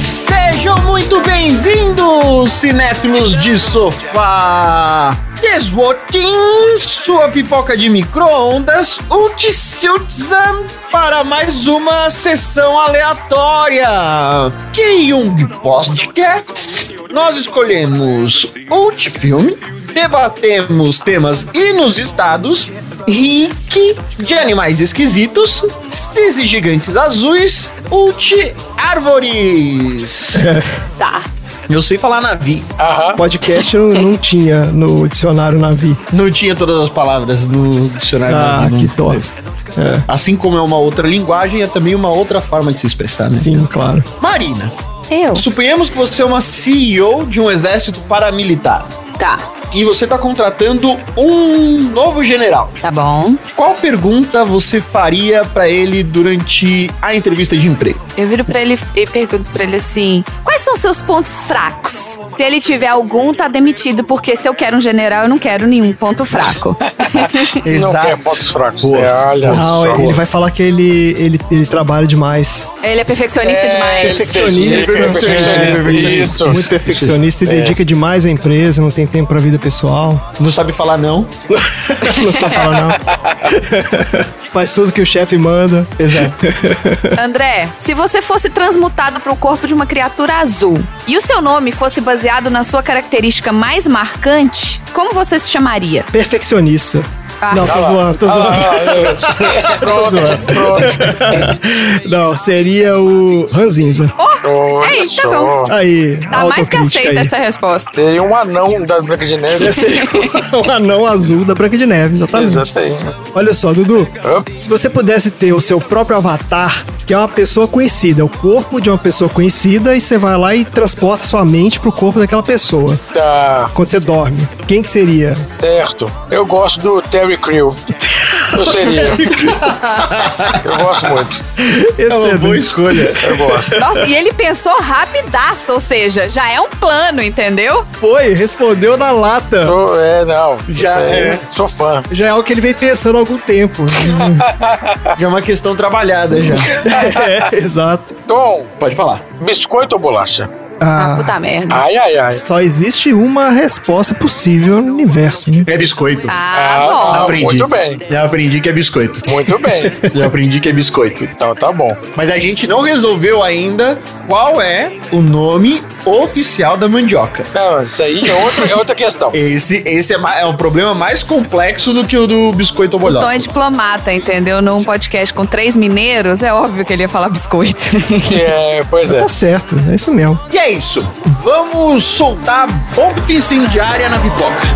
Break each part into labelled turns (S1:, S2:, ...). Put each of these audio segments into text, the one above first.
S1: Sejam muito bem-vindos, cinéfilos de sofá! Desvotim sua pipoca de micro-ondas, o de seu exame para mais uma sessão aleatória. Que Jung Podcast? Nós escolhemos o de filme, debatemos temas inusitados, Rick de animais esquisitos, cis e gigantes azuis, ulti árvores.
S2: Tá.
S1: Eu sei falar navi.
S3: Podcast eu não tinha no dicionário Navi.
S1: Não tinha todas as palavras no dicionário.
S3: Ah,
S1: navi,
S3: que
S1: não.
S3: dó. É,
S1: Assim como é uma outra linguagem, é também uma outra forma de se expressar, né?
S3: sim, claro.
S1: Marina,
S2: Eu?
S1: suponhamos que você é uma CEO de um exército paramilitar
S2: Tá.
S1: e você está contratando um novo general.
S2: Tá bom.
S1: Qual pergunta você faria para ele durante a entrevista de emprego?
S2: Eu viro pra ele e pergunto pra ele assim: quais são seus pontos fracos? Se ele tiver algum, tá demitido, porque se eu quero um general, eu não quero nenhum ponto fraco.
S4: Não quer pontos fracos.
S1: Boa.
S4: É, olha
S3: Não,
S4: só.
S3: Ah, ele vai falar que ele, ele, ele trabalha demais.
S2: ele é perfeccionista demais.
S3: Perfeccionista.
S4: Ele é perfeccionista,
S1: É,
S4: Isso.
S3: Muito perfeccionista e dedica demais à empresa, não tem tempo pra vida pessoal.
S1: Não sabe falar não?
S3: Não sabe falar não. Faz tudo que o chefe manda.
S1: Exato.
S2: André, se você fosse transmutado pro corpo de uma criatura azul e o seu nome fosse baseado na sua característica mais marcante, como você se chamaria?
S3: Perfeccionista.
S2: Ah.
S3: Não,
S2: Tá
S3: tô zoando, tô zoando.
S4: Ah, isso. pronto, pronto.
S3: Não, seria o Ranzinza.
S4: Olha
S2: Ei, tá
S4: só.
S2: bom.
S3: Aí,
S2: Tá mais que
S3: autocrítica
S2: aceita
S3: aí.
S2: essa resposta.
S4: Tem um anão da Branca de Neve.
S3: O um anão azul da Branca de Neve, exatamente.
S4: Exatamente.
S3: Olha só, Dudu.
S4: Hã?
S3: Se você pudesse ter o seu próprio avatar, que é uma pessoa conhecida, o corpo de uma pessoa conhecida, e você vai lá e transporta sua mente pro corpo daquela pessoa.
S4: Tá,
S3: Quando você dorme, quem que seria?
S4: certo. Eu gosto do Terry Crew. Eu seria. Eu gosto muito. é
S3: Excelente.
S1: É escolha.
S4: Eu gosto.
S2: Nossa, e ele pensou rapidaço, ou seja, já é um plano, entendeu?
S3: Foi, respondeu na lata.
S4: Sou- é, não.
S1: Já
S4: Isso aí,
S1: é.
S4: Sou fã.
S3: Já é o que ele vem pensando há algum tempo.
S1: Já é uma questão trabalhada já.
S3: É, exato.
S4: Tom,
S1: Pode falar.
S4: biscoito ou bolacha?
S2: Ah,
S3: Ah,
S2: puta merda.
S4: Ai, ai, ai.
S3: só existe uma resposta possível no universo, né?
S1: É biscoito.
S2: Ah, bom.
S4: não, muito bem.
S1: Já aprendi que é biscoito.
S4: Muito bem.
S1: Já aprendi que é biscoito.
S4: Então tá bom.
S1: Mas a gente não resolveu ainda qual é o nome oficial da mandioca.
S4: Não, isso aí é outra, é outra questão.
S1: Esse, esse é, ma- é um problema mais complexo do que o do biscoito
S2: O Tom
S1: bolhão.
S2: é diplomata, entendeu? Num podcast com três mineiros, é óbvio que ele ia falar biscoito.
S4: É, pois é.
S3: Tá certo, é isso mesmo.
S1: E é isso. Vamos soltar bomba incendiária na pipoca.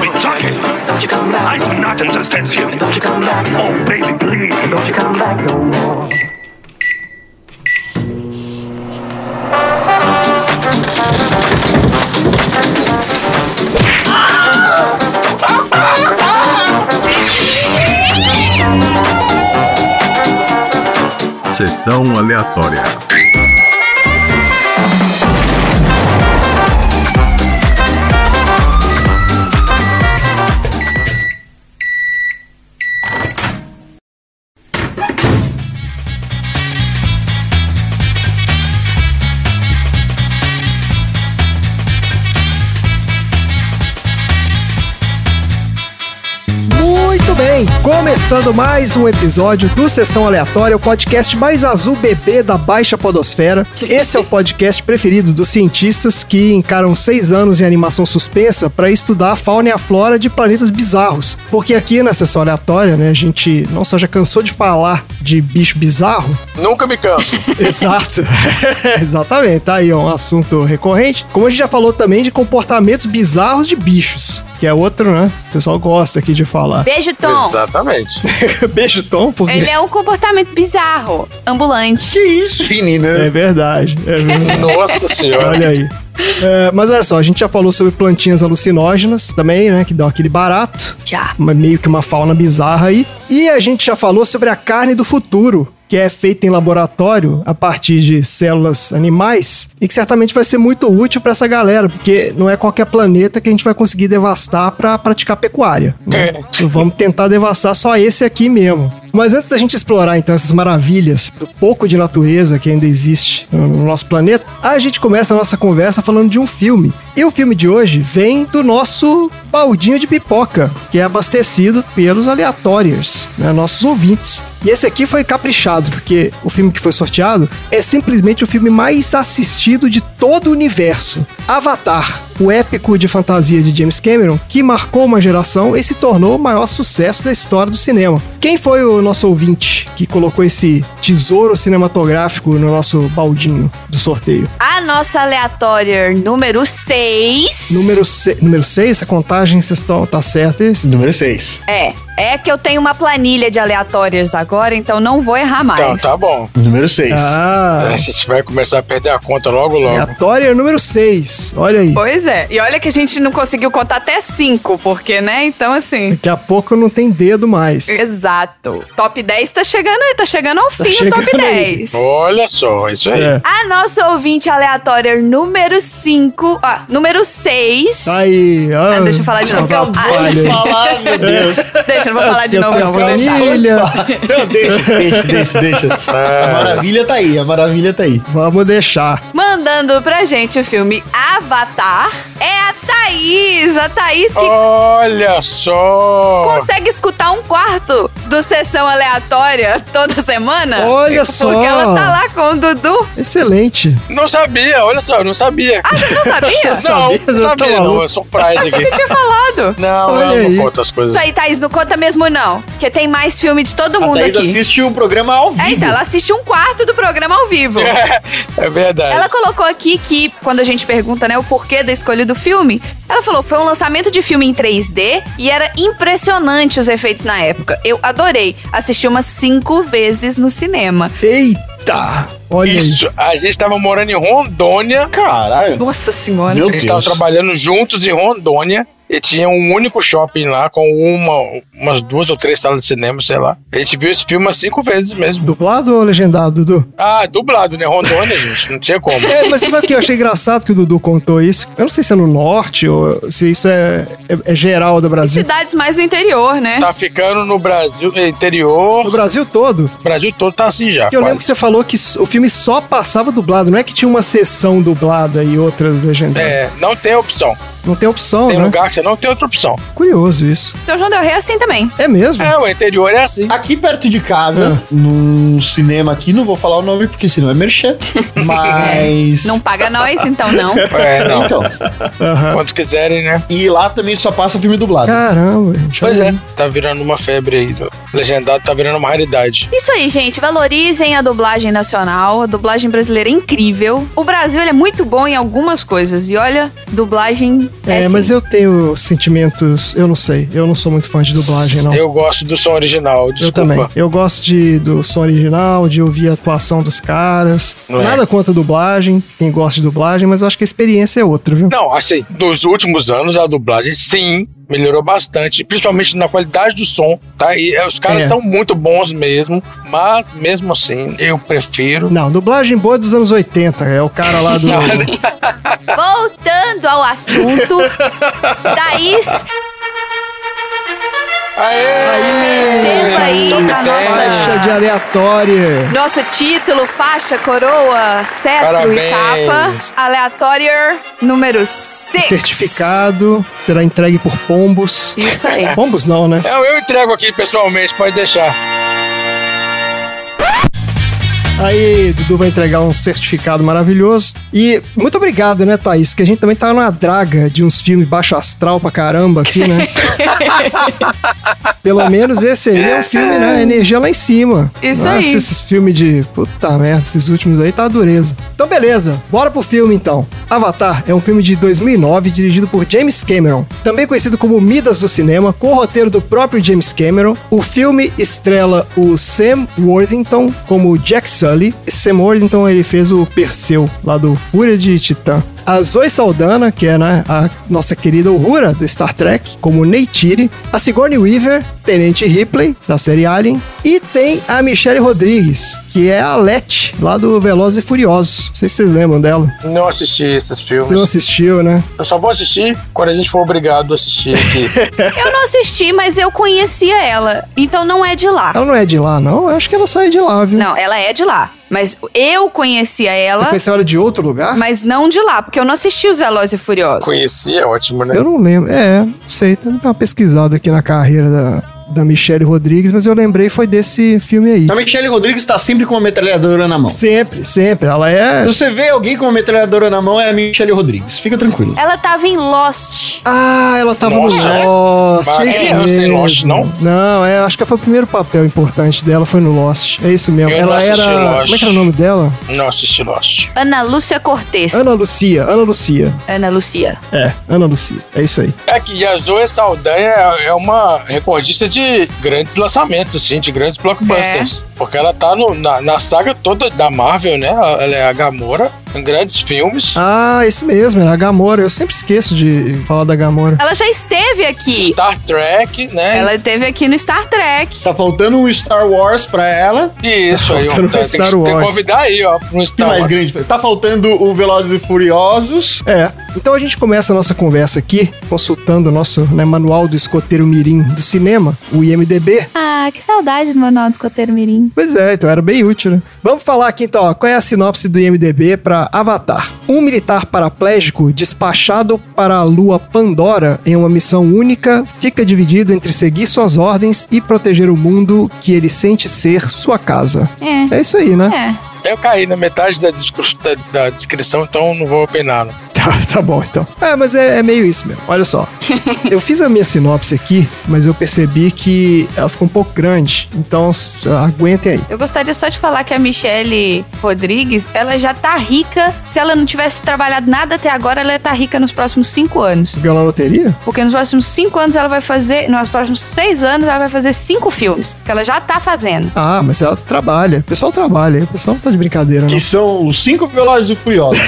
S5: Be talking. Don't you come back. I do not understand you. Don't you come back. Oh, baby, please. Don't you come back no more.
S6: Sessão aleatória.
S3: Muito bem, começando mais um episódio do Sessão Aleatória, o podcast mais azul bebê da Baixa Podosfera. Esse é o podcast preferido dos cientistas que encaram seis anos em animação suspensa para estudar a fauna e a flora de planetas bizarros. Porque aqui na Sessão Aleatória, né, a gente não só já cansou de falar de bicho bizarro,
S4: Nunca me canso.
S3: Exato. Exatamente. Tá aí ó, um assunto recorrente. Como a gente já falou também de comportamentos bizarros de bichos, que é outro, né? O pessoal gosta aqui de falar.
S2: Beijo, Tom.
S4: Exatamente.
S3: Beijo, Tom, porque.
S2: Ele é um comportamento bizarro, ambulante.
S1: Que isso, menina?
S3: É verdade. É verdade.
S4: Nossa senhora.
S3: Olha aí. É, mas olha só, a gente já falou sobre plantinhas alucinógenas também, né? Que dão aquele barato.
S2: Já.
S3: uma- meio que uma fauna bizarra aí. E a gente já falou sobre a carne do futuro, que é feita em laboratório a partir de células animais e que certamente vai ser muito útil para essa galera, porque não é qualquer planeta que a gente vai conseguir devastar para praticar pecuária. né? Vamos tentar devastar só esse aqui mesmo. Mas antes da gente explorar então essas maravilhas do pouco de natureza que ainda existe no nosso planeta, a gente começa a nossa conversa falando de um filme. E o filme de hoje vem do nosso baldinho de pipoca, que é abastecido pelos aleatórios, né, nossos ouvintes. E esse aqui foi caprichado, porque o filme que foi sorteado é simplesmente o filme mais assistido de todo o universo. Avatar, o épico de fantasia de James Cameron, que marcou uma geração e se tornou o maior sucesso da história do cinema. Quem foi o nosso ouvinte que colocou esse tesouro cinematográfico no nosso baldinho do sorteio?
S2: A nossa aleatória número 6.
S3: Número 6, número seis, a contagem vocês estão- tá certa esse?
S1: Número 6.
S2: É. É que eu tenho uma planilha de aleatórias agora, então não vou errar
S4: Então,
S2: mais.
S4: tá bom. É,
S1: Número 6.
S3: Ah,
S4: A gente vai começar a perder a conta logo, logo.
S3: aleatória é número 6. Olha aí.
S2: Pois é. E olha que a gente não conseguiu contar até cinco, porque, né? Então, assim.
S3: Daqui a pouco não tem dedo mais.
S2: Exato. Top 10 tá chegando aí, tá chegando ao fim o top
S3: chegando aí.
S2: 10.
S4: Olha só, isso aí.
S3: É.
S2: A nossa ouvinte aleatória número 5. Ó, número 6.
S3: Tá aí. ó.
S2: Ah, deixa eu falar de novo.
S3: Tá
S2: Eu vou
S3: falha aí.
S1: falar, meu Deus.
S2: Deixa, eu não vou falar de
S3: Eu
S2: novo,
S3: tenho
S2: não. Vou deixar.
S3: planilha.
S1: Não, deixa, deixa, deixa, deixa. A
S4: É.
S1: maravilha tá aí, a maravilha tá aí.
S3: Vamos deixar.
S2: Mandando pra gente o filme Avatar é a Thaís. A Thaís que
S4: Olha
S1: Oh.
S4: só.
S2: consegue escutar um quarto do Sessão Aleatória toda semana.
S3: Olha
S2: porque
S3: só.
S2: Porque ela tá lá com o Dudu.
S3: Excelente.
S4: Não sabia, olha só, não sabia.
S2: Ah, você não sabia?
S4: não,
S3: sabia?
S4: não
S3: Você tá
S4: sabia, não.
S3: maluco?
S4: É surprise
S2: Achei que
S4: aqui.
S2: tinha falado.
S4: Não,
S3: Olha
S4: eu
S3: aí.
S4: não conto as coisas.
S2: Isso aí, Thaís, não conta mesmo não, que tem mais filme de todo
S1: A
S2: mundo
S1: Thaís
S2: aqui.
S1: assiste o programa ao vivo.
S2: É, então, ela assiste um quarto do programa ao vivo.
S4: É verdade.
S2: Ela colocou aqui que, quando a gente pergunta, né, o porquê da escolha do filme, ela falou foi um lançamento de filme em 3D e era impressionante os efeitos na época. Eu adorei. Assisti umas cinco vezes no cinema.
S3: Eita! Olha aí.
S4: Isso, a gente tava morando em Rondônia.
S1: Caralho.
S2: Nossa senhora.
S1: Meu
S4: a gente tava
S1: Deus.
S4: trabalhando juntos em Rondônia. E tinha um único shopping lá com uma, umas duas ou três salas de cinema, sei lá. A gente viu esse filme umas cinco vezes mesmo.
S3: Dublado ou legendado, Dudu?
S4: Ah, dublado, né? Rondônia, gente. Não tinha como.
S3: É, mas você sabe que eu achei engraçado que o Dudu contou isso. Eu não sei se é no norte ou se isso é, é- é geral do Brasil.
S2: Cidades mais do interior, né?
S4: Tá ficando no Brasil no interior.
S3: No Brasil todo.
S4: O Brasil todo tá assim já.
S3: Porque eu lembro que
S4: quase.
S3: você falou que s- o filme só passava dublado. Não é que tinha uma sessão dublada e outra legendada.
S4: É, não tem opção.
S3: Não tem opção,
S4: Tem
S3: né?
S4: lugar que você não tem outra opção.
S3: Curioso isso.
S2: Então João Del Rey é assim também.
S3: É mesmo?
S4: É, o interior é assim.
S1: Aqui perto de casa, num cinema aqui, não vou falar o nome porque senão é merchan, mas...
S2: É, Não paga nós, então não.
S3: Ah,
S4: É, não.
S1: Então,
S3: Aham.
S4: Quando quiserem, né?
S1: e lá também só passa filme dublado.
S3: Caramba. gente,
S4: Pois
S3: olha
S4: é,
S3: aí.
S4: tá virando uma febre aí. do- Legendado tá virando uma raridade.
S2: Isso aí, gente. Valorizem a dublagem nacional. A dublagem brasileira é incrível. O Brasil ele é muito bom em algumas coisas. E olha, dublagem é,
S3: É,
S2: sim.
S3: mas eu tenho sentimentos. Eu não sei. Eu não sou muito fã de dublagem, não.
S4: Eu gosto do som original,
S3: Eu
S4: desculpa.
S3: também. Eu gosto de, do som original, de ouvir a atuação dos caras.
S4: Não é.
S3: Nada contra a dublagem, quem gosta de dublagem, mas eu acho que a experiência é outra, viu?
S4: Não, assim, nos últimos anos a dublagem, sim, melhorou bastante, principalmente na qualidade do som, tá? E eh, os caras
S3: É.
S4: são muito bons mesmo, mas mesmo assim, eu prefiro.
S3: Não, dublagem boa é dos anos 80. É o cara lá do.
S2: Voltando ao assunto, Thaís,
S4: Aê!
S2: receba aí
S4: Top
S2: a
S4: cem.
S2: nossa-
S3: é Faixa de aleatória.
S2: nosso título, faixa, coroa, cetro e
S4: Parabéns.
S2: capa. Aleatória número 6.
S3: Certificado. Será entregue por pombos.
S2: Isso aí.
S3: Pombos não, né?
S4: Não, eu entrego aqui pessoalmente, pode deixar.
S3: Aí, Dudu vai entregar um certificado maravilhoso. E muito obrigado, né, Thaís? Que a gente também tá numa draga de uns filmes baixo astral pra caramba aqui, né? Pelo menos esse aí é um filme, né? Energia lá em cima.
S2: Isso
S3: Não é
S2: aí.
S3: Esses filmes de. Puta merda, esses últimos aí tá uma dureza. Então, beleza, bora pro filme então. Avatar é um filme de 2009 dirigido por James Cameron, também conhecido como Midas do Cinema, com o roteiro do próprio James Cameron. O filme estrela o Sam Worthington como Jack Sully. Sam Worthington ele fez o Perseu, lá do Fúria de Titã. a Zoe Saldana, que é né, a nossa querida Uhura do Star Trek, como Neytiri, a Sigourney Weaver, Tenente Ripley, da série Alien, e tem a Michelle Rodrigues, que é a Letty, lá do Velozes e Furiosos. Não sei se vocês lembram dela.
S4: Não assisti esses
S3: Você não
S4: filmes.
S3: assistiu, né?
S4: Eu só vou assistir quando a gente for obrigado a assistir aqui.
S2: Eu não assisti, mas eu conhecia ela. Então não é de lá.
S3: Ela não é de lá, não? Eu acho que ela só é de lá, viu?
S2: Não, ela é de lá. Mas eu conhecia ela,
S3: Você pensou ela de outro lugar?
S2: mas não de lá, porque eu não assisti os Velozes e Furiosos.
S4: Conheci, é ótimo, né?
S3: Eu não lembro. É, não sei. Tem que dar uma pesquisada aqui na carreira da, da Michelle Rodrigues, mas eu lembrei foi desse filme aí.
S1: A Michelle Rodrigues tá sempre com uma metralhadora na mão.
S3: Sempre, sempre. Ela é.
S1: Se você vê alguém com uma metralhadora na mão, é a Michelle Rodrigues. Fica tranquilo.
S2: Ela tava em Lost.
S3: Ah, ela tava
S4: Nossa,
S3: no
S4: é?
S3: Lost.
S4: Bah,
S3: é
S4: é,
S3: isso
S4: eu sei
S3: mesmo.
S4: Lost, não?
S3: Não, é, acho que foi o primeiro papel importante dela, foi no Lost. É isso mesmo.
S4: Eu não
S3: ela
S4: assisti
S3: era.
S4: Lost.
S3: Como é que era o nome dela?
S4: Não assisti Lost.
S2: Ana Lúcia Cortez.
S3: Ana Lucia. Ana Lucia.
S2: Ana Lucia.
S3: É, Ana Lucia. É isso aí.
S4: É que a Zoe Saldanha é é uma recordista de grandes lançamentos, assim, de grandes blockbusters. Porque ela tá no- na, na saga toda da Marvel, né? Ela ela é a Gamora, em grandes filmes.
S3: Ah, isso mesmo, era a Gamora. Eu sempre esqueço de falar da Gamora.
S2: Ela já esteve aqui.
S4: Star Trek, né?
S2: Ela esteve aqui no Star Trek.
S1: Tá faltando um Star Wars pra ela.
S4: E Isso aí, ó.
S3: Faltando
S4: Tem, tem
S3: Star
S4: que, tem que
S3: Wars.
S4: convidar aí, ó, pro
S1: Que
S4: Star
S1: mais
S4: Wars.
S1: grande? Tá faltando o Velozes e Furiosos.
S3: É, então a gente começa a nossa conversa aqui, consultando o nosso né, manual do escoteiro Mirim do cinema, o IMDB.
S2: Ah, que saudade do Manual do Escoteiro Mirim.
S3: Pois é, então era bem útil, né? Vamos falar aqui então, ó, qual é a sinopse do IMDB para Avatar? Um militar paraplégico despachado para a lua Pandora em uma missão única fica dividido entre seguir suas ordens e proteger o mundo que ele sente ser sua casa.
S2: É.
S3: É isso aí, né?
S2: É.
S4: Eu caí na metade da, discus- da- da descrição, então não vou opinar. não.
S3: Tá, tá bom, então. É, mas é, é meio isso mesmo. Olha só. eu fiz a minha sinopse aqui, mas eu percebi que ela ficou um pouco grande. Então, s- aguentem aí.
S2: Eu gostaria só de falar que a Michelle Rodrigues, ela já tá rica. Se ela não tivesse trabalhado nada até agora, ela ia tá rica nos próximos cinco anos.
S3: Você Ganhou na loteria?
S2: Porque nos próximos cinco anos ela vai fazer. Nos próximos seis anos ela vai fazer cinco filmes. Que ela já tá fazendo.
S3: Ah, mas ela trabalha. O pessoal trabalha. O pessoal não tá de brincadeira,
S1: Que
S3: não.
S1: são os cinco Velozes e Furiosos.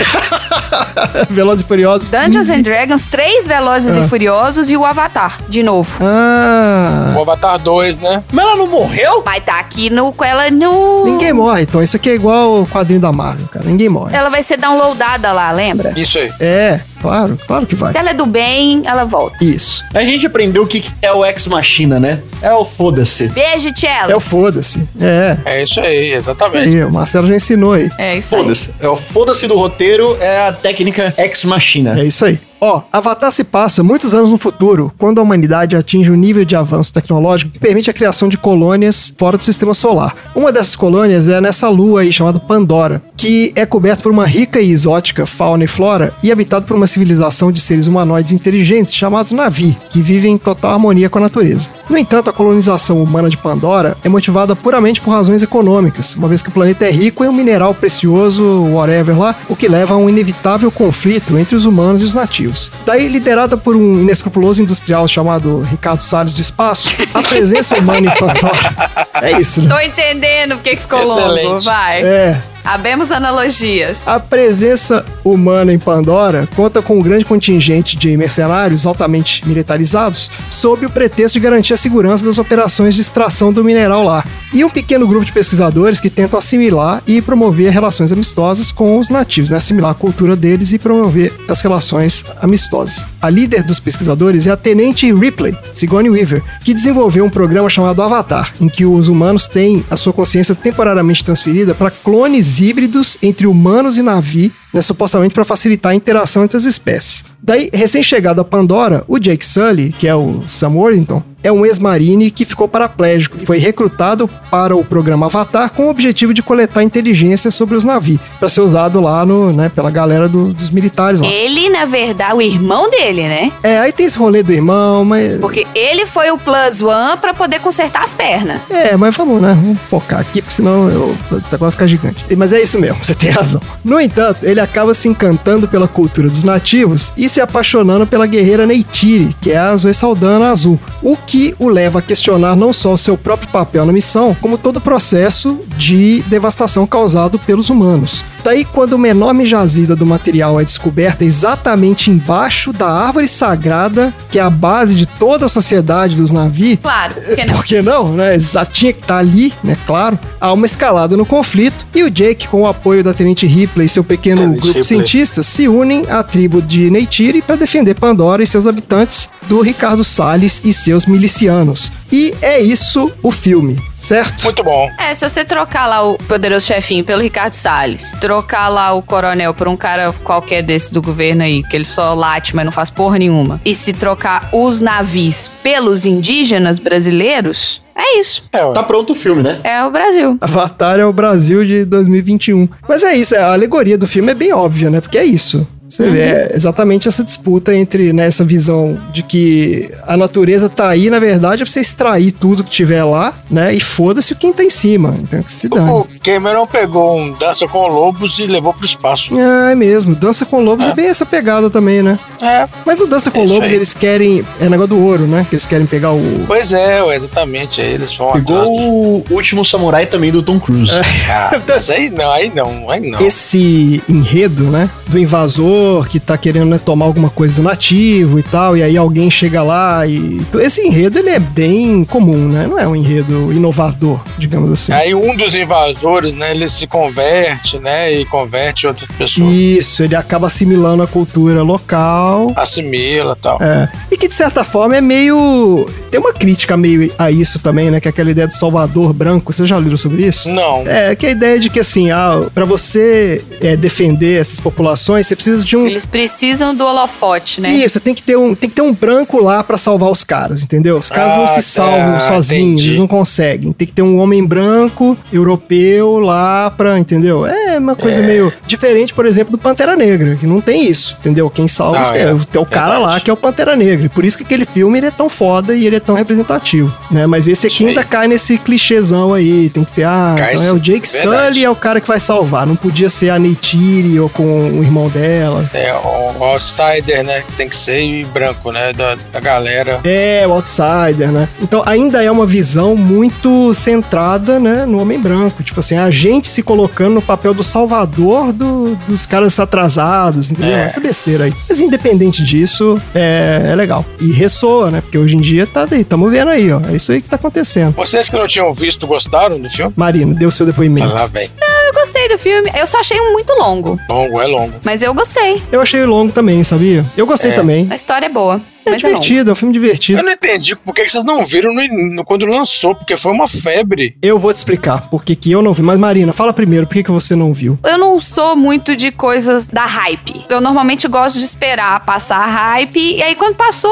S3: Velozes e Furiosos.
S2: Dungeons
S3: 15.
S2: and Dragons, três Velozes
S3: Ah.
S2: e Furiosos e o Avatar, de novo.
S3: Ah.
S4: O Avatar 2, né?
S1: Mas ela não morreu?
S2: Vai tá aqui no, com ela no...
S3: Ninguém morre, então. Isso aqui é igual o quadrinho da Marvel, cara. Ninguém morre.
S2: Ela vai ser downloadada lá, lembra?
S4: Isso aí.
S3: É, claro, claro que vai.
S2: Se ela é do bem, ela volta.
S3: Isso.
S1: A gente aprendeu o que que é o Ex Machina, né? É o foda-se.
S2: Beijo, Tchelo.
S3: É o foda-se. É.
S4: É isso aí, exatamente.
S3: Aí, o Marcelo já ensinou aí.
S2: É isso aí.
S1: Foda-se. É o foda-se do roteiro, é a técnica Ex Machina.
S3: É isso aí. Ó, Avatar se passa muitos anos no futuro, quando a humanidade atinge um nível de avanço tecnológico que permite a criação de colônias fora do sistema solar. Uma dessas colônias é nessa lua aí chamada Pandora, que é coberta por uma rica e exótica fauna e flora e habitada por uma civilização de seres humanoides inteligentes chamados Navi, que vivem em total harmonia com a natureza. No entanto, a colonização humana de Pandora é motivada puramente por razões econômicas, uma vez que o planeta é rico em um mineral precioso, whatever lá, o que leva a um inevitável conflito entre os humanos e os nativos. Daí, liderada por um inescrupuloso industrial chamado Ricardo Salles de Espaço, a presença humana em Pandora. É isso, né?
S2: Tô entendendo porque que ficou longo,
S4: Excelente.
S2: vai.
S3: É,
S2: Abemos analogias.
S3: a presença humana em Pandora conta com um grande contingente de mercenários altamente militarizados, sob o pretexto de garantir a segurança das operações de extração do mineral lá, e um pequeno grupo de pesquisadores que tentam assimilar e promover relações amistosas com os nativos, né? assimilar a cultura deles e promover as relações amistosas. A líder dos pesquisadores é a Tenente Ripley, Sigourney Weaver, que desenvolveu um programa chamado Avatar, em que os humanos têm a sua consciência temporariamente transferida para clones híbridos entre humanos e Navi, né, supostamente para facilitar a interação entre as espécies. Daí, recém-chegado a Pandora, o Jake Sully, que é o Sam Worthington, é um ex-marine que ficou paraplégico e foi recrutado para o programa Avatar com o objetivo de coletar inteligência sobre os Navi, para ser usado lá no, né, pela galera do- dos militares lá.
S2: Ele, na verdade, o irmão dele, né?
S3: É, aí tem esse rolê do irmão, mas.
S2: Porque ele foi o plus one pra poder consertar as pernas.
S3: É, mas vamos, né? Vamos focar aqui, porque senão eu, eu vai ficar gigante. Mas é isso mesmo, você tem razão. No entanto, ele acaba se encantando pela cultura dos nativos e se apaixonando pela guerreira Neytiri, que é a Zoe Saldana Azul, o que o leva a questionar não só o seu próprio papel na missão, como todo o processo de devastação causado pelos humanos. Daí, quando uma enorme jazida do material é descoberta exatamente embaixo da árvore sagrada, que é a base de toda a sociedade dos navios,
S2: Claro, porque não.
S3: por que não, né? Já tinha que estar ali, né? Claro. Há uma escalada no conflito e o Jake, com o apoio da Tenente Ripley e seu pequeno
S4: Tenente
S3: grupo de
S4: Ripley.
S3: cientistas, se unem à tribo de Neytiri para defender Pandora e seus habitantes do Ricardo Salles e seus milicianos. E é isso o filme, certo?
S4: Muito bom.
S2: É, se você trocar lá o poderoso chefinho pelo Ricardo Salles, trocar lá o coronel por um cara qualquer desse do governo aí, que ele só late, mas não faz porra nenhuma, e se trocar os navios pelos indígenas brasileiros, é isso.
S4: É, ué.
S1: Tá pronto o filme, né?
S2: É o Brasil.
S3: Avatar é o Brasil de 2021. Mas é isso, é, a alegoria do filme é bem óbvia, né? Porque é isso. Você vê
S4: Uhum.
S3: é exatamente essa disputa entre né, essa visão de que a natureza tá aí, na verdade, é pra você extrair tudo que tiver lá, né? E foda-se o quem tá em cima. Então que se dane.
S4: O Cameron pegou um Dança com Lobos e levou pro espaço.
S3: É mesmo, Dança com Lobos é bem essa pegada também, né?
S4: É,
S3: Mas no Dança com
S4: Ah. É isso
S3: Lobos
S4: aí.
S3: eles querem. É negócio do ouro, né? Que eles querem pegar o.
S4: pois é, ué, exatamente. Aí eles vão atrás do-
S1: Igual o último samurai também do Tom Cruise.
S4: Ah, mas aí não, aí não, aí não.
S3: esse enredo, né? Do invasor que tá querendo né, tomar alguma coisa do nativo e tal, e aí alguém chega lá e. Esse enredo ele é bem comum, né? Não é um enredo inovador, digamos assim.
S4: Aí um dos invasores, né, ele se converte, né, e converte outras pessoas,
S3: Isso, ele acaba assimilando a cultura local.
S4: assimila e tal.
S3: É. E que de certa forma é meio. Tem uma crítica meio a isso também, né? Que é aquela ideia do Salvador branco. Vocês já leram sobre isso?
S4: Não,
S3: É, que a ideia de que assim, ah, para você é, defender essas populações, você precisa de um
S2: Eles precisam do holofote, né?
S3: Isso, tem que ter um, tem que ter um branco lá pra salvar os caras, entendeu? Os caras não
S4: Ah,
S3: se
S4: tá,
S3: salvam sozinhos,
S4: entendi.
S3: eles não conseguem. Tem que ter um homem branco, europeu lá pra, entendeu? É uma coisa meio diferente, por exemplo, do Pantera Negra, que não tem isso, entendeu? Quem salva
S4: Não,
S3: os- é,
S4: é,
S3: o- tem o cara
S4: verdade.
S3: lá que é o Pantera Negra. Por isso que aquele filme ele é tão foda e ele é tão representativo, né? Mas esse aqui
S4: Isso aí.
S3: ainda cai nesse clichêzão aí, tem que ter, ah,
S4: Cai
S3: então é
S4: sim,
S3: o Jake
S4: verdade.
S3: Sully é o cara que vai salvar, não podia ser a Neytiri ou com o irmão dela.
S4: é o outsider, né, que tem que ser e branco, né, da, da galera.
S3: É, o outsider, né? Então ainda é uma visão muito centrada, né, no homem branco. Tipo assim, a gente se colocando no papel do salvador do- dos caras atrasados, entendeu?
S4: É.
S3: Essa besteira aí. Mas independente disso, é, é legal. E ressoa, né? Porque hoje em dia tá daí, tamo vendo aí, ó. É isso aí que tá acontecendo.
S4: Vocês que não tinham visto gostaram do filme?
S3: Marina, deu seu
S4: Tá
S3: depoimento.
S4: lá, bem.
S2: Eu gostei do filme. Eu só achei um muito longo,
S4: Longo, é longo.
S2: mas eu gostei.
S3: Eu achei longo também, sabia? Eu gostei também.
S2: A história é boa.
S3: É
S2: mas longo.
S3: divertido, é um filme divertido.
S4: Eu não entendi por que que vocês não viram no, no- quando lançou, porque foi uma febre.
S3: Eu vou te explicar por que que eu não vi. Mas Marina, fala primeiro, por que que você não viu?
S2: Eu não sou muito de coisas da hype. Eu normalmente gosto de esperar passar a hype. E aí, quando passou,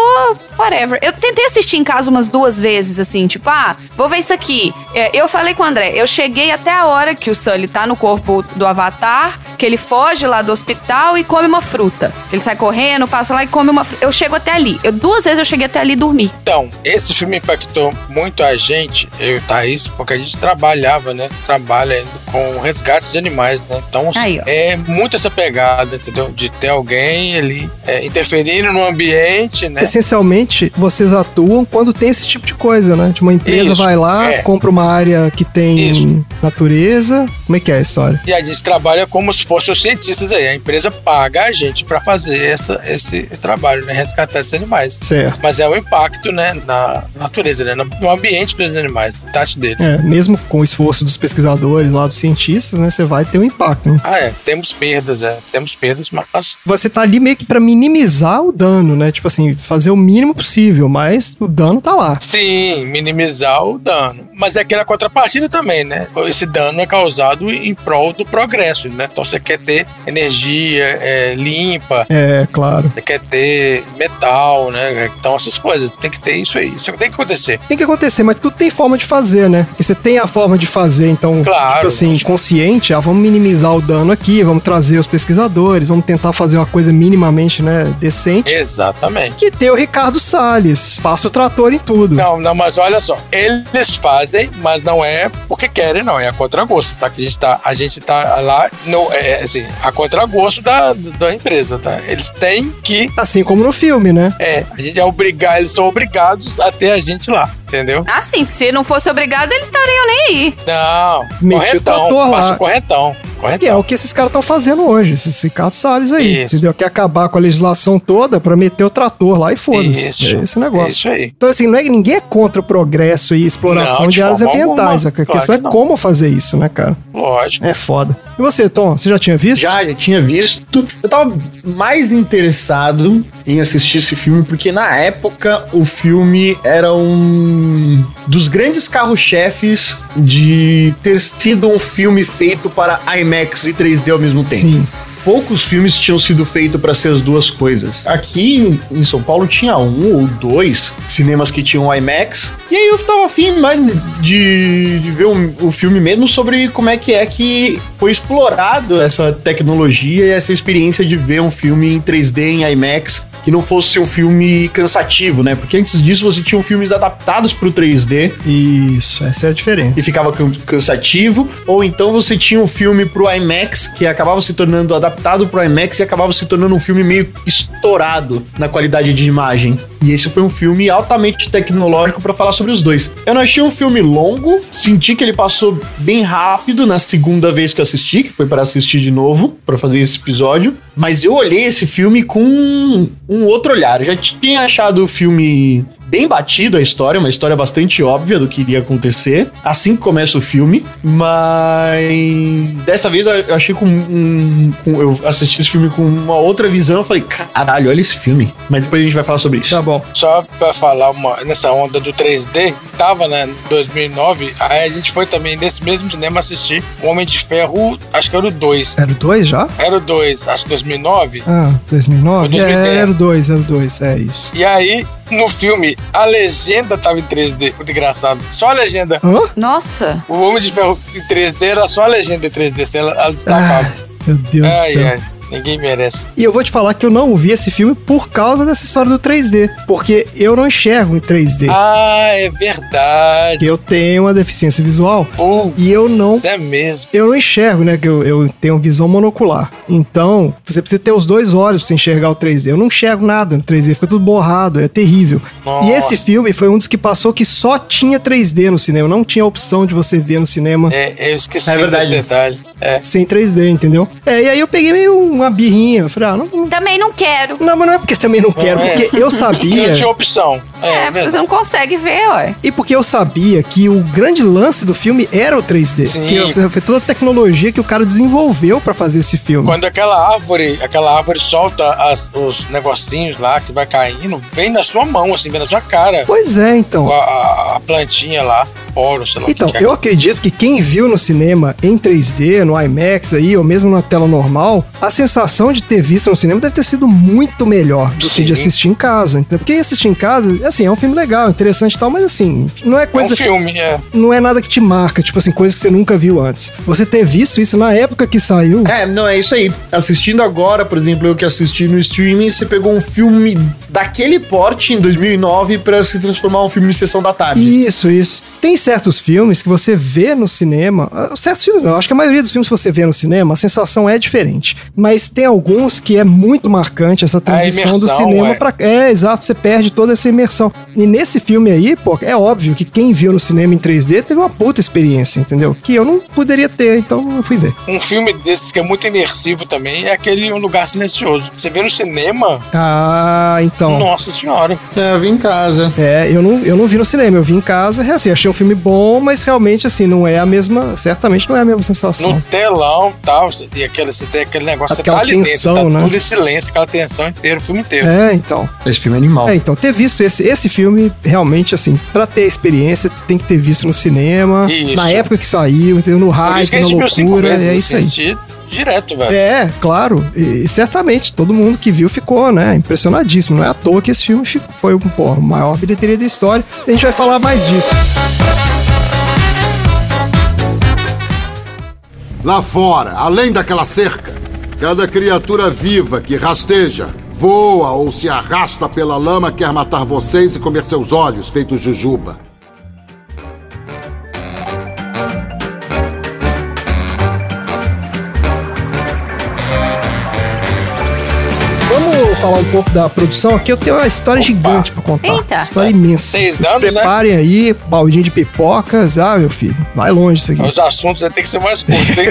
S2: whatever. Eu tentei assistir em casa umas duas vezes, assim, tipo, ah, vou ver isso aqui. É, eu falei com o André, eu cheguei até a hora que o Sully tá no corpo do Avatar, que ele foge lá do hospital e come uma fruta. Ele sai correndo, passa lá e come uma fruta. Eu chego até ali. Eu, duas vezes eu cheguei até ali e dormi.
S4: Então, esse filme impactou muito a gente, eu e Thaís, porque a gente trabalhava, né? Trabalha ainda com o resgate de animais, né? Então, assim,
S2: Aí, ó.
S4: é muito essa pegada, entendeu? De ter alguém ali é, interferindo no ambiente, né?
S3: Essencialmente, vocês atuam quando tem esse tipo de coisa, né? De uma empresa
S4: Isso,
S3: vai lá,
S4: é.
S3: compra uma área que tem
S4: Isso.
S3: natureza. Como é que é a história?
S4: E a gente trabalha como se fossem os cientistas aí. A empresa paga a gente para fazer essa, esse trabalho, né? Resgatar esses animais.
S3: Certo.
S4: Mas é o impacto, né? Na natureza, né? No ambiente dos animais, no habitat deles.
S3: É, mesmo com o esforço dos pesquisadores lá, dos cientistas, né? Você vai ter um impacto. né?
S4: Ah, é. Temos perdas, é. Temos perdas, mas
S3: Você tá ali meio que pra minimizar o dano, né? Tipo assim, fazer o mínimo possível, mas o dano tá lá.
S4: Sim, minimizar o dano. Mas é aquela contrapartida também, né? Esse dano é causado em prol do progresso, né? Então você quer ter energia é, limpa,
S3: É, claro.
S4: você quer ter metal, né? Então essas coisas, tem que ter isso aí. Isso tem que acontecer.
S3: Tem que acontecer, mas tudo tem forma de fazer, né? Porque você tem a forma de fazer, então,
S4: Claro,
S3: tipo assim, assim, consciente, ah, vamos minimizar o dano aqui, vamos trazer os pesquisadores, vamos tentar fazer uma coisa minimamente, né,
S4: É.
S3: decente.
S4: Exatamente.
S3: Que tem o Ricardo Salles, passa o trator em tudo.
S4: Não, não, mas olha só, eles fazem, mas não é porque querem, não, é a contragosto, tá? Que a gente tá, a gente tá lá, no, é, assim, a contragosto da, da empresa, tá? Eles têm que,
S3: Assim como no filme, né?
S4: é, a gente é obrigar, eles são obrigados a ter a gente lá, entendeu?
S2: Ah, sim, se não fosse obrigado, eles estariam nem aí.
S4: Não,
S3: Metiu
S4: corretão,
S3: trator lá.
S4: passa o corretão,
S3: Que é
S4: corretão.
S3: o que esses caras estão fazendo hoje, esses Ricardo Salles aí.
S4: Isso.
S3: Entendeu? Quer acabar com a legislação toda pra meter o trator lá e foda-se.
S4: Isso.
S3: É esse negócio.
S4: Isso aí.
S3: Então, assim, não é, ninguém é contra o progresso e exploração
S4: Não,
S3: de,
S4: de
S3: áreas
S4: forma
S3: ambientais.
S4: alguma.
S3: A questão
S4: Claro que
S3: é
S4: não.
S3: como fazer isso, né, cara?
S4: Lógico.
S3: É foda. E você, Tom, você já tinha visto?
S1: Já, já tinha visto. Eu tava mais interessado em assistir esse filme, porque na época o filme era um dos grandes carro-chefes de ter sido um filme feito para IMAX e 3D ao mesmo tempo.
S3: Sim.
S1: Poucos filmes tinham sido feitos para ser as duas coisas. Aqui em São Paulo tinha um ou dois cinemas que tinham IMAX. E aí eu tava afim mais de, de ver um- o filme mesmo sobre como é que é que foi explorado essa tecnologia e essa experiência de ver um filme em 3D em IMAX que não fosse um filme cansativo, né? Porque antes disso você tinha filmes adaptados pro 3D
S3: Isso, essa é a diferença.
S1: e ficava can- cansativo, ou então você tinha um filme pro IMAX que acabava se tornando adaptado pro IMAX e acabava se tornando um filme meio estourado na qualidade de imagem. E esse foi um filme altamente tecnológico pra falar sobre os dois. Eu não achei um filme longo, senti que ele passou bem rápido na segunda vez que eu assisti, que foi para assistir de novo pra fazer esse episódio, mas eu olhei esse filme com um outro olhar. Eu já tinha achado o filme bem batido a história, uma história bastante óbvia do que iria acontecer, assim que começa o filme, mas dessa vez eu achei com, um, com- eu assisti esse filme com uma outra visão, eu falei, caralho, olha esse filme. Mas depois a gente vai falar sobre isso.
S3: Tá bom.
S4: Só pra falar uma, nessa onda do 3D, tava né, em 2009, aí a gente foi também nesse mesmo cinema assistir O Homem de Ferro, acho que era o 2.
S3: Era o 2 já?
S4: Era o 2, acho que 2009.
S3: Ah, 2009?
S4: Foi
S3: É,
S4: 2010.
S3: era o 2, era o 2, é isso.
S4: E aí, no filme, a legenda tava em 3D. Muito engraçado. Só a legenda.
S3: Hã?
S2: Nossa.
S4: O Homem de Ferro em 3D era só a legenda em 3D, se ela, ela destacava.
S3: Ah, Meu Deus do
S4: Tá ai,
S3: céu.
S4: ai. Ninguém merece.
S3: E eu vou te falar que eu não vi esse filme por causa dessa história do 3D, porque eu não enxergo em 3D.
S4: Ah, é verdade.
S3: Eu tenho uma deficiência visual
S4: Pô,
S3: e eu não
S4: é mesmo.
S3: eu não enxergo, né? Que eu, eu tenho visão monocular. Então, você precisa ter os dois olhos pra você enxergar o 3D. Eu não enxergo nada no 3D, fica tudo borrado, é terrível. E
S4: Nossa.
S3: esse filme foi um dos que passou que só tinha 3D no cinema, não tinha opção de você ver no cinema.
S4: É, eu esqueci
S1: É verdade.
S4: desse detalhe. É.
S3: Sem 3D, entendeu? É, e aí eu peguei meio uma birrinha. eu Falei, ah, não,
S2: Também não quero.
S3: não, mas não é porque também não quero,
S4: é.
S3: porque eu sabia.
S4: Não tinha opção. É,
S2: É,
S4: verdade.
S2: você não consegue ver, ué.
S3: E porque eu sabia que o grande lance do filme era o 3D.
S4: Sim.
S3: Que foi toda a tecnologia que o cara desenvolveu pra fazer esse filme.
S4: Quando aquela árvore, aquela árvore solta as- os negocinhos lá que vai caindo, vem na sua mão, assim, vem na sua cara.
S3: Pois é, então.
S4: A, a- a plantinha lá, oro, sei lá. o
S3: Então,
S4: que que é.
S3: eu acredito que quem viu no cinema em 3D, no IMAX aí, ou mesmo na tela normal, a sensação de ter visto no cinema deve ter sido muito melhor do que de
S4: Sim.
S3: assistir em casa. entendeu? Porque assistir em casa, assim, é um filme legal, interessante e tal, mas assim, não é
S4: É um
S3: coisa.
S4: filme, é.
S3: Não é nada que te marca, tipo assim, coisa que você nunca viu antes. Você ter visto isso na época que saiu.
S1: É, não, é isso aí. Assistindo agora, por exemplo, eu que assisti no streaming, você pegou um filme daquele porte em 2009 pra se transformar um filme em sessão da tarde.
S3: Isso, isso. Tem certos filmes que você vê no cinema. ah, Certos filmes não, acho que a maioria dos filmes que você vê no cinema, a sensação é diferente. Mas tem alguns que é muito marcante essa transição do
S4: imersão,
S3: cinema
S4: ué.
S3: pra. É, exato, você perde toda essa imersão. E nesse filme aí, pô, é óbvio que quem viu no cinema em 3D teve uma puta experiência, entendeu? Que eu não poderia ter, então eu fui ver.
S4: Um filme desses que é muito imersivo também é aquele Um Lugar Silencioso. Você vê no cinema,
S3: Ah, então.
S4: nossa senhora.
S1: É, eu vim em casa.
S3: É, eu não, eu não vi no cinema, eu vi em casa, é assim, achei um filme bom, mas realmente, assim, não é a mesma, certamente não é a mesma sensação.
S4: No telão tal, você tem aquele, você tem aquele negócio,
S3: Aquela
S4: você tá ali
S3: tensão,
S4: dentro, tá
S3: né?
S4: tudo em silêncio, aquela tensão inteira, o filme inteiro.
S3: É, então.
S1: Esse filme é animal.
S3: É, então, ter visto esse, esse filme, realmente, assim, pra ter a experiência, tem que ter visto no cinema,
S4: Isso.
S3: na época que saiu, entendeu? No
S4: Por isso
S3: hype,
S4: que a
S3: na
S4: gente viu cinco
S3: É, loucura,
S4: vezes,
S3: é isso
S4: assim,
S3: aí.
S4: di- direto, velho.
S3: É, claro, e, e certamente todo mundo que viu ficou, né, impressionadíssimo. Não é à toa que esse filme fi- foi um, pô, a maior bilheteria da história. A gente vai falar mais disso.
S6: Lá fora, além daquela cerca, cada criatura viva que rasteja, voa ou se arrasta pela lama quer matar vocês e comer seus olhos, feito jujuba.
S3: Vamos falar um pouco da produção aqui. Eu tenho uma história gigante pra contar.
S2: Eita.
S3: História imensa.
S4: Seis
S3: Vocês
S4: anos, né?
S3: preparem aí, baldinho de pipocas. Ah, meu filho, vai longe isso aqui.
S4: Os assuntos vai ter que ser mais curtos, hein?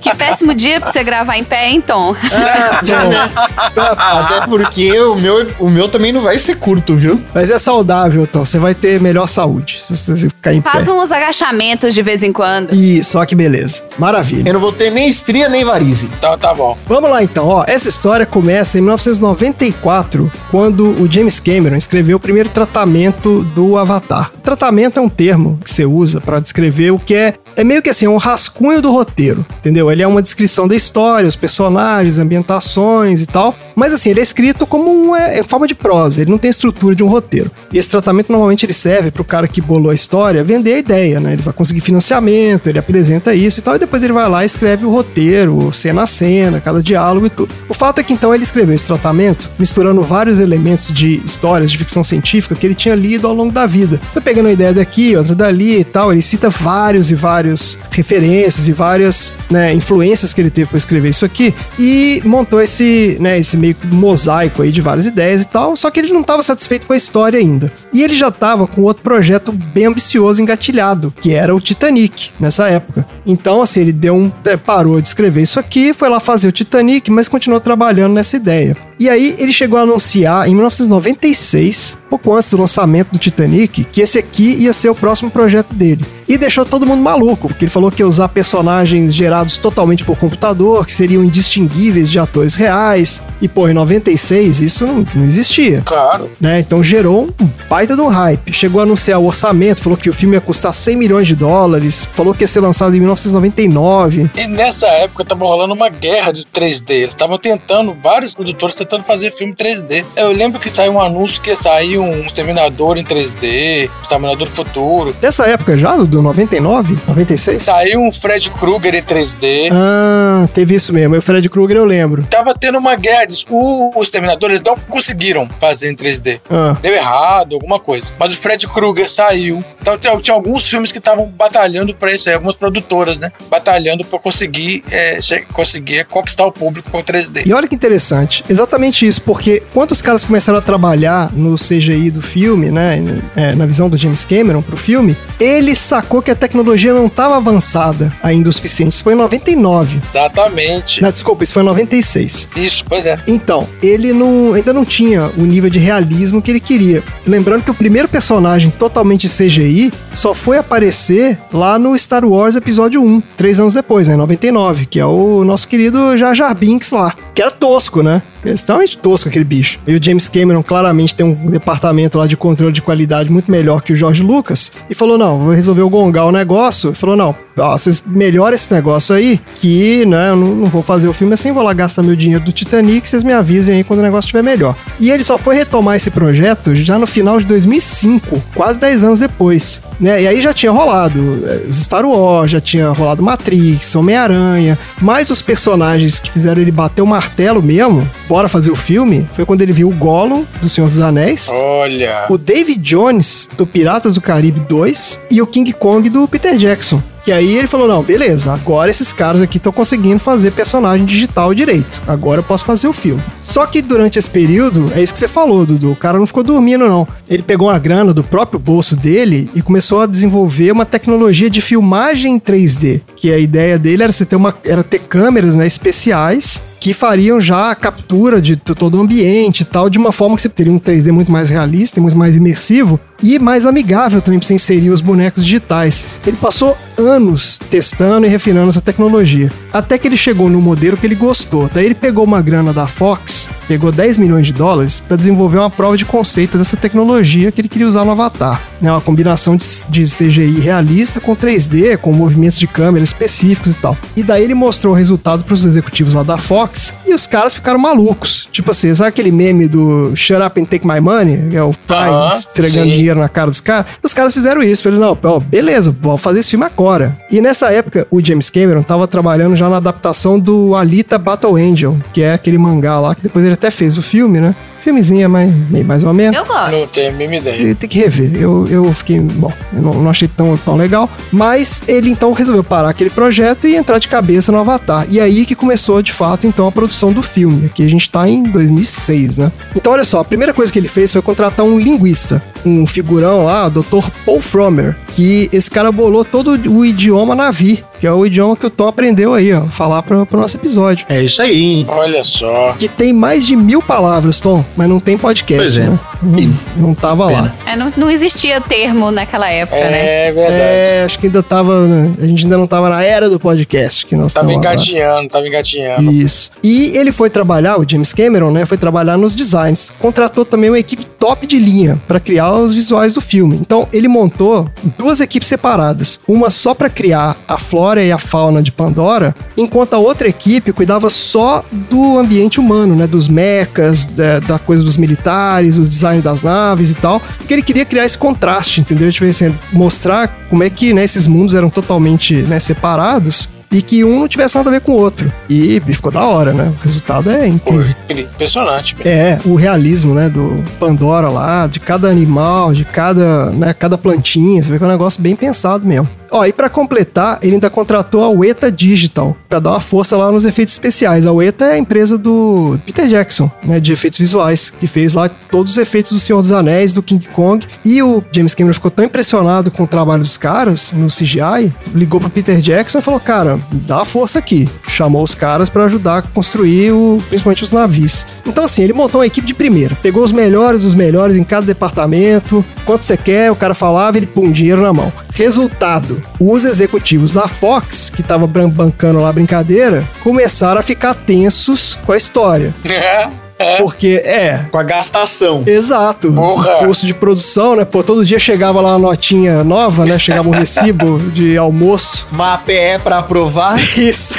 S2: Que péssimo dia pra você gravar em pé, então. hein, Tom?
S3: Então,
S1: então, Até porque o meu, o meu também não vai ser curto, viu?
S3: Mas é saudável, então. Você vai ter melhor saúde se você ficar em
S2: Faz
S3: pé.
S2: uns agachamentos de vez em quando.
S3: Isso, ó que beleza. Maravilha.
S1: Eu não vou ter nem estria nem varize.
S4: Então tá bom.
S3: Vamos lá então, ó. Essa história começa em 1994, quando o James Cameron escreveu o primeiro tratamento do Avatar. Tratamento é um termo que você usa pra descrever o que é. É meio que assim, um rascunho do roteiro, entendeu? Ele é uma descrição da história, os personagens, ambientações e tal. Mas assim, ele é escrito como uma é forma de prosa, ele não tem estrutura de um roteiro. E esse tratamento normalmente ele serve pro cara que bolou a história vender a ideia, né? Ele vai conseguir financiamento, ele apresenta isso e tal, e depois ele vai lá e escreve o roteiro, cena a cena, cada diálogo e tudo. O fato é que então ele escreveu esse tratamento misturando vários elementos de histórias de ficção científica que ele tinha lido ao longo da vida. Foi pegando uma ideia daqui, outra dali e tal, ele cita vários e vários referências e várias né, influências que ele teve para escrever isso aqui e montou esse, né, esse meio que mosaico aí de várias ideias e tal, só que ele não estava satisfeito com a história ainda. E ele já estava com outro projeto bem ambicioso engatilhado, que era o Titanic, nessa época. Então, assim, ele deu um é, parou de escrever isso aqui, foi lá fazer o Titanic, mas continuou trabalhando nessa ideia. E aí ele chegou a anunciar em 1996, pouco antes do lançamento do Titanic, que esse aqui ia ser o próximo projeto dele. E deixou todo mundo maluco, porque ele falou que ia usar personagens gerados totalmente por computador, que seriam indistinguíveis de atores reais. E, pô, em 96 isso não- não existia
S4: Claro.
S3: né? Então gerou um baita de um hype. Chegou a anunciar o orçamento, falou que o filme ia custar 100 milhões de dólares, falou que ia ser lançado em 1999.
S4: E nessa época tava rolando uma guerra de 3D. Eles estavam tentando, vários produtores tentando fazer filme 3D. Eu lembro que saiu um anúncio que ia sair um Exterminador em 3D, Exterminador do Futuro.
S3: Dessa época já, do 99, 96?
S4: Saiu um Fred Krueger em 3D.
S3: Ah, teve isso mesmo. E o Fred Krueger eu lembro.
S4: Tava tendo uma guerra. disso. O, o Exterminador eles não conseguiram fazer em 3D.
S3: Ah,
S4: Deu errado, alguma coisa. Mas o Fred Krueger saiu. Então tinha, tinha alguns filmes que estavam batalhando pra isso aí, algumas produtoras, né? Batalhando pra conseguir, é, che- conseguir conquistar o público com 3D.
S3: E olha que interessante, exatamente isso, porque quando os caras começaram a trabalhar no CGI do filme, né, é, na visão do James Cameron pro filme, ele sacou que a tecnologia não estava avançada ainda o suficiente. Isso foi em 99.
S4: Exatamente.
S3: Não, desculpa, isso foi em 96.
S4: Isso, pois é.
S3: Então, ele não, ainda não tinha o nível de realismo que ele queria. Lembrando que o primeiro personagem totalmente CGI só foi aparecer lá no Star Wars Episódio 1, três anos depois, né, em 99, que é o nosso querido Jar Jar Binks lá, que era tosco, né? É extremamente tosco aquele bicho. E o James Cameron claramente tem um departamento lá de controle de qualidade muito melhor que o George Lucas e falou: não, vou resolver o gongar o negócio. E falou: não, ó, vocês melhoram esse negócio aí, que né, eu não, não vou fazer o filme assim, vou lá gastar meu dinheiro do Titanic, vocês me avisem aí quando o negócio estiver melhor. E ele só foi retomar esse projeto já no final de 2005, quase 10 anos depois. Né? E aí já tinha rolado eh, os Star Wars, já tinha rolado Matrix, Homem-Aranha, mas os personagens que fizeram ele bater o martelo mesmo, bora fazer o filme, foi quando ele viu o Gollum do Senhor dos Anéis
S4: Olha.
S3: o David Jones do Piratas do Caribe 2 e o King Kong do Peter Jackson. E aí ele falou: não, beleza, agora esses caras aqui estão conseguindo fazer personagem digital direito. Agora eu posso fazer o filme. Só que durante esse período, é isso que você falou, Dudu. O cara não ficou dormindo, não. Ele pegou uma grana do próprio bolso dele e começou a desenvolver uma tecnologia de filmagem em 3D. Que a ideia dele era você ter uma. era ter câmeras né, especiais que fariam já a captura de t- todo o ambiente e tal, de uma forma que você teria um 3D muito mais realista e muito mais imersivo e mais amigável também para você inserir os bonecos digitais. Ele passou anos testando e refinando essa tecnologia, até que ele chegou no modelo que ele gostou. Daí ele pegou uma grana da Fox, pegou 10 milhões de dólares para desenvolver uma prova de conceito dessa tecnologia que ele queria usar no Avatar. É uma combinação de, de CGI realista com 3D, com movimentos de câmera específicos e tal. E daí ele mostrou o resultado para os executivos lá da Fox Fox. E os caras ficaram malucos. Tipo assim, sabe aquele meme do Shut Up and Take My Money? Que é o pai
S4: Aham,
S3: esfregando
S4: sim.
S3: dinheiro na cara dos caras. Os caras fizeram isso. Falei, não, ó, beleza, vou fazer esse filme agora. E nessa época, o James Cameron tava trabalhando já na adaptação do Alita Battle Angel, que é aquele mangá lá que depois ele até fez o filme, né? Filmezinha, mas meio mais ou menos.
S2: Eu gosto.
S4: Não tenho a mínima ideia.
S3: Tem que rever. Eu, eu fiquei. Bom, eu não, não achei tão, tão legal. Mas ele então resolveu parar aquele projeto e entrar de cabeça no Avatar. E aí que começou de fato então a produção do filme. Aqui a gente tá em 2006, né? Então olha só, a primeira coisa que ele fez foi contratar um linguista, um figurão lá, o Dr. Paul Fromer, que esse cara bolou todo o idioma Navi, que é o idioma que o Tom aprendeu aí, ó, falar pro, pro nosso episódio.
S1: É isso aí, hein?
S4: Olha só.
S3: Que tem mais de mil palavras, Tom, mas não tem podcast,
S1: Pois é.
S3: né? Não, não tava lá.
S7: É, não, não existia termo naquela época, né?
S4: É verdade.
S3: É, acho que ainda tava. né, A gente ainda não tava na era do podcast que nós
S4: Tava
S3: tamo agora.
S4: Tá engatinhando, tava engatinhando.
S3: Isso. E ele foi trabalhar, o James Cameron, né? Foi trabalhar nos designs. Contratou também uma equipe top de linha para criar os visuais do filme. Então, ele montou duas equipes separadas. Uma só para criar a flora e a fauna de Pandora, enquanto a outra equipe cuidava só do ambiente humano, né? Dos mechas, da, da coisa dos militares, o design das naves e tal. Porque ele queria criar esse contraste, entendeu? Tipo assim, mostrar como é que né, esses mundos eram totalmente né, separados e que um não tivesse nada a ver com o outro. E ficou da hora, né? O resultado é
S4: Pô,
S3: incrível.
S4: Impressionante. velho.
S3: É, o realismo, né, do Pandora lá, de cada animal, de cada, né, cada plantinha, você vê que é um negócio bem pensado mesmo. Ó, e pra completar, ele ainda contratou a Weta Digital, pra dar uma força lá nos efeitos especiais. A Weta é a empresa do Peter Jackson, né, de efeitos visuais, que fez lá todos os efeitos do Senhor dos Anéis, do King Kong, e o James Cameron ficou tão impressionado com o trabalho dos caras no CGI, ligou pro Peter Jackson e falou, cara, dá uma força aqui. Chamou os caras pra ajudar a construir o, principalmente os navios. Então assim, ele montou uma equipe de primeira, pegou os melhores dos melhores em cada departamento, quanto você quer, o cara falava, ele pum, dinheiro na mão. Resultado, os executivos da Fox, que tava bran- bancando lá a brincadeira, começaram a ficar tensos com a história.
S4: É, é.
S3: Porque, é,
S1: Com a gastação.
S3: Exato.
S4: Porra.
S3: O custo de produção, né? Pô, todo dia chegava lá uma notinha nova, né? Chegava um recibo de almoço.
S1: Uma APE pra aprovar.
S3: Isso.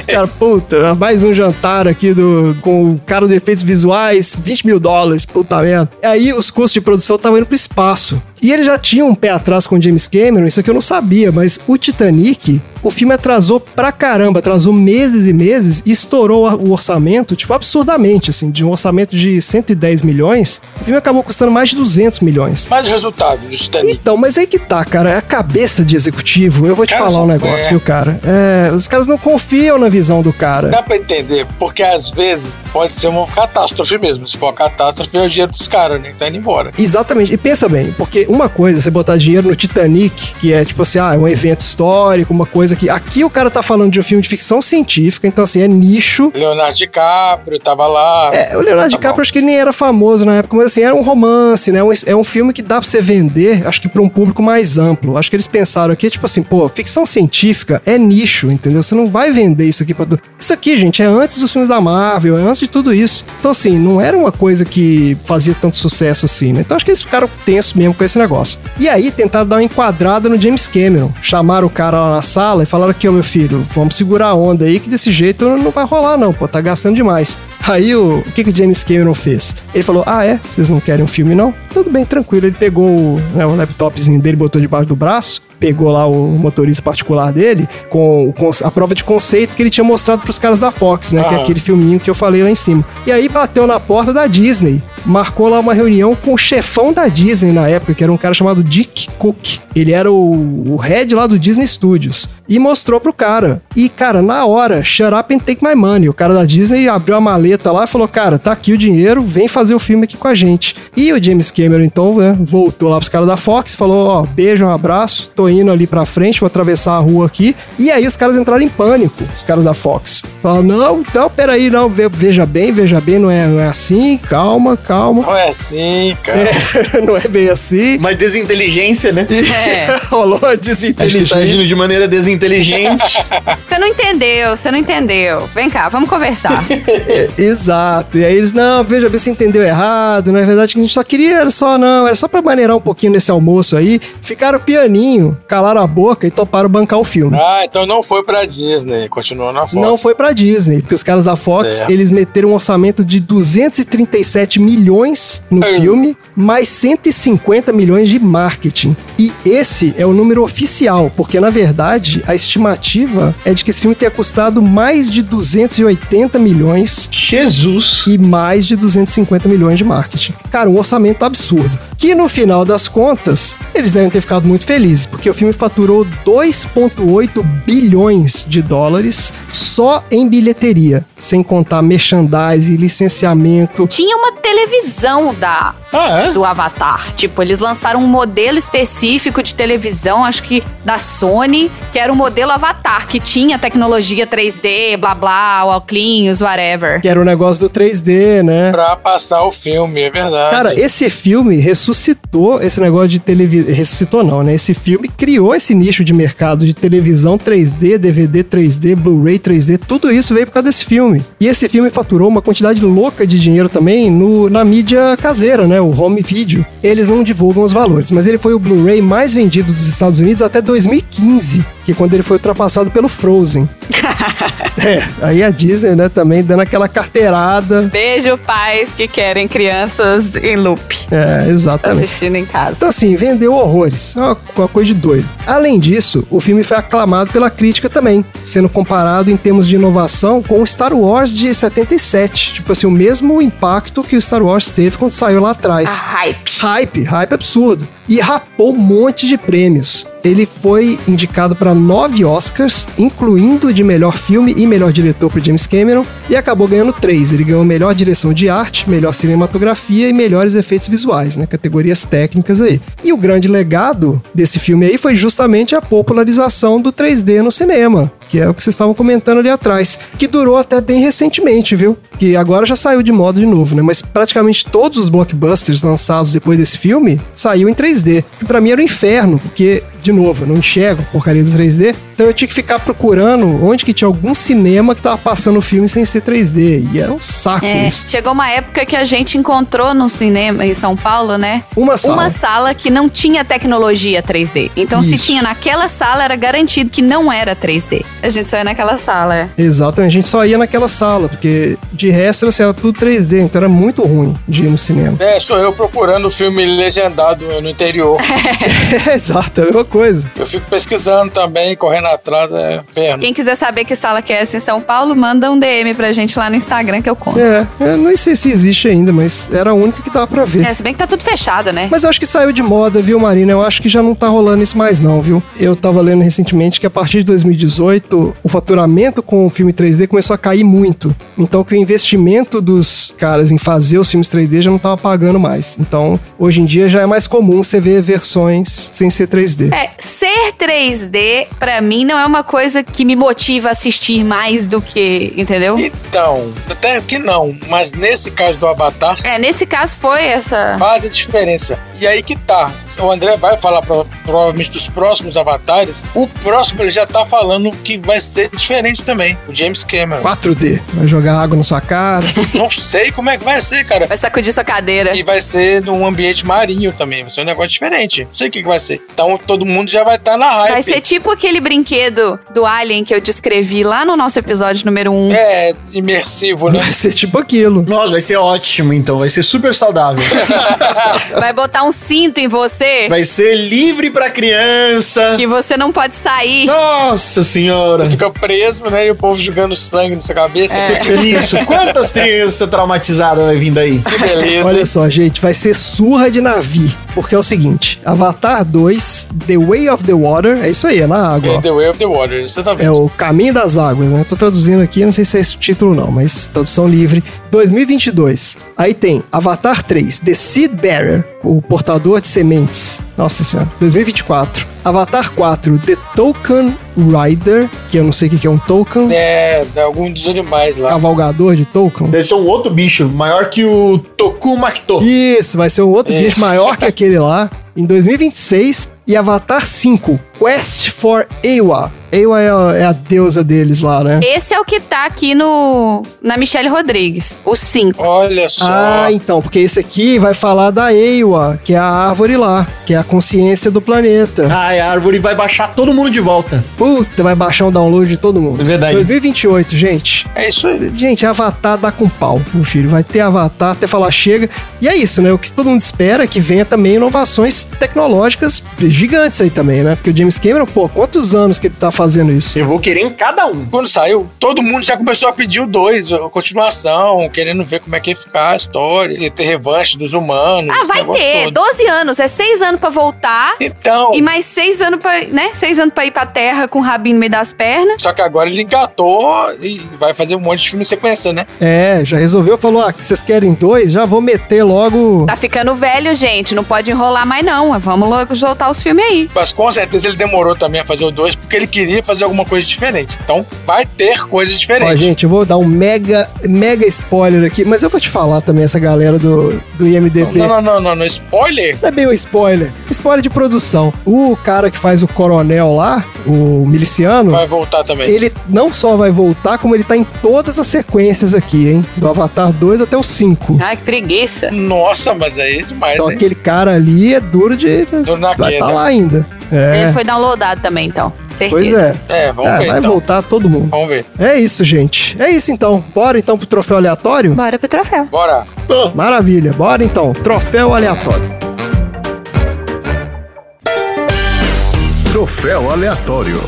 S3: Os cara, puta, mais um jantar aqui do, com o cara de efeitos visuais, 20 mil dólares, puta merda. Aí os custos de produção estavam indo pro espaço. E ele já tinha um pé atrás com o James Cameron, isso aqui eu não sabia, mas o Titanic, o filme atrasou pra caramba, atrasou meses e meses e estourou a- o orçamento, tipo, absurdamente, assim, de um orçamento de 110 milhões, o filme acabou custando mais de 200 milhões.
S4: Mas o resultado do Titanic.
S3: Então, mas aí que tá, cara. A cabeça de executivo, eu vou te
S4: Cara,
S3: falar um
S4: só-
S3: negócio,
S4: é.
S3: viu, cara? É, os caras não confiam na visão do cara.
S4: Dá pra entender, porque às vezes pode ser uma catástrofe mesmo. Se for uma catástrofe, é o dinheiro dos caras, né? que Tá indo embora.
S3: Exatamente. E pensa bem, porque uma coisa é você botar dinheiro no Titanic, que é tipo assim, ah, é um evento histórico, uma coisa que. Aqui o cara tá falando de um filme de ficção científica, então assim, é nicho.
S4: Leonardo DiCaprio tava lá.
S3: É, o Leonardo
S4: Tá
S3: DiCaprio acho que ele nem era famoso na época, mas assim, era um romance, né? Um- é um filme que dá pra você vender, acho que pra um público mais amplo. Acho que eles pensaram aqui, tipo assim, pô, ficção científica é nicho, entendeu? Você não vai vender isso aqui pra. tu- Isso aqui, gente, é antes dos filmes da Marvel, é antes de tudo isso. Então, assim, não era uma coisa que fazia tanto sucesso assim, né? Então acho que eles ficaram tensos mesmo com esse negócio. E aí tentaram dar uma enquadrada no James Cameron. Chamaram o cara lá na sala e falaram aqui, ô meu filho, vamos segurar a onda aí, que desse jeito não vai rolar, não, pô, tá gastando demais. Aí o, o que, que o James Cameron fez? Ele falou: Ah, é? Vocês não querem um filme, não? Tudo bem, tranquilo. Ele pegou o, né, o laptopzinho dele, botou debaixo do braço, pegou lá o motorista particular dele, com, o cons- a prova de conceito que ele tinha mostrado pros caras da Fox, né? Que é
S4: Aham.
S3: aquele filminho que eu falei lá em cima. E aí bateu na porta da Disney. Marcou lá uma reunião com o chefão da Disney na época, que era um cara chamado Dick Cook. Ele era o, o head lá do Disney Studios. E mostrou pro cara. E, cara, na hora, shut up and take my money. O cara da Disney abriu a maleta lá e falou: Cara, tá aqui o dinheiro, vem fazer o filme aqui com a gente. E o James Cameron, então, né, voltou lá pros caras da Fox, falou: Ó, beijo, um abraço, tô indo ali pra frente, vou atravessar a rua aqui. E aí os caras entraram em pânico, os caras da Fox. Falaram: Não, então, peraí, não, ve- veja bem, veja bem, não é, não é assim, calma, calma.
S4: Não é assim, cara.
S3: não é bem assim.
S1: Uma desinteligência, né?
S3: Rolou a
S1: Acho que ele tá
S3: desinteligência.
S1: agindo de maneira inteligente.
S2: Você não entendeu, você não entendeu. Vem cá, vamos conversar.
S3: Exato. E aí eles, não, veja bem, você entendeu errado. Na verdade, o que a gente só queria era só, não, era só pra maneirar um pouquinho nesse almoço aí. Ficaram pianinho, calaram a boca e toparam bancar o filme.
S4: Ah, então não foi pra Disney, continuou na Fox.
S3: Não foi pra Disney, porque os caras da Fox,
S4: É.
S3: eles meteram um orçamento de 237 milhões no
S4: Ei.
S3: filme, mais 150 milhões de marketing. E esse é o número oficial, porque na verdade a estimativa é de que esse filme tenha custado mais de 280 milhões
S1: Jesus.
S3: e mais de 250 milhões de marketing. Cara, um orçamento absurdo. Que no final das contas, eles devem ter ficado muito felizes, porque o filme faturou 2,8 bilhões de dólares só em bilheteria, sem contar merchandising, licenciamento.
S2: Tinha uma televisão da
S1: Ah, é?
S2: do Avatar. Tipo, eles lançaram um modelo específico de televisão, acho que da Sony, que era o modelo Avatar, que tinha tecnologia 3D, blá blá, óculos, whatever.
S3: Que era o negócio do 3D, né?
S4: Pra passar o filme, é verdade.
S3: Cara, esse filme ressuscitou esse negócio de televisão. Ressuscitou, não, né? Esse filme criou esse nicho de mercado de televisão 3D, DVD 3D, Blu-ray 3D. Tudo isso veio por causa desse filme. E esse filme faturou uma quantidade louca de dinheiro também no, na mídia caseira, né? O home video. Eles não divulgam os valores, mas ele foi o Blu-ray mais vendido dos Estados Unidos até 2015, que quando ele foi ultrapassado pelo Frozen. é, aí a Disney, né, também dando aquela carteirada.
S2: Beijo, pais que querem crianças em loop
S3: É, exatamente.
S2: assistindo em casa.
S3: Então, assim, vendeu horrores. É uma, uma coisa de doido. Além disso, o filme foi aclamado pela crítica também, sendo comparado em termos de inovação com o Star Wars de 77. Tipo assim, o mesmo impacto que o Star Wars teve quando saiu lá atrás.
S2: hype.
S3: Hype, hype absurdo. E rapou um monte de prêmios. Ele foi indicado para nove Oscars, incluindo o de melhor filme e melhor diretor para James Cameron, e acabou ganhando três. Ele ganhou melhor direção de arte, melhor cinematografia e melhores efeitos visuais, né? Categorias técnicas aí. E o grande legado desse filme aí foi justamente a popularização do 3D no cinema. Que é o que vocês estavam comentando ali atrás. Que durou até bem recentemente, viu? Que agora já saiu de moda de novo, né? Mas praticamente todos os blockbusters lançados depois desse filme saiu em 3D. Que pra mim era um inferno, porque, de novo, eu não enxergo a porcaria do 3D. Então eu tinha que ficar procurando onde que tinha algum cinema que tava passando o filme sem ser 3D. E era um saco
S2: É,
S3: isso.
S2: chegou uma época que a gente encontrou no cinema em São Paulo, né?
S3: Uma sala.
S2: Uma sala que não tinha tecnologia 3D. Então, se
S3: Isso.
S2: tinha naquela sala, era garantido que não era 3D. A gente só ia naquela sala, é.
S3: Exatamente, a gente só ia naquela sala, porque de resto assim, era tudo 3D, então era muito ruim de ir no cinema.
S4: É, sou eu procurando o filme legendado no interior.
S3: É. Exato, é a mesma coisa.
S4: Eu fico pesquisando também, correndo atrás, é inferno.
S2: Quem quiser saber que sala que é essa em São Paulo, manda um DM pra gente lá no Instagram que eu conto.
S3: É, eu nem sei se existe ainda, mas era a única que dava pra ver.
S2: É, se bem que tá tudo fechado, né?
S3: Mas eu acho que saiu de moda, viu, Marina? Eu acho que já não tá rolando isso mais, não, viu? Eu tava lendo recentemente que a partir de 2018 o faturamento com o filme 3D começou a cair muito. Então que o investimento dos caras em fazer os filmes 3D já não tava pagando mais. Então, hoje em dia já é mais comum você ver versões sem ser 3D.
S2: É, ser 3D, pra mim, não é uma coisa que me motiva a assistir mais do que, entendeu?
S4: Então, até que não, mas nesse caso do Avatar,
S2: É, nesse caso foi essa.
S4: faz a diferença. E aí que tá. O André vai falar pro- provavelmente dos próximos avatares. O próximo ele já tá falando que vai ser diferente também. O James Cameron.
S3: 4D. Vai jogar água na sua cara.
S4: Não sei como é que vai ser, cara.
S2: Vai sacudir sua cadeira.
S4: E vai ser num ambiente marinho também. Vai ser um negócio diferente. Não sei o que, que vai ser. Então todo mundo já vai estar na hype.
S2: Vai ser tipo aquele brinquedo do Alien que eu descrevi lá no nosso episódio número 1.
S4: É, imersivo, né?
S3: Vai ser tipo aquilo.
S1: Nossa, vai ser ótimo, então. Vai ser super saudável.
S2: Vai botar um cinto em você
S1: vai ser livre pra criança.
S2: que você não pode sair.
S1: Nossa senhora.
S4: Fica preso, né? E o povo jogando sangue na sua cabeça.
S1: É. Isso, quantas crianças traumatizadas vai vindo aí?
S4: Que beleza.
S3: Olha só, gente, vai ser surra de navio. Porque é o seguinte: Avatar 2, The Way of the Water, é isso aí, é na água. ó.
S4: É The Way of the Water, você tá
S3: É
S4: vendo?
S3: o Caminho das Águas, né? Tô traduzindo aqui, não sei se é esse o título não, mas tradução livre. 2022. Aí tem Avatar 3, The Seed Bearer, o portador de sementes. Nossa senhora. 2024. Avatar 4, The Token Rider, que eu não sei o que que é um token.
S4: É, de algum dos animais lá.
S3: Cavalgador de token.
S1: Deve ser um outro bicho, maior que o Toku Makito.
S3: Isso, vai ser um
S1: É.
S3: outro
S4: Isso.
S3: bicho maior que aquele lá. Em 2026. E Avatar 5, Quest for Ewa. Ewa é a, é a deusa deles lá, né?
S2: Esse é o que tá aqui no na Michelle Rodrigues, o 5.
S4: Olha só.
S3: Ah, então, porque esse aqui vai falar da Ewa, que é a árvore lá, que é a consciência do planeta.
S1: Ai, a árvore vai baixar todo mundo de volta.
S3: Puta, vai baixar o download de todo mundo.
S1: É verdade.
S3: 2028, gente.
S4: É isso aí.
S3: Gente, Avatar dá com pau, meu filho. Vai ter Avatar até falar chega. E é isso, né? O que todo mundo espera é que venha também inovações tecnológicas gigantes aí também, né? Porque o James Cameron, pô, quantos anos que ele tá fazendo isso?
S1: Eu vou querer em cada um.
S4: Quando saiu, todo mundo já começou a pedir o 2, a continuação, querendo ver como é que ia ficar a história, ia ter revanche dos humanos.
S2: Ah,
S4: esse
S2: vai
S4: negócio
S2: ter.
S4: todo.
S2: 12 anos. É 6 anos pra voltar.
S4: Então,
S2: E mais 6 anos pra, né? 6 anos pra ir pra terra com o rabinho no meio das pernas.
S4: só que agora ele engatou e vai fazer um monte de filme em sequência, né?
S3: É, já resolveu, falou, ah, vocês querem dois? Já vou meter logo...
S2: Tá ficando velho, gente. Não pode enrolar mais, não. Vamos logo soltar os filmes aí.
S4: Mas com certeza ele demorou também a fazer o 2 porque ele queria fazer alguma coisa diferente. Então vai ter coisas
S3: Ó,
S4: diferentes.
S3: gente, eu vou dar um mega, mega spoiler aqui, mas eu vou te falar também essa galera do, do IMDB.
S4: não, não, não, não, não. Spoiler?
S3: Não é bem um spoiler. Spoiler de produção. O cara que faz o coronel lá, o miliciano,
S4: Vai voltar também.
S3: ele não só vai voltar, como ele tá em todas as sequências aqui, hein? Do Avatar 2 até o 5.
S2: Ai, que preguiça.
S4: Nossa, mas aí é demais,
S3: Então
S4: hein?
S3: aquele cara ali é duro de.
S4: Duro na
S3: Vai
S4: queda.
S3: tá lá ainda.
S2: Ele
S3: É.
S2: foi downloadado também, então. Certeza.
S3: Pois é.
S4: É, vamos
S3: É,
S4: ver
S3: vai
S4: então.
S3: voltar todo mundo.
S4: Vamos ver.
S3: É isso, gente. É isso então. Bora então pro troféu aleatório?
S2: Bora pro troféu.
S4: Bora.
S3: Maravilha, bora então. Troféu aleatório.
S8: Troféu aleatório.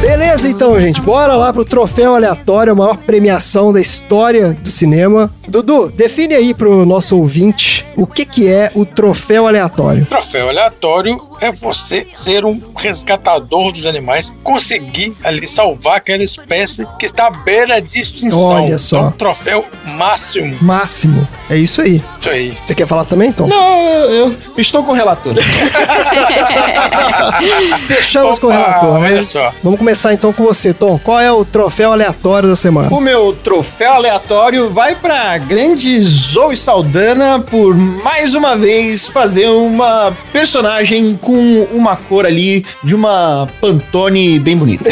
S3: Beleza então, gente. Bora lá pro troféu aleatório, a maior premiação da história do cinema. Dudu, define aí pro nosso ouvinte o que que é o troféu aleatório.
S4: Troféu aleatório é você ser um resgatador dos animais, conseguir ali salvar aquela espécie que está à beira de extinção.
S3: Olha só.
S4: Então, troféu máximo.
S3: Máximo. É isso aí.
S4: Isso aí.
S3: Você quer falar também, Tom?
S1: Não, Então, eu, eu estou com o relator.
S3: Fechamos com o
S4: Opa,
S3: relator, né?
S4: olha só.
S3: Vamos começar então com você, Tom. Qual é o troféu aleatório da semana?
S1: o meu troféu aleatório vai pra grande Zoe Saldana por mais uma vez fazer uma personagem com uma cor ali de uma Pantone bem bonita.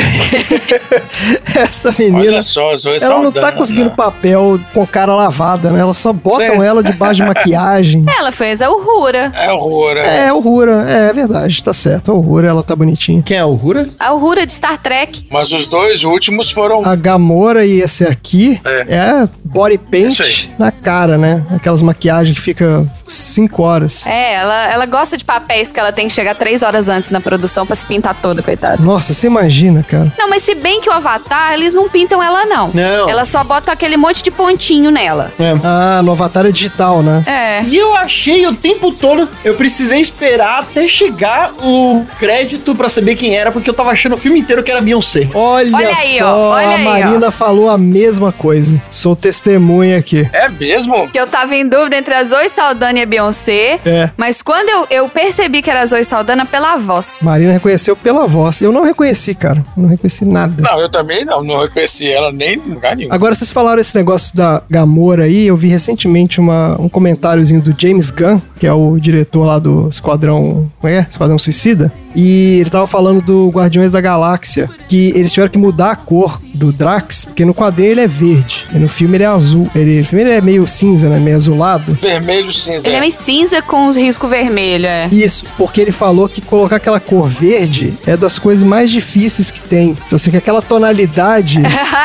S3: Essa menina.
S4: Olha só, né? Zoe
S3: Ela não tá
S4: Saldana.
S3: conseguindo papel com cara lavada, né? Elas só botam ela debaixo de maquiagem.
S2: Ela fez a Uhura.
S4: É horror. é.
S3: É, o Rura, é, é verdade, tá certo. O Rura, ela tá bonitinha.
S1: Quem é o Rura?
S2: A Uhura de Star Trek.
S4: Mas os dois últimos foram.
S3: A Gamora e esse aqui é,
S4: É.
S3: body
S4: Isso
S3: paint
S4: aí.
S3: na cara, né? Aquelas maquiagens que fica 5 horas.
S2: É, ela, ela gosta de papéis que ela tem que chegar três horas antes na produção pra se pintar toda, coitada.
S3: Nossa, você imagina, cara.
S2: Não, mas se bem que o Avatar, eles não pintam ela, não.
S1: Não.
S2: Ela só bota aquele monte de pontinho nela.
S3: Ah, no Avatar é digital, né?
S2: É.
S1: E eu achei o tempo todo, eu precisei esperar até chegar o crédito pra saber quem era, porque eu tava achando o filme inteiro que era Beyoncé.
S3: Olha,
S2: Olha aí,
S3: só,
S2: ó, olha
S3: a
S2: aí,
S3: Marina falou a mesma coisa. Sou testemunha aqui.
S4: É mesmo?
S2: Que eu tava em dúvida entre a Zoe Saldana e a Beyoncé.
S3: É.
S2: Mas quando eu, eu percebi que era a Zoe Saldana pela voz.
S3: Marina reconheceu pela voz. Eu não reconheci, cara. Não reconheci nada.
S4: Não, eu também não, não reconheci ela nem em lugar nenhum.
S3: Agora, vocês falaram esse negócio da Gamora aí, eu vi recentemente uma, um comentáriozinho do James Gunn, que é o diretor lá do Esquadrão. Como é? Esquadrão Suicida. E ele tava falando do Guardiões da Galáxia, que eles tiveram que mudar a cor do Drax, porque no quadrinho ele é verde, e no filme ele é azul. Ele, no filme ele é meio cinza, né? Meio azulado.
S4: Vermelho cinza.
S2: Ele é meio cinza com os riscos vermelhos, é.
S3: Isso, porque ele falou que colocar aquela cor verde é das coisas mais difíceis que tem. Se você quer aquela tonalidade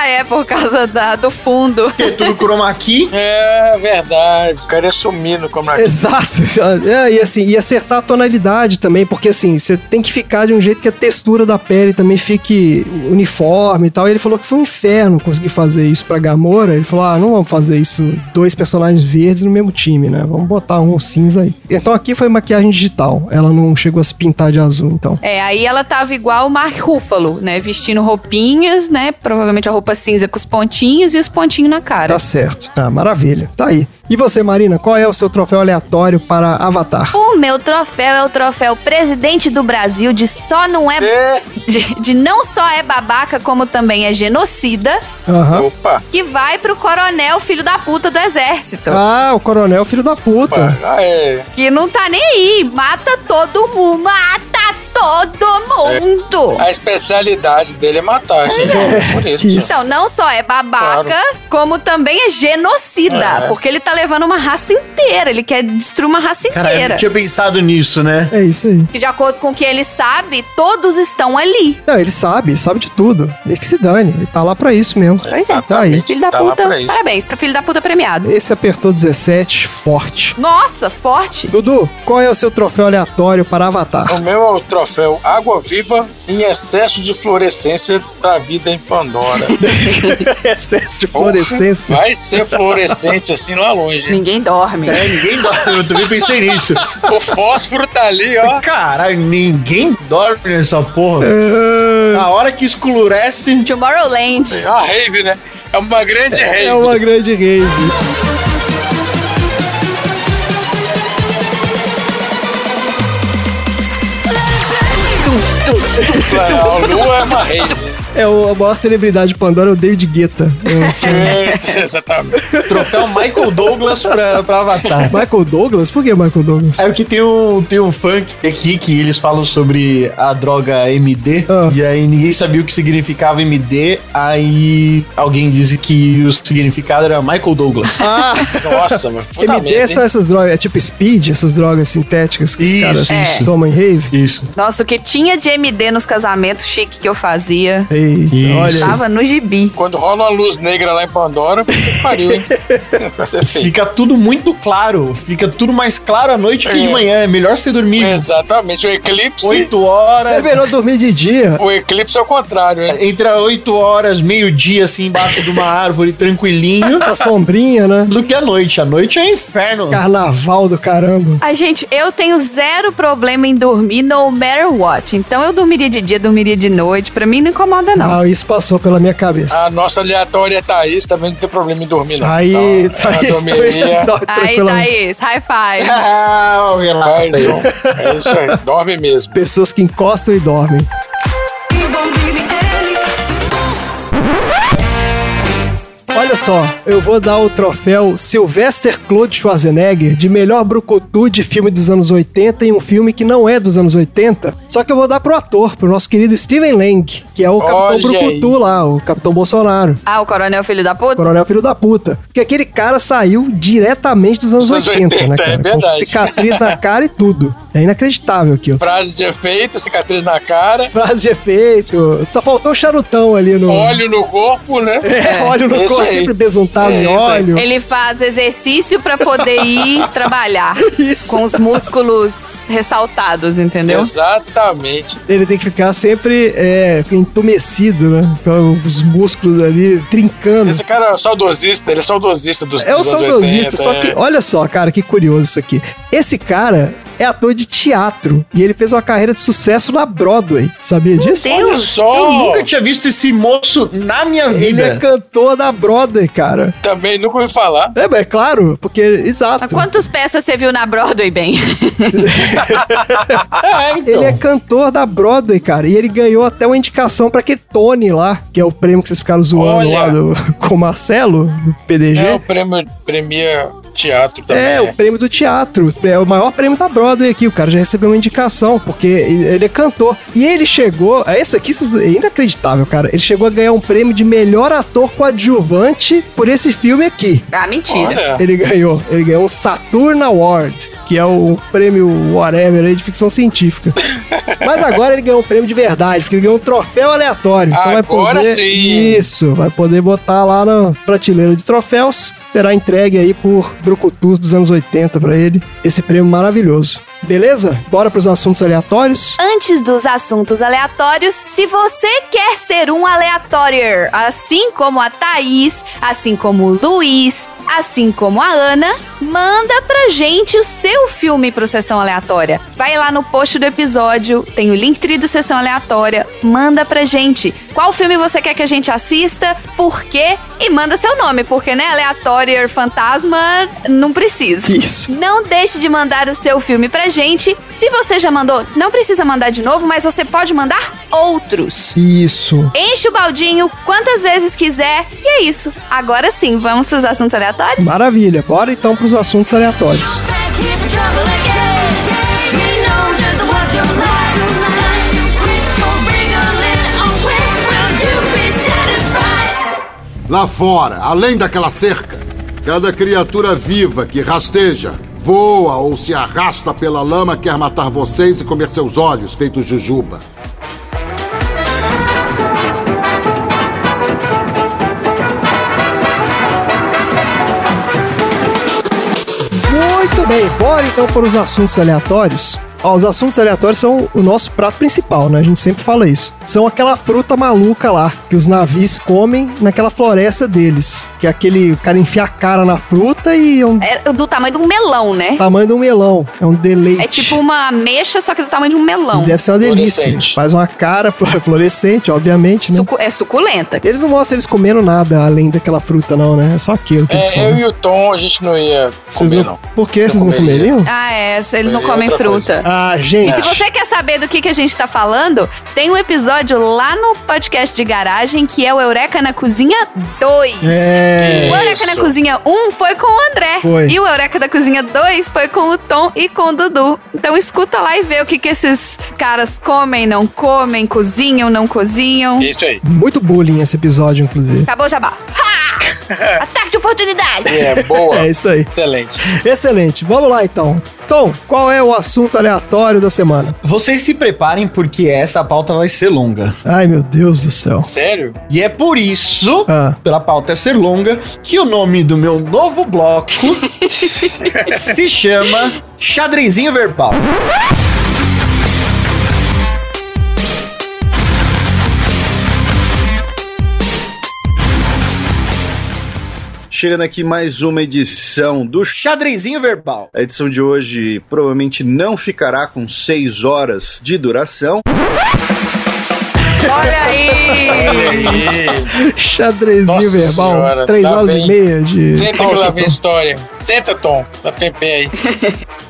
S2: é, por causa da, do fundo.
S1: Porque tudo chroma key.
S4: É verdade. O cara ia sumindo como na
S3: Exato. É, e assim, e acertar a tonalidade também, porque assim, você tem que ficar de um jeito que a textura da pele também fique uniforme e tal. E ele falou que foi um inferno conseguir fazer isso pra Gamora. Ele falou: ah, não vamos fazer isso dois personagens verdes no mesmo time, né? Vamos botar um cinza aí. Então aqui foi maquiagem digital. Ela não chegou a se pintar de azul, então.
S2: É, aí ela tava igual o Mark Ruffalo, né? Vestindo roupinhas, né? Provavelmente a roupa cinza com os pontinhos e os pontinhos na cara.
S3: Tá certo. Ah, maravilha. Tá aí. E você, Marina, qual é o seu troféu aleatório para Avatar?
S2: O O meu troféu é o troféu presidente do Brasil de só não é. De, de não só é babaca, como também é genocida,
S3: Aham.
S4: Opa.
S2: que vai pro coronel filho da puta do exército.
S3: Ah, o coronel, filho da puta.
S4: Opa. Aê.
S2: Que não tá nem aí. Mata todo mundo. Mata
S3: É.
S2: todo mundo.
S4: A especialidade dele é matar, gente. Por isso.
S3: que isso.
S2: Então, não só é babaca,
S4: Claro.
S2: como também é genocida.
S4: É.
S2: Porque ele tá levando uma raça inteira. Ele quer destruir uma raça
S1: Cara, eu
S2: inteira.
S1: não tinha pensado nisso, né?
S3: É isso aí.
S2: Que de acordo com o que ele sabe, todos estão ali.
S3: Não, ele sabe, sabe de tudo. Ele que se dane, ele tá lá pra isso mesmo.
S2: Pois é.
S3: Tá aí.
S2: Filho da
S4: Tá lá
S2: puta.
S4: pra isso.
S2: Parabéns, filho da puta premiado.
S3: Esse apertou 17, forte.
S2: Nossa, forte.
S3: Dudu, qual é o seu troféu aleatório para Avatar?
S4: O meu é o troféu Água Viva em excesso de fluorescência da vida em Pandora.
S3: Excesso de fluorescência.
S4: Vai ser fluorescente assim lá longe.
S2: Ninguém dorme.
S1: É, ninguém dorme, eu também pensei nisso.
S4: O fósforo tá ali, ó.
S1: Caralho, ninguém dorme nessa porra. A hora que escurece,
S2: Tomorrowland.
S4: É uma rave, né? É uma grande rave.
S3: É uma grande rave.
S4: A lua é uma rave.
S3: É o- a maior celebridade de Pandora, é o David Guetta. É.
S4: É, Exatamente.
S1: troféu Michael Douglas pra, pra Avatar.
S3: Michael Douglas? Por que Michael Douglas?
S1: É que tem um, tem um funk aqui que eles falam sobre a droga MD,
S3: Ah.
S1: e aí ninguém sabia o que significava MD, aí alguém disse que o significado era Michael Douglas.
S3: Ah,
S4: Nossa, mano. Puta
S3: MD
S4: merda,
S3: são
S4: hein?
S3: essas drogas, é tipo speed, essas drogas sintéticas que os
S1: Isso,
S3: caras
S1: isso.
S3: tomam em rave.
S1: Isso.
S2: Nossa, o que tinha de MD nos casamentos chique que eu fazia.
S3: Eita,
S1: Isso.
S3: olha.
S2: Tava no gibi.
S4: Quando rola uma luz negra lá em Pandora, puta que pariu, hein? Vai ser feio.
S1: Fica tudo muito claro. Fica tudo mais claro à noite que de
S4: É.
S1: manhã. É melhor você dormir
S4: Exatamente. O eclipse.
S1: 8 horas.
S3: É melhor dormir de dia.
S4: O eclipse é o contrário, hein?
S1: entre a 8 horas, meio-dia, assim, embaixo de uma árvore, tranquilinho,
S3: A sombrinha, né?
S1: do que a noite. A noite é inferno.
S3: Carnaval do caramba.
S2: Ai, gente, eu tenho zero problema em dormir, no matter what. Então eu dormiria de dia, dormiria de noite. Pra mim não incomoda, não.
S3: Ah, isso passou pela minha cabeça.
S4: A nossa aleatória é Thaís também não tem problema em dormir,
S1: Ah,
S4: não.
S3: Aí,
S4: Então,
S3: tá
S4: ela dormiria.
S3: Dorme
S2: Aí, tá
S3: tranquilamente.
S2: Thaís, high five.
S1: Ah, o
S4: Vai,
S1: relato aí.
S4: João. É isso aí. Dorme mesmo.
S3: Pessoas que encostam e dormem. Olha só, eu vou dar o troféu Sylvester Claude Schwarzenegger de melhor brucutu de filme dos anos 80 em um filme que não é dos anos 80. Só que eu vou dar pro ator, pro nosso querido Steven Lang, que é o
S4: Olha
S3: Capitão
S4: aí.
S3: Brucutu lá, o Capitão Bolsonaro.
S2: Ah, o coronel filho da puta?
S3: Coronel Filho da Puta. Porque aquele cara saiu diretamente dos anos
S4: Dos anos
S3: 80, né,
S4: 80,
S3: cara?
S4: é
S3: Com
S4: verdade.
S3: cicatriz na cara e tudo. É inacreditável aquilo.
S4: Frase de efeito, cicatriz na cara,
S3: Frase de efeito. Só faltou o charutão ali no.
S4: óleo no corpo, né?
S3: É, óleo no
S4: isso
S3: corpo,
S4: aí.
S3: sempre besuntado
S4: É
S3: em
S4: isso aí.
S3: óleo.
S2: Ele faz exercício pra poder ir trabalhar.
S3: Isso.
S2: Com os músculos ressaltados, entendeu?
S4: Exatamente.
S3: Ele tem que ficar sempre é, entumecido, né? Com os músculos ali trincando.
S4: Esse cara é saudosista, ele é saudosista dos
S3: É o
S4: dos anos
S3: saudosista,
S4: 80,
S3: só que
S4: é.
S3: olha só, cara, que curioso isso aqui. Esse cara é ator de teatro e ele fez uma carreira de sucesso na Broadway. Sabia disso?
S4: Olha
S1: Eu
S4: só!
S1: nunca tinha visto esse moço na minha
S3: Ele
S1: vida.
S3: é cantor da Broadway, cara.
S4: Também nunca ouvi falar.
S3: É, mas é claro, porque. Exato.
S2: Mas quantas peças você viu na Broadway, bem?
S1: É, então.
S3: Ele é cantor da Broadway, cara. E ele ganhou até uma indicação pra aquele Tony lá, que é o prêmio que vocês ficaram zoando
S4: Olha.
S3: lá do, com o Marcelo, do PDG.
S4: É o prêmio Premia Teatro também.
S3: É, o prêmio do teatro. É o maior prêmio da Broadway aqui. O cara já recebeu uma indicação, porque ele é cantor. E ele chegou. é Esse aqui isso é inacreditável, cara. Ele chegou a ganhar um prêmio de melhor ator coadjuvante por esse filme aqui.
S2: Ah, mentira.
S4: Olha,
S3: Ele ganhou. Ele ganhou um Saturn Award, que é o prêmio whatever aí de ficção científica. Mas agora ele ganhou um prêmio de verdade, porque ele ganhou um troféu aleatório. Então vai
S4: Agora
S3: poder,
S4: sim.
S3: Isso, vai poder botar lá na prateleira de troféus. Será entregue aí por Brucutus dos anos 80 pra ele. Esse prêmio maravilhoso. Beleza? Bora pros assuntos aleatórios?
S2: Antes dos assuntos aleatórios, se você quer ser um aleatório, assim como a Thaís, assim como o Luiz, assim como a Ana, manda pra gente o seu filme pro Sessão Aleatória. Vai lá no post do episódio, tem o link do Sessão Aleatória, manda pra gente. Qual filme você quer que a gente assista, por quê, e manda seu nome, porque, né, Aleatório Fantasma não precisa.
S3: Isso.
S2: Não deixe de mandar o seu filme pra gente. Se você já mandou, não precisa mandar de novo, mas você pode mandar outros.
S3: Isso.
S2: Enche o baldinho quantas vezes quiser. E é isso. Agora sim, vamos pros assuntos aleatórios?
S3: Maravilha. Bora então pros assuntos aleatórios.
S6: Lá fora, além daquela cerca, cada criatura viva que rasteja, voa ou se arrasta pela lama quer matar vocês e comer seus olhos, feito jujuba.
S3: Muito bem, bora então para os assuntos aleatórios. Ó, os assuntos aleatórios são o nosso prato principal, né? A gente sempre fala isso. São aquela fruta maluca lá, que os navios comem naquela floresta deles. Que é aquele o cara enfia a cara na fruta e é um
S2: É do tamanho de um melão, né?
S3: tamanho de um melão. É um deleite.
S2: É tipo uma ameixa, só que do tamanho de um melão.
S3: Deve ser uma delícia.
S4: Fluorescente.
S3: Faz uma cara flu- fluorescente, obviamente, né?
S2: Sucu- é suculenta.
S3: Eles não mostram eles comendo nada além daquela fruta, não, né? É só aquilo que eles
S4: É, eu
S3: comem.
S4: e o Tom, a gente não ia
S3: Vocês
S4: comer,
S3: não...
S4: não.
S3: Por que
S4: Eu
S3: vocês não
S4: comeria.
S3: comeriam?
S2: Ah, é, eles não
S4: É
S2: comem
S4: outra
S2: fruta.
S3: Ah, gente.
S2: E se você quer saber do que, que a gente tá falando, tem um episódio lá no podcast de garagem que é o Eureka na Cozinha 2.
S3: É.
S2: O Eureka na
S4: Isso.
S2: Cozinha 1 foi com o André.
S3: Foi.
S2: E o Eureka da Cozinha 2 foi com o Tom e com o Dudu. Então escuta lá e vê o que, que esses caras comem, não comem, cozinham, não cozinham.
S4: Isso aí.
S3: Muito bullying esse episódio, inclusive.
S2: Acabou o jabá. Ha! Ataque de oportunidade!
S4: É, boa.
S3: É isso aí.
S4: Excelente.
S3: Excelente. Vamos lá, então. Tom, qual é o assunto aleatório da semana?
S1: Vocês se preparem porque essa pauta vai ser longa.
S3: Ai, meu Deus do céu.
S4: Sério?
S1: E é por isso,
S3: Ah.
S1: pela pauta ser longa, que o nome do meu novo bloco se chama Xadrezinho Verbal.
S8: Chegando aqui mais uma edição do Ch-
S1: Xadrezinho Verbal.
S8: a edição de hoje provavelmente não ficará com 6 horas de duração.
S2: Olha aí!
S3: Xadrezinho
S4: Nossa
S3: verbal.
S4: senhora,
S3: Três
S4: tá
S3: horas
S4: bem.
S3: e meia de.
S4: Senta que
S3: pauta,
S4: lá vem a
S3: Tom.
S4: história. Senta, Tom. Vai ficar em pé aí.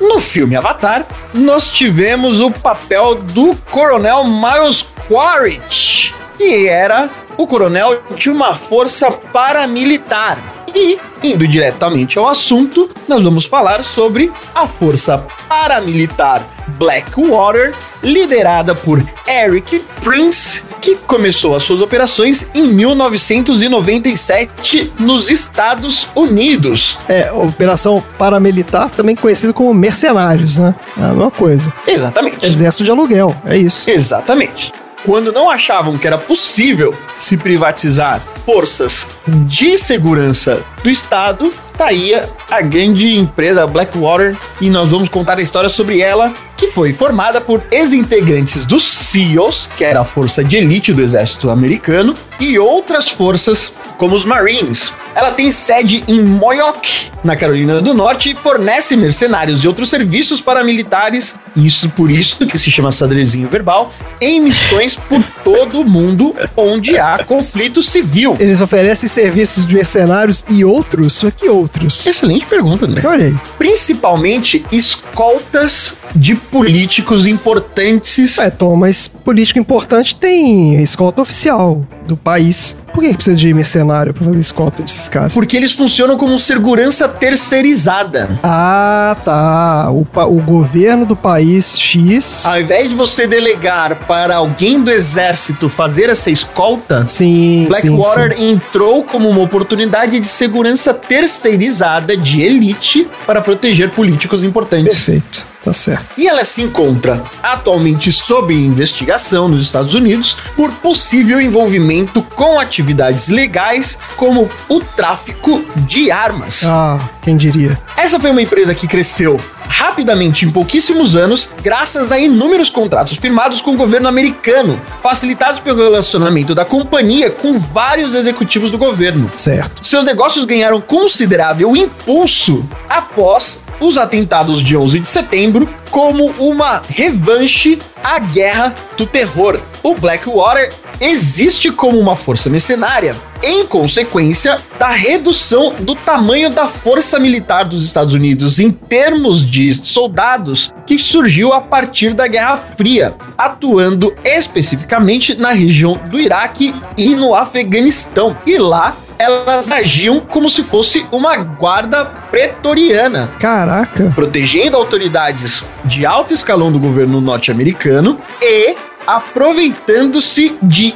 S1: No filme Avatar, nós tivemos o papel do Coronel Miles Quaritch, que era o coronel de uma força paramilitar. E, indo diretamente ao assunto, nós vamos falar sobre a força paramilitar Blackwater, liderada por Eric Prince, que começou as suas operações em 1997 nos Estados Unidos.
S3: É, Operação Paramilitar, também conhecida como Mercenários, né? É a mesma coisa.
S1: Exatamente.
S3: Exército de aluguel, é isso.
S1: Exatamente. Quando não achavam que era possível se privatizar forças de segurança do Estado, tá aí a- a grande empresa Blackwater e nós vamos contar a história sobre ela, que foi formada por ex-integrantes dos SEALs, que era a força de elite do exército americano, e outras forças como os Marines. Ela tem sede em Moyoke, na Carolina do Norte, e fornece mercenários e outros serviços paramilitares, isso por isso que se chama xadrezinho verbal, em missões por todo o mundo onde há conflito civil.
S3: Eles oferecem serviços de mercenários e outros? Só que outros.
S1: Excelente pergunta, né?
S3: Olha aí.
S1: Principalmente escoltas de políticos importantes.
S3: É, Tom, mas político importante tem escolta oficial do país. Por que que precisa de mercenário pra fazer escolta desses caras?
S1: Porque eles funcionam como segurança terceirizada.
S3: Ah, tá. O, pa- o governo do país X.
S1: Ao invés de você delegar para alguém do exército fazer essa escolta,
S3: sim,
S1: Blackwater entrou como uma oportunidade de segurança terceirizada de elite para proteger políticos importantes.
S3: Perfeito. Tá certo.
S1: E ela se encontra atualmente sob investigação nos Estados Unidos por possível envolvimento com atividades legais como o tráfico de armas.
S3: Ah, quem diria?
S1: Essa foi uma empresa que cresceu rapidamente, em pouquíssimos anos, graças a inúmeros contratos firmados com o governo americano, facilitados pelo relacionamento da companhia com vários executivos do governo.
S3: Certo.
S1: Seus negócios ganharam considerável impulso após os atentados de 11 de setembro como uma revanche à guerra do terror. O Blackwater existe como uma força mercenária em consequência da redução do tamanho da força militar dos Estados Unidos em termos de soldados que surgiu a partir da Guerra Fria, atuando especificamente na região do Iraque e no Afeganistão. E lá elas agiam como se fosse uma guarda pretoriana
S3: Caraca.
S1: protegendo autoridades de alto escalão do governo norte-americano e aproveitando-se de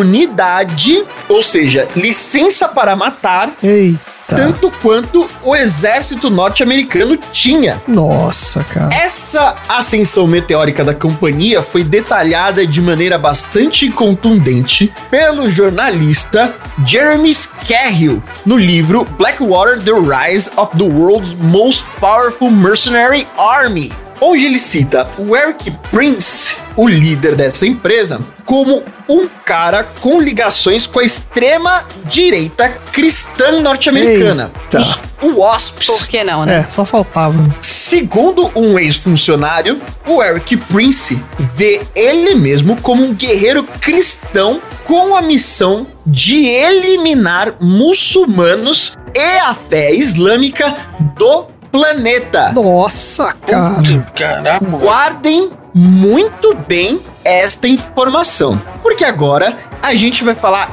S1: imunidade, ou seja, licença para matar,
S3: Eita.
S1: tanto quanto o exército norte-americano tinha.
S3: Nossa, cara.
S1: Essa ascensão meteórica da companhia foi detalhada de maneira bastante contundente pelo jornalista Jeremy Scahill no livro Blackwater: The Rise of the World's Most Powerful Mercenary Army. Onde ele cita o Eric Prince, o líder dessa empresa, como um cara com ligações com a extrema direita cristã norte-americana,
S3: Eita.
S1: os WASPs.
S7: Por que não, né?
S3: É, só faltava.
S1: Segundo um ex-funcionário, o Eric Prince vê ele mesmo como um guerreiro cristão com a missão de eliminar muçulmanos e a fé islâmica do planeta.
S3: Nossa, cara.
S4: Caraca, velho.
S1: Guardem muito bem esta informação, porque agora a gente vai falar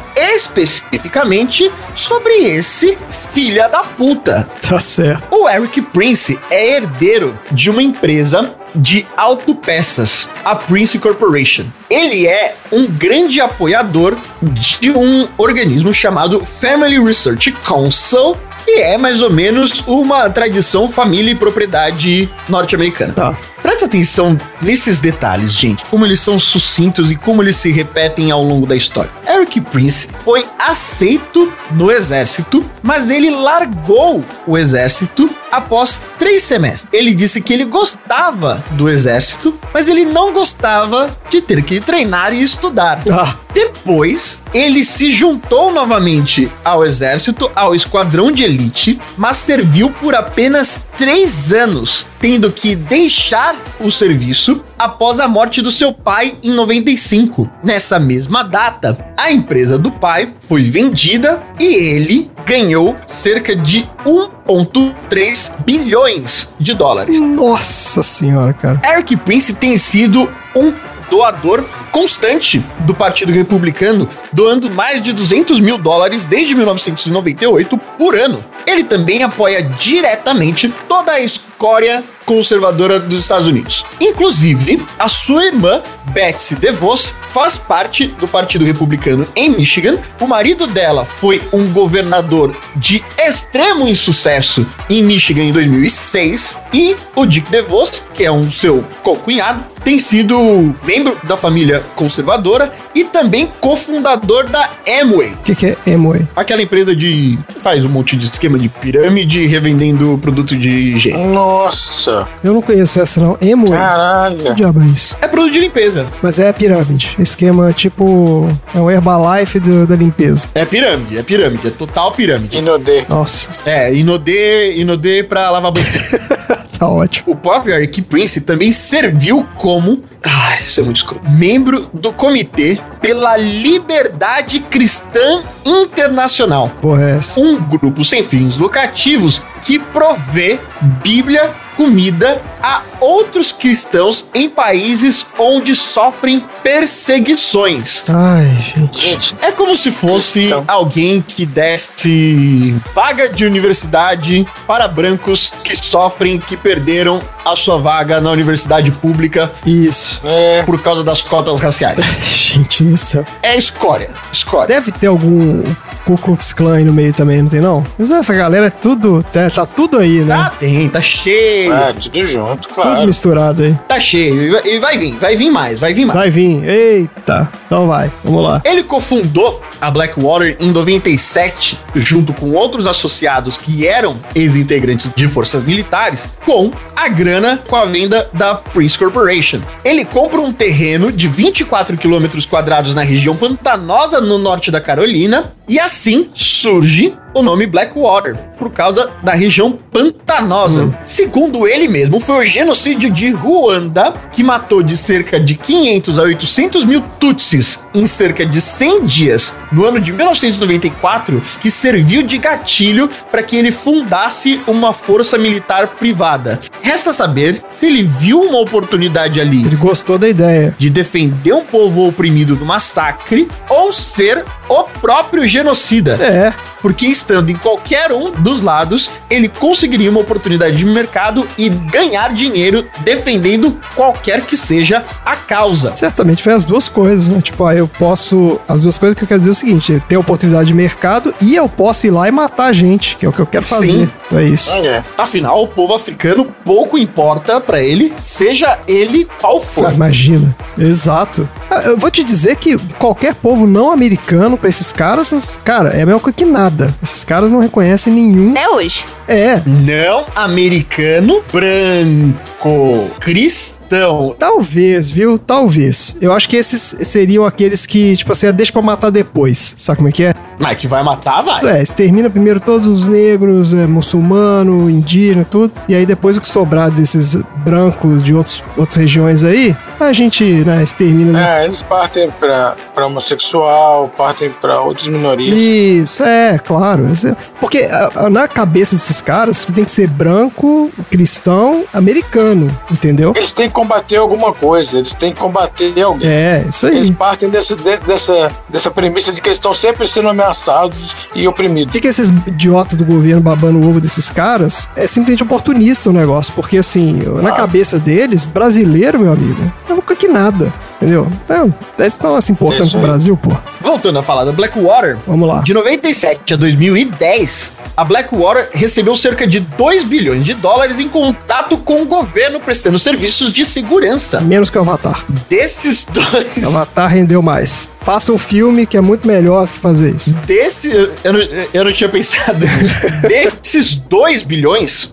S1: especificamente sobre esse filha da puta.
S3: Tá certo.
S1: O Eric Prince é herdeiro de uma empresa de autopeças, a Prince Corporation. Ele é um grande apoiador de um organismo chamado Family Research Council, que é mais ou menos uma tradição família e propriedade norte-americana.
S3: Tá.
S1: Presta atenção nesses detalhes, gente, como eles são sucintos e como eles se repetem ao longo da história. Eric Prince foi aceito no exército, mas ele largou o exército após três semestres. Ele disse que ele gostava do exército, mas ele não gostava de ter que treinar e estudar.
S3: Ah,
S1: Depois, ele se juntou novamente ao exército, ao esquadrão de elite, mas serviu por apenas três anos, tendo que deixar o serviço após a morte do seu pai em 95. Nessa mesma data, a empresa do pai foi vendida e ele ganhou cerca de 1,3 bilhões de dólares.
S3: nossa senhora, cara.
S1: Eric Prince tem sido um doador constante do Partido Republicano, doando mais de 200 mil dólares desde 1998 por ano. Ele também apoia diretamente toda a escória conservadora dos Estados Unidos. Inclusive, a sua irmã, Betsy DeVos, faz parte do Partido Republicano em Michigan. O marido dela foi um governador de extremo insucesso em Michigan em 2006 e o Dick DeVos, que é um seu co-cunhado, tem sido membro da família conservadora e também cofundador da Amway,
S3: O que, que é Emoe?
S1: aquela empresa de que faz um monte de esquema de pirâmide revendendo produto de higiene.
S4: Nossa,
S3: Eu não conheço essa, não. Emoe? O
S4: caralho.
S3: diabo é isso?
S1: É produto de limpeza,
S3: Mas é pirâmide. Esquema tipo. É um Herbalife do- da limpeza.
S1: é pirâmide, é pirâmide, é total pirâmide.
S4: Inodê.
S3: Nossa,
S1: É, inodê, inodê pra lavar banheiro.
S3: tá ótimo.
S1: O próprio Eric Prince também serviu como. Ah, isso é muito escuro. Membro do Comitê pela Liberdade Cristã Internacional.
S3: Porra, é essa.
S1: Um grupo sem fins lucrativos que provê Bíblia, comida a outros cristãos em países onde sofrem perseguições.
S3: Ai, gente.
S4: Gente,
S1: É como se fosse
S4: Cristão.
S1: alguém que desse vaga de universidade para brancos que sofrem, que perderam a sua vaga na universidade pública
S3: Isso.
S4: é.
S1: por causa das cotas raciais.
S3: Gente, isso. é-
S1: É escória, escória.
S3: Deve ter algum Ku Klux Klan aí no meio também, não tem não? Mas essa galera é tudo, tá, tá tudo aí, né?
S1: Ah, tem, tá cheio.
S4: É, tudo junto,
S3: Tudo
S4: claro.
S3: misturado aí.
S1: Tá cheio. E vai- E vai vir, vai vir mais, vai vir mais.
S3: Vai vir. Eita. Então vai. Vamos lá.
S1: Ele cofundou a Blackwater em 97, junto com outros associados que eram ex-integrantes de forças militares, com a grana com a venda da Prince Corporation. Ele compra um terreno de 24 quilômetros quadrados na região pantanosa no norte da Carolina, e assim surge o nome Blackwater, por causa da região pantanosa. Segundo ele mesmo, foi o genocídio de Ruanda que matou de cerca de 500 a 800 mil Tutsis em cerca de 100 dias no ano de 1994, que serviu de gatilho para que ele fundasse uma força militar privada. Resta saber se ele viu uma oportunidade ali
S3: Ele gostou da ideia.
S1: de defender um povo oprimido do massacre ou ser o próprio genocida.
S3: É.
S1: Porque estando em qualquer um dos lados, ele conseguiria uma oportunidade de mercado e ganhar dinheiro defendendo qualquer que seja a causa.
S3: Certamente foi as duas coisas, né? Tipo, ah, eu posso. As duas coisas que eu quero dizer é o seguinte: ter oportunidade de mercado e eu posso ir lá e matar a gente, que é o que eu quero fazer.
S1: Sim.
S3: É isso.
S4: É.
S1: Afinal, o povo africano pouco importa pra ele, seja ele qual
S3: Cara,
S1: for.
S3: Ah, imagina. Exato. Ah, Eu vou te dizer que qualquer povo não americano, pra esses caras, cara, é a mesma coisa que nada. Esses caras não reconhecem nenhum.
S2: Até hoje.
S3: É,
S1: Não americano branco cristão.
S3: Talvez, viu? Talvez. Eu acho que esses seriam aqueles que, tipo assim, deixa pra matar depois. Sabe como é que é?
S1: Mas que vai matar, vai.
S3: É, extermina primeiro todos os negros, é, muçulmano, indígena, tudo. E aí depois o que sobrar desses brancos de outros, outras regiões aí, a gente, né, extermina. né?
S4: É, eles partem pra, pra homossexual, partem pra outras minorias.
S3: Isso, é, claro. Isso é- Porque a- a- na cabeça desses caras, você tem que ser branco, cristão, americano, entendeu?
S4: Eles têm que combater alguma coisa, eles têm que combater alguém.
S3: É, isso aí.
S4: Eles partem desse, de- dessa, dessa premissa de que eles estão sempre sendo ameaçados e
S3: O
S4: oprimidos.
S3: que, que esses idiotas do governo babando o ovo desses caras é simplesmente oportunista o negócio, porque assim, na cabeça deles, brasileiro, meu amigo, é uma coisa que nada, entendeu? Não, eles estão lá se importando
S4: Isso
S3: com o
S4: aí.
S3: Brasil, pô.
S1: Voltando a falar da Blackwater,
S3: Vamos lá.
S1: De 97 a 2010, a Blackwater recebeu cerca de 2 bilhões de dólares em contato com o governo prestando serviços de segurança.
S3: Menos que o Avatar.
S1: Desses dois.
S3: O Avatar rendeu mais. Faça um filme que é muito melhor do que fazer isso.
S1: Desse, eu não, eu não tinha pensado. Desses 2 bilhões,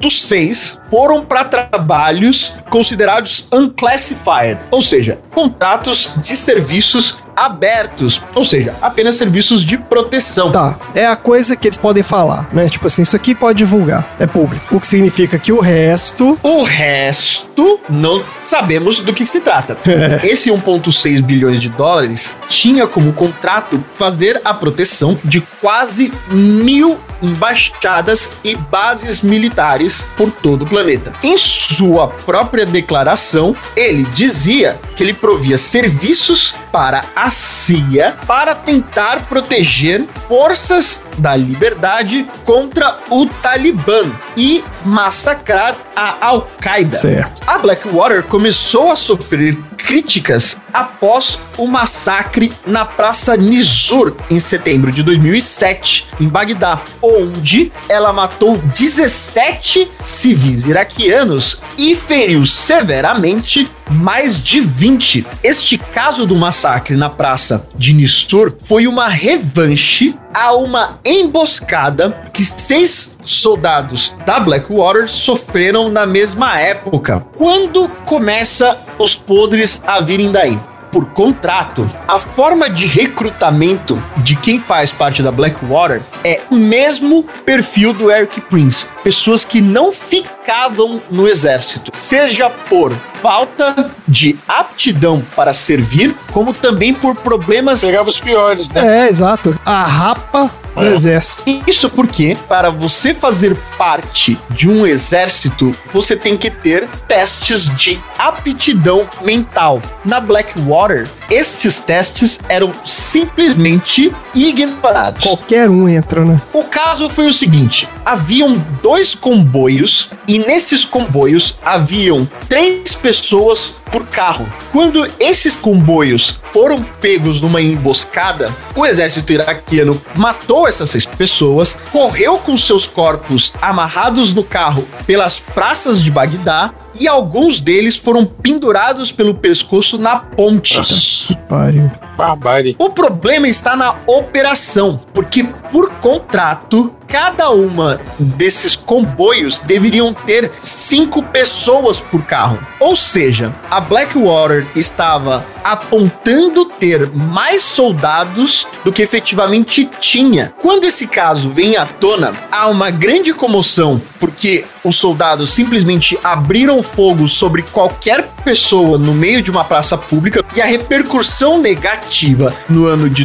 S1: 1,6 foram para trabalhos considerados unclassified, ou seja, contratos de serviços abertos, ou seja, apenas serviços de proteção.
S3: Tá, é a coisa que eles podem falar, né? Tipo assim, isso aqui pode divulgar, é público. O que significa que o resto
S1: O resto, não sabemos do que se trata. Esse 1,6 bilhões de dólares tinha como contrato fazer a proteção de quase mil embaixadas e bases militares por todo o planeta. Em sua própria declaração, ele dizia que ele provia serviços para a CIA para tentar proteger forças da liberdade contra o Talibã e massacrar a Al-Qaeda.
S3: Certo.
S1: A Blackwater começou a sofrer críticas após o massacre na Praça Nizur em setembro de 2007, em Bagdá, onde ela matou 17 civis iraquianos e feriu severamente mais de 20. Este caso do massacre na Praça de Nizur foi uma revanche a uma emboscada que seis soldados da Blackwater sofreram na mesma época. Quando começa os podres a virem daí? Por contrato, a forma de recrutamento de quem faz parte da Blackwater é o mesmo perfil do Eric Prince. Pessoas que não ficavam no exército, seja por falta de aptidão para servir, como também por problemas
S4: Pegava os piores, né?
S3: é exato. A rapa do exército.
S1: isso porque, para você fazer parte de um exército, você tem que ter testes de aptidão mental. Na Blackwater, estes testes eram simplesmente ignorados.
S3: Qualquer um entra, né?
S1: O caso foi o seguinte: haviam dois comboios e nesses comboios haviam três pessoas por carro. Quando esses comboios foram pegos numa emboscada, o exército iraquiano matou essas seis pessoas, correu com seus corpos amarrados no carro pelas praças de Bagdá e alguns deles foram pendurados pelo pescoço na ponte.
S3: Que pariu.
S4: Barbárie.
S1: O problema está na operação, porque por contrato, cada uma desses comboios deveriam ter cinco pessoas por carro. Ou seja, a Blackwater estava apontando ter mais soldados do que efetivamente tinha. Quando esse caso vem à tona, há uma grande comoção, porque os soldados simplesmente abriram fogo sobre qualquer pessoa no meio de uma praça pública e a repercussão negativa no ano de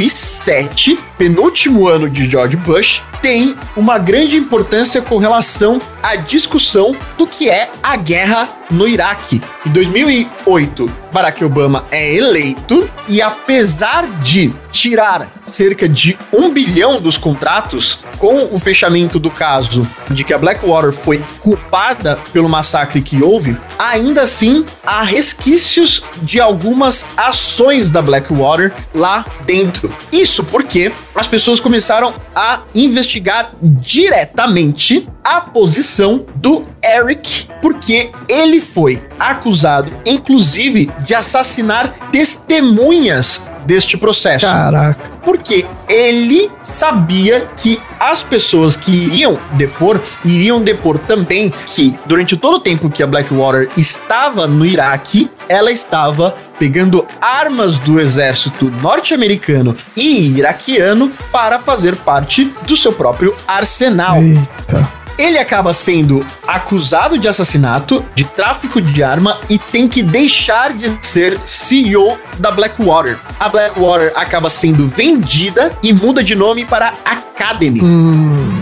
S1: 2007, penúltimo ano de George Bush, tem uma grande importância com relação à discussão do que é a guerra no Iraque. Em 2008, Barack Obama é eleito e apesar de tirar cerca de um bilhão dos contratos com o fechamento do caso de que a Blackwater foi culpada pelo massacre que houve, ainda assim há resquícios de algumas ações da Blackwater lá dentro. Isso porque as pessoas começaram a investigar diretamente a posição do Eric, porque ele foi acusado, inclusive, de assassinar testemunhas deste processo.
S3: Caraca.
S1: Porque ele sabia que as pessoas que iriam depor iriam depor também que durante todo o tempo que a Blackwater estava no Iraque, ela estava pegando armas do exército norte-americano e iraquiano para fazer parte do seu próprio arsenal.
S3: Eita.
S1: Ele acaba sendo acusado de assassinato, de tráfico de arma e tem que deixar de ser CEO da Blackwater. A Blackwater acaba sendo vendida e muda de nome para Academy.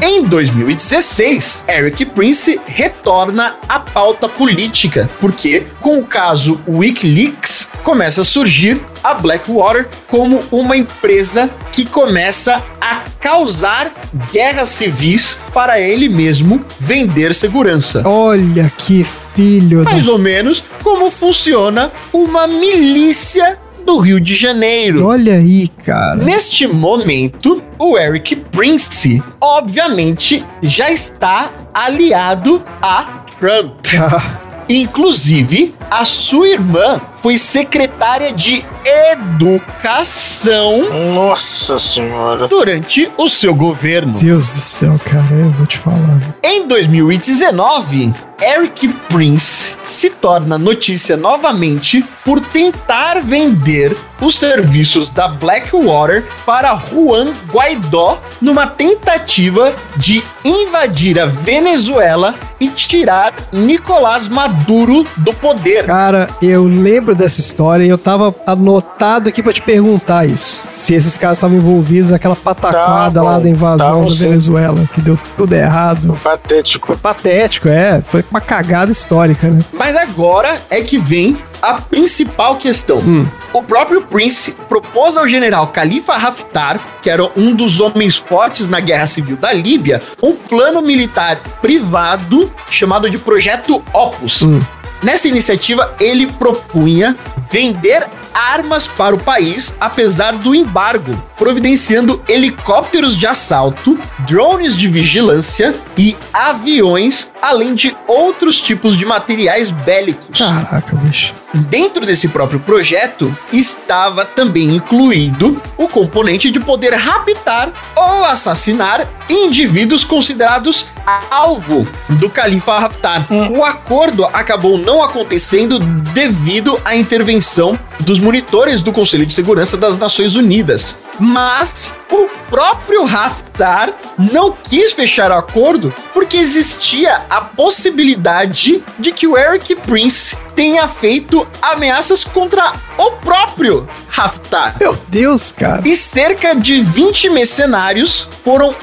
S1: Em 2016, Eric Prince retorna à pauta política, porque com o caso Wikileaks começa a surgir a Blackwater como uma empresa que começa a causar guerras civis para ele mesmo vender segurança.
S3: Olha que filho
S1: Mais
S3: do...
S1: ou menos como funciona uma milícia do Rio de Janeiro.
S3: Olha aí, cara.
S1: Neste momento, o Eric Prince, obviamente, já está aliado a Trump. Inclusive, a sua irmã foi secretária de educação
S4: Nossa senhora.
S1: durante o seu governo.
S3: Deus do céu, cara, eu vou te falar. velho.
S1: Em 2019, Eric Prince se torna notícia novamente por tentar vender os serviços da Blackwater para Juan Guaidó numa tentativa de invadir a Venezuela e tirar Nicolás Maduro do poder.
S3: Cara, eu lembro dessa história e eu tava anotado aqui pra te perguntar isso. Se esses caras estavam envolvidos naquela pataquada
S4: Tavam,
S3: lá da invasão
S4: tavam
S3: da
S4: sim.
S3: Venezuela, que deu tudo errado.
S4: Patético.
S3: Patético, é. Foi uma cagada histórica, né?
S1: Mas agora é que vem a principal questão. O próprio Prince propôs ao general Khalifa Haftar, que era um dos homens fortes na guerra civil da Líbia, um plano militar privado chamado de Projeto Opus. Nessa iniciativa, ele propunha vender armas para o país, apesar do embargo, providenciando helicópteros de assalto, drones de vigilância e aviões, além de outros tipos de materiais bélicos.
S3: Tá. Caraca, bicho.
S1: Dentro desse próprio projeto estava também incluído o componente de poder raptar ou assassinar indivíduos considerados alvo do califa Haftar. O acordo acabou não acontecendo devido à intervenção dos monitores do Conselho de Segurança das Nações Unidas. Mas o próprio Haftar não quis fechar o acordo porque existia a possibilidade de que o Eric Prince tenha feito ameaças contra o próprio Haftar.
S3: Meu Deus, cara.
S1: E cerca de 20 mercenários foram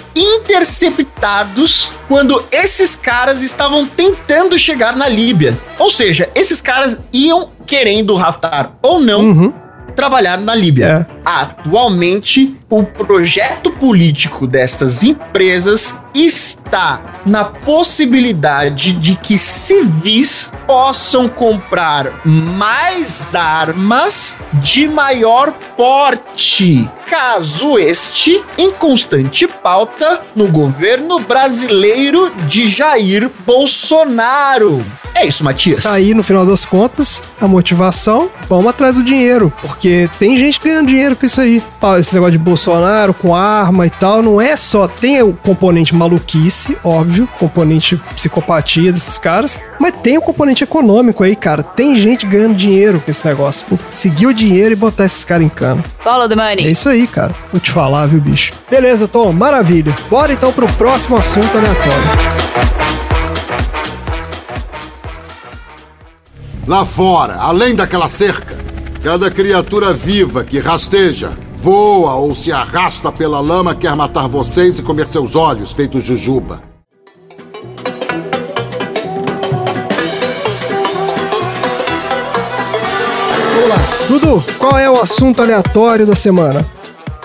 S1: interceptados quando esses caras estavam tentando chegar na Líbia. Ou seja, esses caras iam querendo o Haftar ou não
S3: Uhum.
S1: trabalhar na Líbia. Atualmente, o projeto político destas empresas está na possibilidade de que civis possam comprar mais armas de maior porte, caso este em constante pauta no governo brasileiro de Jair Bolsonaro. É isso, Matias.
S3: Tá aí, no final das contas, a motivação, vamos atrás do dinheiro, porque tem gente ganhando dinheiro com isso aí. Ah, Esse negócio de Bolsonaro com arma e tal, não é só. Tem o componente maluquice, óbvio, componente psicopatia desses caras, mas tem o componente econômico aí, cara. Tem gente ganhando dinheiro com esse negócio. Tem que seguir o dinheiro e botar esses caras em cana.
S2: Follow the
S3: É
S2: money.
S3: isso aí, cara. Vou te falar, viu, bicho? Beleza, Tom, maravilha. Bora então pro próximo assunto aleatório.
S6: Lá fora, além daquela cerca, cada criatura viva que rasteja, voa ou se arrasta pela lama quer matar vocês e comer seus olhos, feito jujuba.
S3: Dudu, qual é o assunto aleatório da semana?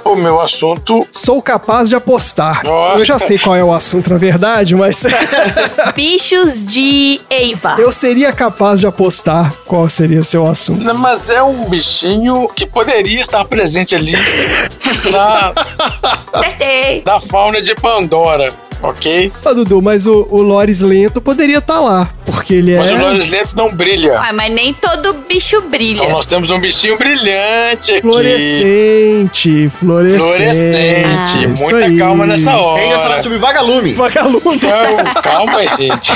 S4: O meu assunto.
S3: Sou capaz de apostar.
S4: Ó.
S3: Eu já sei qual é o assunto, na verdade, mas
S2: Bichos de Eiva.
S3: eu seria capaz de apostar qual seria seu assunto.
S4: Não, Mas é um bichinho que poderia estar presente ali na,
S2: Acertei.
S4: na fauna de Pandora, ok?
S3: Ah, Dudu, mas o, o Loris Lento poderia estar lá, porque ele é...
S4: Mas o Loris Lento não brilha.
S2: Ué, Ah, mas nem todo bicho brilha.
S4: Então nós temos um bichinho brilhante aqui.
S3: Fluorescente, fluorescente.
S4: Fluorescente.
S3: Ah, Isso
S4: Muita
S3: aí.
S4: calma nessa
S1: Eu ia falar
S4: hora.
S1: sobre vagalume.
S3: Vagalume.
S4: Não, calma, gente.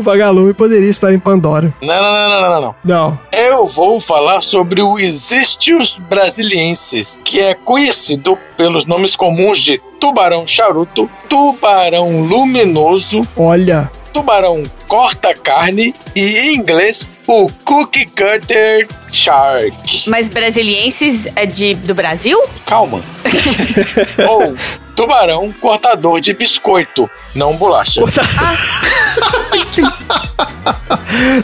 S3: Vagalume poderia estar em Pandora.
S4: Não, não, não, não, não, não, não.
S3: Não.
S4: Eu vou falar sobre o Isistius brasiliensis, que é conhecido pelos nomes comuns de tubarão charuto, tubarão luminoso,
S3: Olha,
S4: tubarão corta-carne e, em inglês, o cookie cutter shark.
S2: Mas brasilienses é de, do Brasil?
S4: Calma. Ou tubarão cortador de biscoito, não bolacha.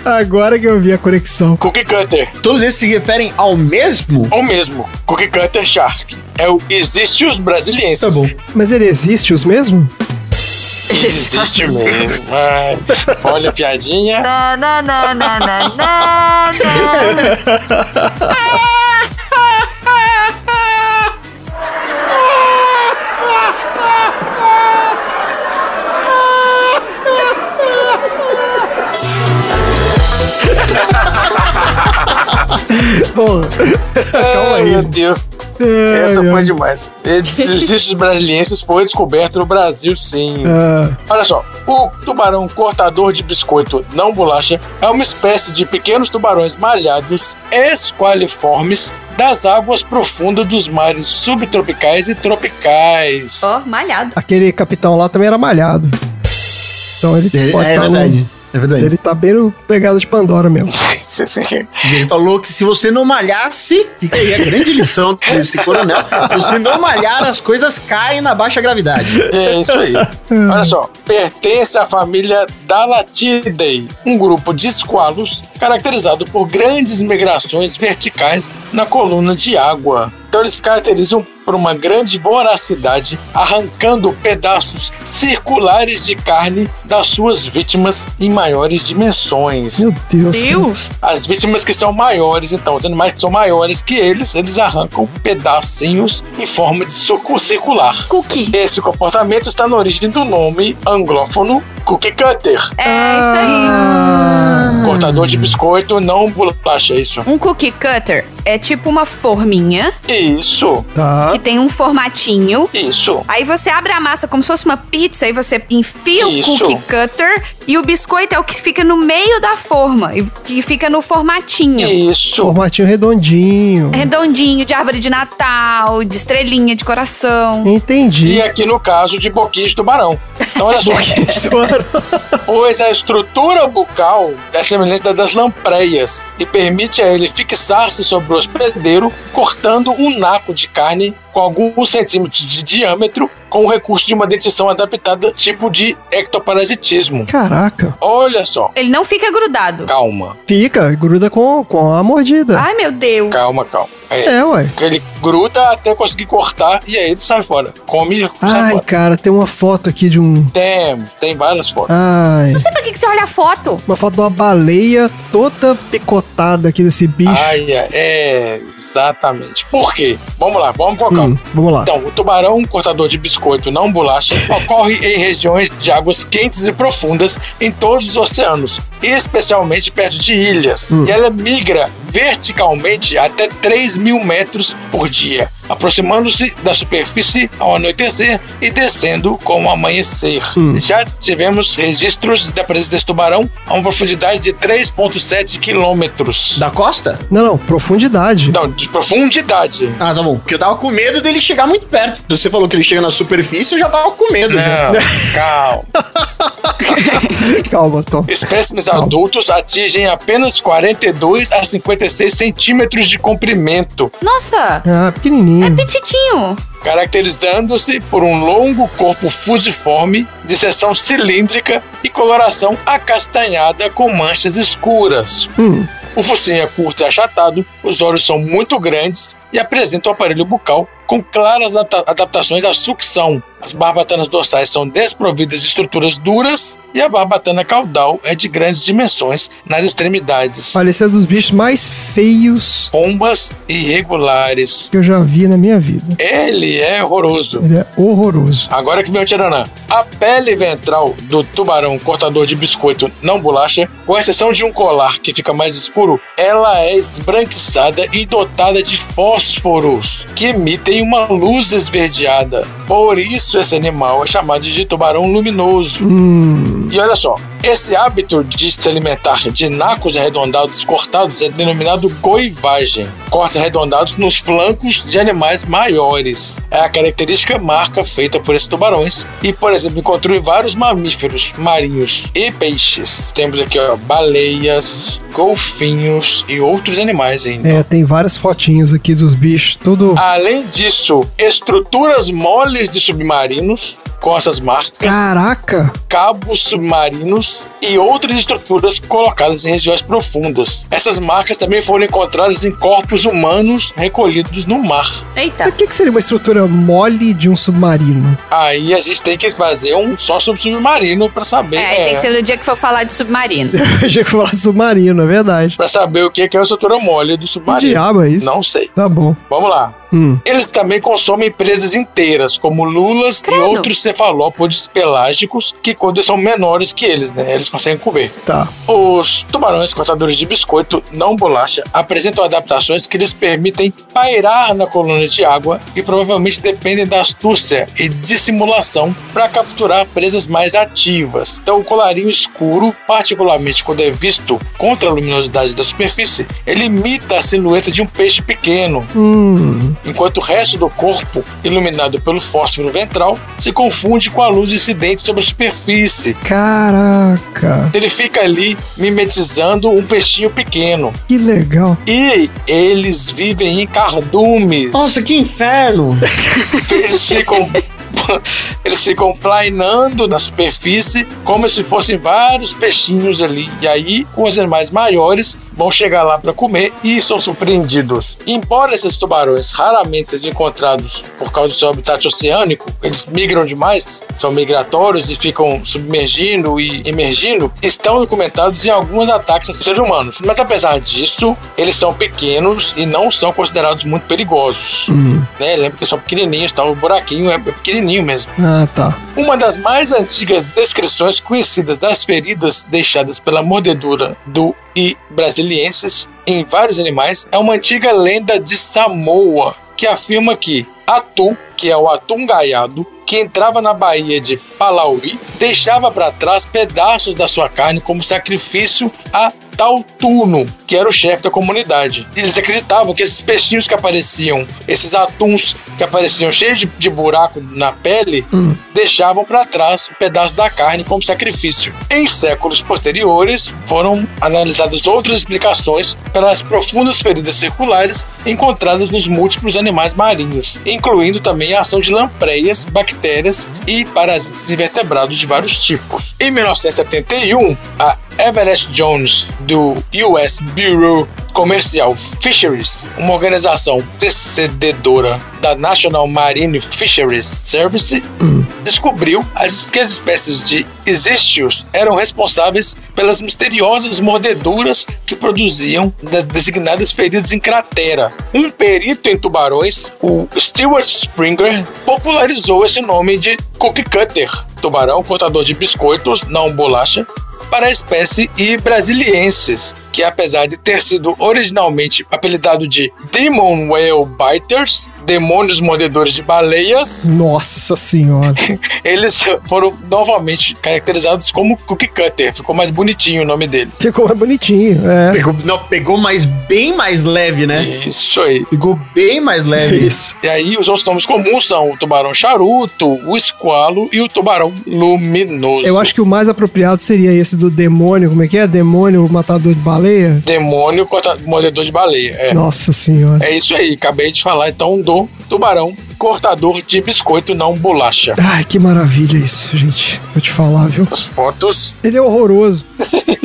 S3: agora que eu vi a conexão.
S4: Cookie cutter,
S1: Todos esses se referem ao mesmo?
S4: ou mesmo cookie cutter shark. É o Isistius brasiliensis.
S1: Tá bom.
S3: Mas ele existe os mesmos?
S4: Existe mesmo. Ai, olha a piadinha.
S2: Na, na, na, na, na, na, na.
S3: Bom,
S4: Ai, meu Deus.
S3: é,
S4: Essa
S3: meu-
S4: foi demais. Existe brasilienses foi descoberto no Brasil, sim.
S3: Ah,
S4: Olha só, o tubarão cortador de biscoito, não bolacha, é uma espécie de pequenos tubarões malhados, esqualiformes, das águas profundas dos mares subtropicais e tropicais.
S2: Ó, malhado.
S3: aquele capitão lá também era malhado. Então ele
S1: É,
S3: pode
S1: é
S3: tá
S1: verdade. É verdade.
S3: no- Ele tá bem no pegado de Pandora mesmo.
S1: E ele falou que se você não malhasse, fica aí a grande lição desse coronel. Se você não malhar, as coisas caem na baixa gravidade.
S4: É isso aí. Olha só, pertence à família Dalatidae, um grupo de esqualos caracterizado por grandes migrações verticais na coluna de água. Então eles se caracterizam por uma grande voracidade, arrancando pedaços circulares de carne das suas vítimas em maiores dimensões.
S3: Meu Deus.
S2: Deus.
S4: As vítimas que são maiores, então, os animais que são maiores que eles, eles arrancam pedacinhos em forma de suco circular.
S2: Cookie.
S4: Esse comportamento está na origem do nome anglófono cookie cutter,
S2: É isso
S3: Ah,
S4: cortador de biscoito, não bolacha, é isso.
S2: aí. Um cookie cutter é tipo uma forminha
S4: Isso,
S3: tá.
S2: que tem um formatinho.
S4: isso.
S2: Aí você abre a massa como se fosse uma pizza, aí você enfia o
S4: Isso.
S2: cookie cutter e o biscoito é o que fica no meio da forma, e que fica no formatinho.
S4: Isso.
S3: Formatinho redondinho.
S2: É. Redondinho, de árvore de Natal, de estrelinha, de coração.
S3: Entendi.
S4: E aqui no caso de boquinha de tubarão. Então, olha só. pois a estrutura bucal é semelhante à das lampreias e permite a ele fixar-se sobre o hospedeiro, cortando um naco de carne com alguns centímetros de diâmetro com o recurso de uma dentição adaptada tipo de ectoparasitismo.
S3: Caraca.
S4: Olha só.
S2: Ele não fica grudado.
S4: Calma,
S3: Fica, gruda com, com a mordida.
S2: Ai, meu Deus.
S4: calma, calma. É,
S3: É, ué.
S4: Ele gruda até conseguir cortar e aí ele sai fora. Come e sai
S3: Ai,
S4: fora.
S3: cara, tem uma foto aqui de um.
S4: Tem, tem várias fotos.
S3: Ai.
S2: Não sei pra que, que você olha a foto.
S3: Uma foto de uma baleia toda picotada aqui desse bicho.
S4: Ai, é, é, exatamente. Por quê? Vamos lá, vamos com
S3: Hum,
S4: calma.
S3: vamos lá.
S4: Então, o tubarão, cortador de biscoito não bolacha, ocorre em regiões de águas quentes e profundas em todos os oceanos, especialmente perto de ilhas.
S3: Hum.
S4: E ela migra verticalmente até 3 mil metros por dia, aproximando-se da superfície ao anoitecer e descendo com o amanhecer.
S3: Hum.
S4: Já tivemos registros da presença desse tubarão a uma profundidade de 3,7 quilômetros.
S1: Da costa?
S3: Não, não, profundidade.
S4: Não, de profundidade.
S1: Ah, tá bom. Porque eu tava com medo dele chegar muito perto. Então, Você falou que ele chega na superfície, eu já tava com medo. né?
S4: Não, calma. Então.
S3: Calma, Tom.
S4: Espécimes adultos atingem apenas 42 a 56 centímetros de comprimento,
S2: Nossa,
S3: Ah,
S2: É
S3: pequenininho.
S2: pititinho.
S4: caracterizando-se por um longo corpo fusiforme de seção cilíndrica e coloração acastanhada com manchas escuras.
S3: Hum.
S4: O focinho é curto e achatado, os olhos são muito grandes e apresentam o aparelho bucal com claras adapta- adaptações à sucção. As barbatanas dorsais são desprovidas de estruturas duras e a barbatana caudal é de grandes dimensões nas extremidades.
S3: Olha, esse é um dos bichos mais feios
S4: Pombas irregulares.
S3: que eu já vi na minha vida.
S4: Ele é horroroso.
S3: Ele é horroroso.
S4: Agora que vem o Tcharanã. A pele ventral do tubarão cortador de biscoito não bolacha, com exceção de um colar que fica mais escuro, ela é esbranquiçada e dotada de fósforos, que emitem uma luz esverdeada. Por isso esse animal é chamado de tubarão luminoso. E olha só, esse hábito de se alimentar de nacos arredondados cortados é denominado goivagem. Cortes arredondados nos flancos de animais maiores. É a característica marca feita por esses tubarões. E, por exemplo, encontrou em vários mamíferos marinhos e peixes. Temos aqui, ó, baleias, golfinhos e outros animais ainda.
S3: É, tem várias fotinhos aqui dos bichos, tudo.
S4: Além disso, estruturas moles de submarinos com essas marcas
S3: Caraca!
S4: cabos submarinos e outras estruturas colocadas em regiões profundas. Essas marcas também foram encontradas em corpos humanos recolhidos no mar.
S7: Eita.
S3: Mas O que, que seria uma estrutura mole de um submarino?
S4: Aí a gente tem que fazer um só sobre submarino para saber.
S2: É, tem que ser no dia que for falar de submarino.
S3: Eu já ia falar submarino, é verdade.
S4: Pra saber o que que é a estrutura mole do
S3: Que
S4: submarino.
S3: diabo é isso?
S4: Não sei.
S3: Tá bom.
S4: Vamos lá.
S3: Hum.
S4: Eles também consomem presas inteiras, como lulas
S2: Credo.
S4: e outros cefalópodes pelágicos, que quando são menores que eles, né? Eles conseguem comer.
S3: Tá.
S4: Os tubarões cortadores de biscoito, não bolacha, apresentam adaptações que lhes permitem pairar na coluna de água e provavelmente dependem da astúcia e dissimulação para capturar presas mais ativas. Então, o colarinho escuro, particularmente quando é visto contra a luminosidade da superfície, ele imita a silhueta de um peixe pequeno,
S3: Hum.
S4: enquanto o resto do corpo, iluminado pelo fósforo ventral, se confunde com a luz incidente sobre a superfície.
S3: Caraca!
S4: Ele fica ali mimetizando um peixinho pequeno.
S3: Que legal!
S4: E eles vivem em cardumes.
S1: Nossa, que inferno!
S4: Eles ficam. Eles ficam planeando na superfície como se fossem vários peixinhos ali. E aí, os animais maiores vão chegar lá para comer e são surpreendidos. Embora esses tubarões raramente sejam encontrados por causa do seu habitat oceânico, eles migram demais, são migratórios e ficam submergindo e emergindo, estão documentados em alguns ataques a seres humanos. Mas apesar disso, eles são pequenos e não são considerados muito perigosos
S3: Hum.
S4: né? Lembra que são pequenininhos, tá? O buraquinho é pequenininho mesmo.
S3: Ah, tá.
S4: Uma das mais antigas descrições conhecidas das feridas deixadas pela mordedura do e brasilienses em vários animais é uma antiga lenda de Samoa que afirma que Atu, que é o atum gaiado, que entrava na baía de Palauí, deixava para trás pedaços da sua carne como sacrifício a tal Tuno, que era o chefe da comunidade. Eles acreditavam que esses peixinhos que apareciam, esses atuns que apareciam cheios de, de buraco na pele, deixavam para trás um pedaço da carne como sacrifício. Em séculos posteriores, foram analisadas outras explicações para as profundas feridas circulares encontradas nos múltiplos animais marinhos, incluindo também a ação de lampreias, bactérias e parasitas invertebrados de vários tipos. Em 1971, a Everest Jones, do US Bureau Comercial Fisheries, uma organização precededora da National Marine Fisheries Service, descobriu as- que as espécies de Isistios eram responsáveis pelas misteriosas mordeduras que produziam das designadas feridas em cratera. Um perito em tubarões, o Stuart Springer, popularizou esse nome de cookie cutter, tubarão cortador de biscoitos, não bolacha, para a espécie e brasilienses, que apesar de ter sido originalmente apelidado de Demon Whale Biters, demônios mordedores de baleias,
S3: Nossa senhora.
S4: eles foram novamente caracterizados como Cookie Cutter. Ficou mais bonitinho o nome deles.
S3: Ficou mais bonitinho, é.
S1: Pegou, não, pegou mais bem mais leve, né?
S4: Isso aí.
S1: Pegou bem mais leve.
S3: Isso.
S4: E aí, os outros nomes comuns são o tubarão charuto, o esqualo e o tubarão luminoso.
S3: Eu acho que o mais apropriado seria esse do demônio, como é que é? Demônio matador de baleia?
S4: Demônio corta- mordedor de baleia. É.
S3: Nossa senhora.
S4: É isso aí, acabei de falar então do tubarão cortador de biscoito, não bolacha.
S3: Ai, que maravilha isso, gente. Vou te falar, viu?
S4: As fotos.
S3: Ele é horroroso.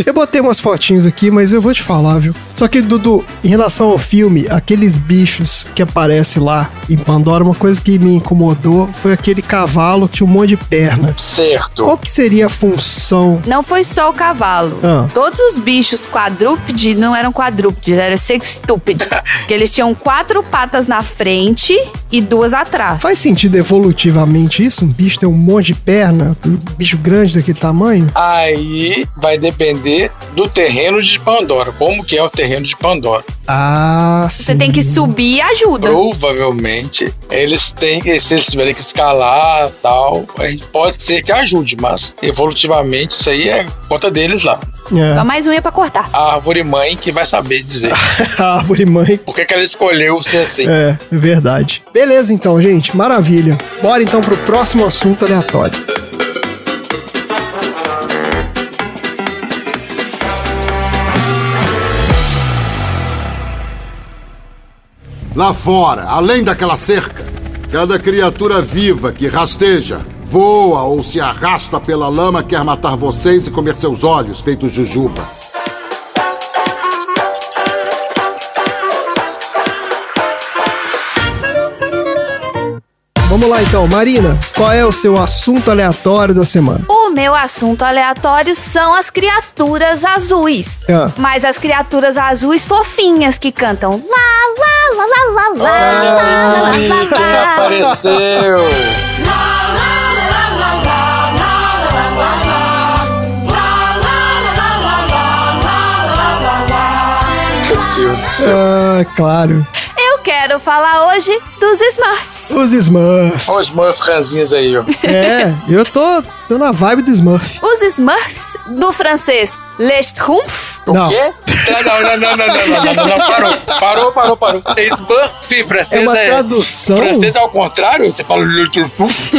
S3: Eu botei umas fotinhos aqui, mas eu vou te falar, viu? Só que, Dudu, em relação ao filme, aqueles bichos que aparecem lá em Pandora, uma coisa que me incomodou foi aquele cavalo que tinha um monte de perna.
S4: Certo.
S3: Qual que seria a função?
S2: Não foi só o cavalo.
S3: Ah.
S2: Todos os bichos quadrúpede não eram quadrúpedes, era sextúpede. que eles tinham quatro patas na frente e duas atrás.
S3: Faz sentido evolutivamente isso? Um bicho tem um monte de perna? Um bicho grande daquele tamanho?
S4: Aí vai depender do terreno de Pandora. Como que é o terreno de Pandora?
S3: Ah, sim.
S2: Você tem que subir e ajuda.
S4: Provavelmente eles têm, se eles tiverem que escalar tal, aí pode ser que ajude, mas evolutivamente isso aí é conta deles lá.
S2: Só
S3: É.
S2: mais um ia pra cortar.
S4: A árvore mãe que vai saber dizer
S3: A árvore mãe.
S4: por que, que ela escolheu ser assim.
S3: É, é verdade. Beleza, então, gente. Maravilha. Bora então pro próximo assunto aleatório.
S6: Lá fora, além daquela cerca, cada criatura viva que rasteja, voa ou se arrasta pela lama quer matar vocês e comer seus olhos, feito jujuba.
S3: Vamos lá então, Marina, qual é o seu assunto aleatório da semana?
S2: O meu assunto aleatório são as criaturas azuis.
S3: Ah.
S2: Mas as criaturas azuis fofinhas que cantam lá, lá, lá, lá, lá, lá,
S3: Ah,
S4: É.
S2: lá, lá,
S4: Ai, quem
S2: lá, lá, lá.
S4: apareceu? Meu Deus do céu.
S3: Ah, claro.
S2: Eu quero falar hoje dos Smurfs.
S3: Os Smurfs.
S4: Olha os mofranzinhos aí, ó.
S3: É, eu tô, tô na vibe do Smurf.
S2: Os Smurfs, do francês Les Schtroumpfs,
S4: O
S3: Não.
S4: quê? Não, não, não, não, não, não, não, não, não, parou. Parou, parou, parou. É Smurf,
S3: É
S4: francês
S3: uma
S4: é...
S3: tradução.
S4: Francês ao contrário? Você fala... Lutrufus?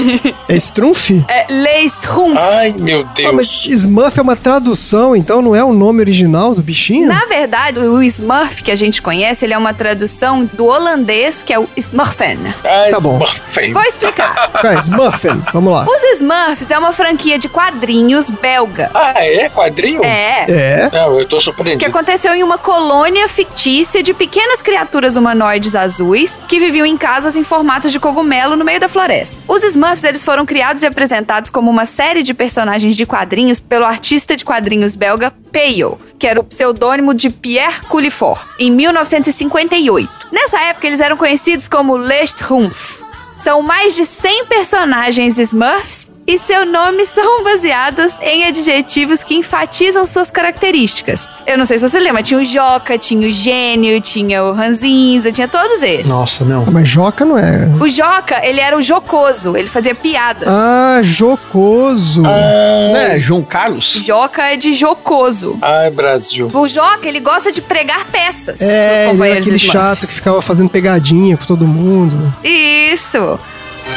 S3: É Strunf?
S2: é Les Schtroumpfs.
S4: Ai, meu
S3: Ah, mas
S4: Deus.
S3: Smurf é uma tradução, então não é o nome original do bichinho?
S2: Na verdade, o Smurf que a gente conhece, ele é uma tradução do holandês, que é o Smurfen.
S4: Ai,
S3: Tá bom.
S4: Smurf.
S2: Vou explicar.
S3: É, Smurfen, vamos lá.
S2: Os Smurfs é uma franquia de quadrinhos belga.
S4: Ah, é? Quadrinho?
S2: É.
S3: É,
S4: Não, eu
S2: Que
S4: tô
S2: é
S4: surpreendido.
S2: aconteceu em uma colônia fictícia de pequenas criaturas humanoides azuis que viviam em casas em formatos de cogumelo no meio da floresta. Os Smurfs eles foram criados e apresentados como uma série de personagens de quadrinhos pelo artista de quadrinhos belga Peyo, que era o pseudônimo de Pierre Coulifort, em 1958. Nessa época eles eram conhecidos como Les Trumpf. São mais de 100 personagens Smurfs e seu nome são baseadas em adjetivos que enfatizam suas características. Eu não sei se você lembra, tinha o Joca, tinha o Gênio, tinha o Ranzinza, tinha todos esses.
S1: Nossa, não.
S3: Ah, Mas Joca não é.
S2: O Joca, ele era o jocoso, ele fazia piadas.
S3: Ah, jocoso.
S1: Né, João Carlos?
S2: Joca é de jocoso.
S4: Ai, Brasil.
S2: O Joca, ele gosta de pregar
S3: é,
S2: peças nos
S3: ele era
S2: companheiros
S3: aquele
S2: Smurfs.
S3: chato que ficava fazendo pegadinha com todo mundo.
S2: Isso.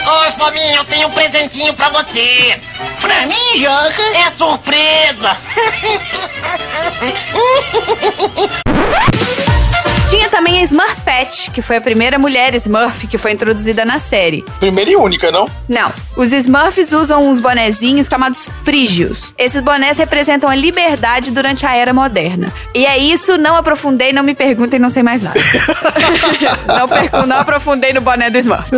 S9: Ô, Fominha, eu tenho um presentinho pra você. Pra mim, Joca? É surpresa.
S2: Tinha também a Smurfette, que foi a primeira mulher Smurf que foi introduzida na série.
S4: Primeira e única, não?
S2: Não, os Smurfs usam uns bonezinhos chamados frígios. Esses bonés representam a liberdade durante a era moderna. E é isso, não aprofundei, não me perguntem, não sei mais nada. não, percu- não aprofundei no boné do Smurf.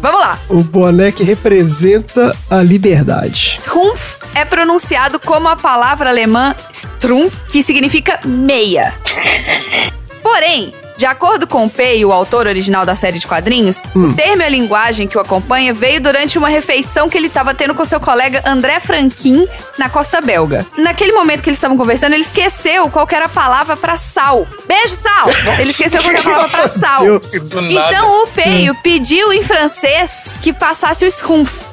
S2: Vamos lá.
S3: O boné que representa a liberdade.
S2: Strumpf é pronunciado como a palavra alemã Strumpf, que significa meia. Porém, de acordo com Pei, o autor original da série de quadrinhos, o termo e a linguagem que o acompanha veio durante uma refeição que ele estava tendo com seu colega André Franquin na costa belga. Naquele momento que eles estavam conversando, ele esqueceu qual que era a palavra para sal. Beijo, sal! Ele esqueceu qual que era a palavra para sal.
S3: Deus.
S4: Do nada.
S2: Então o Peio pediu em francês que passasse o Strumpf.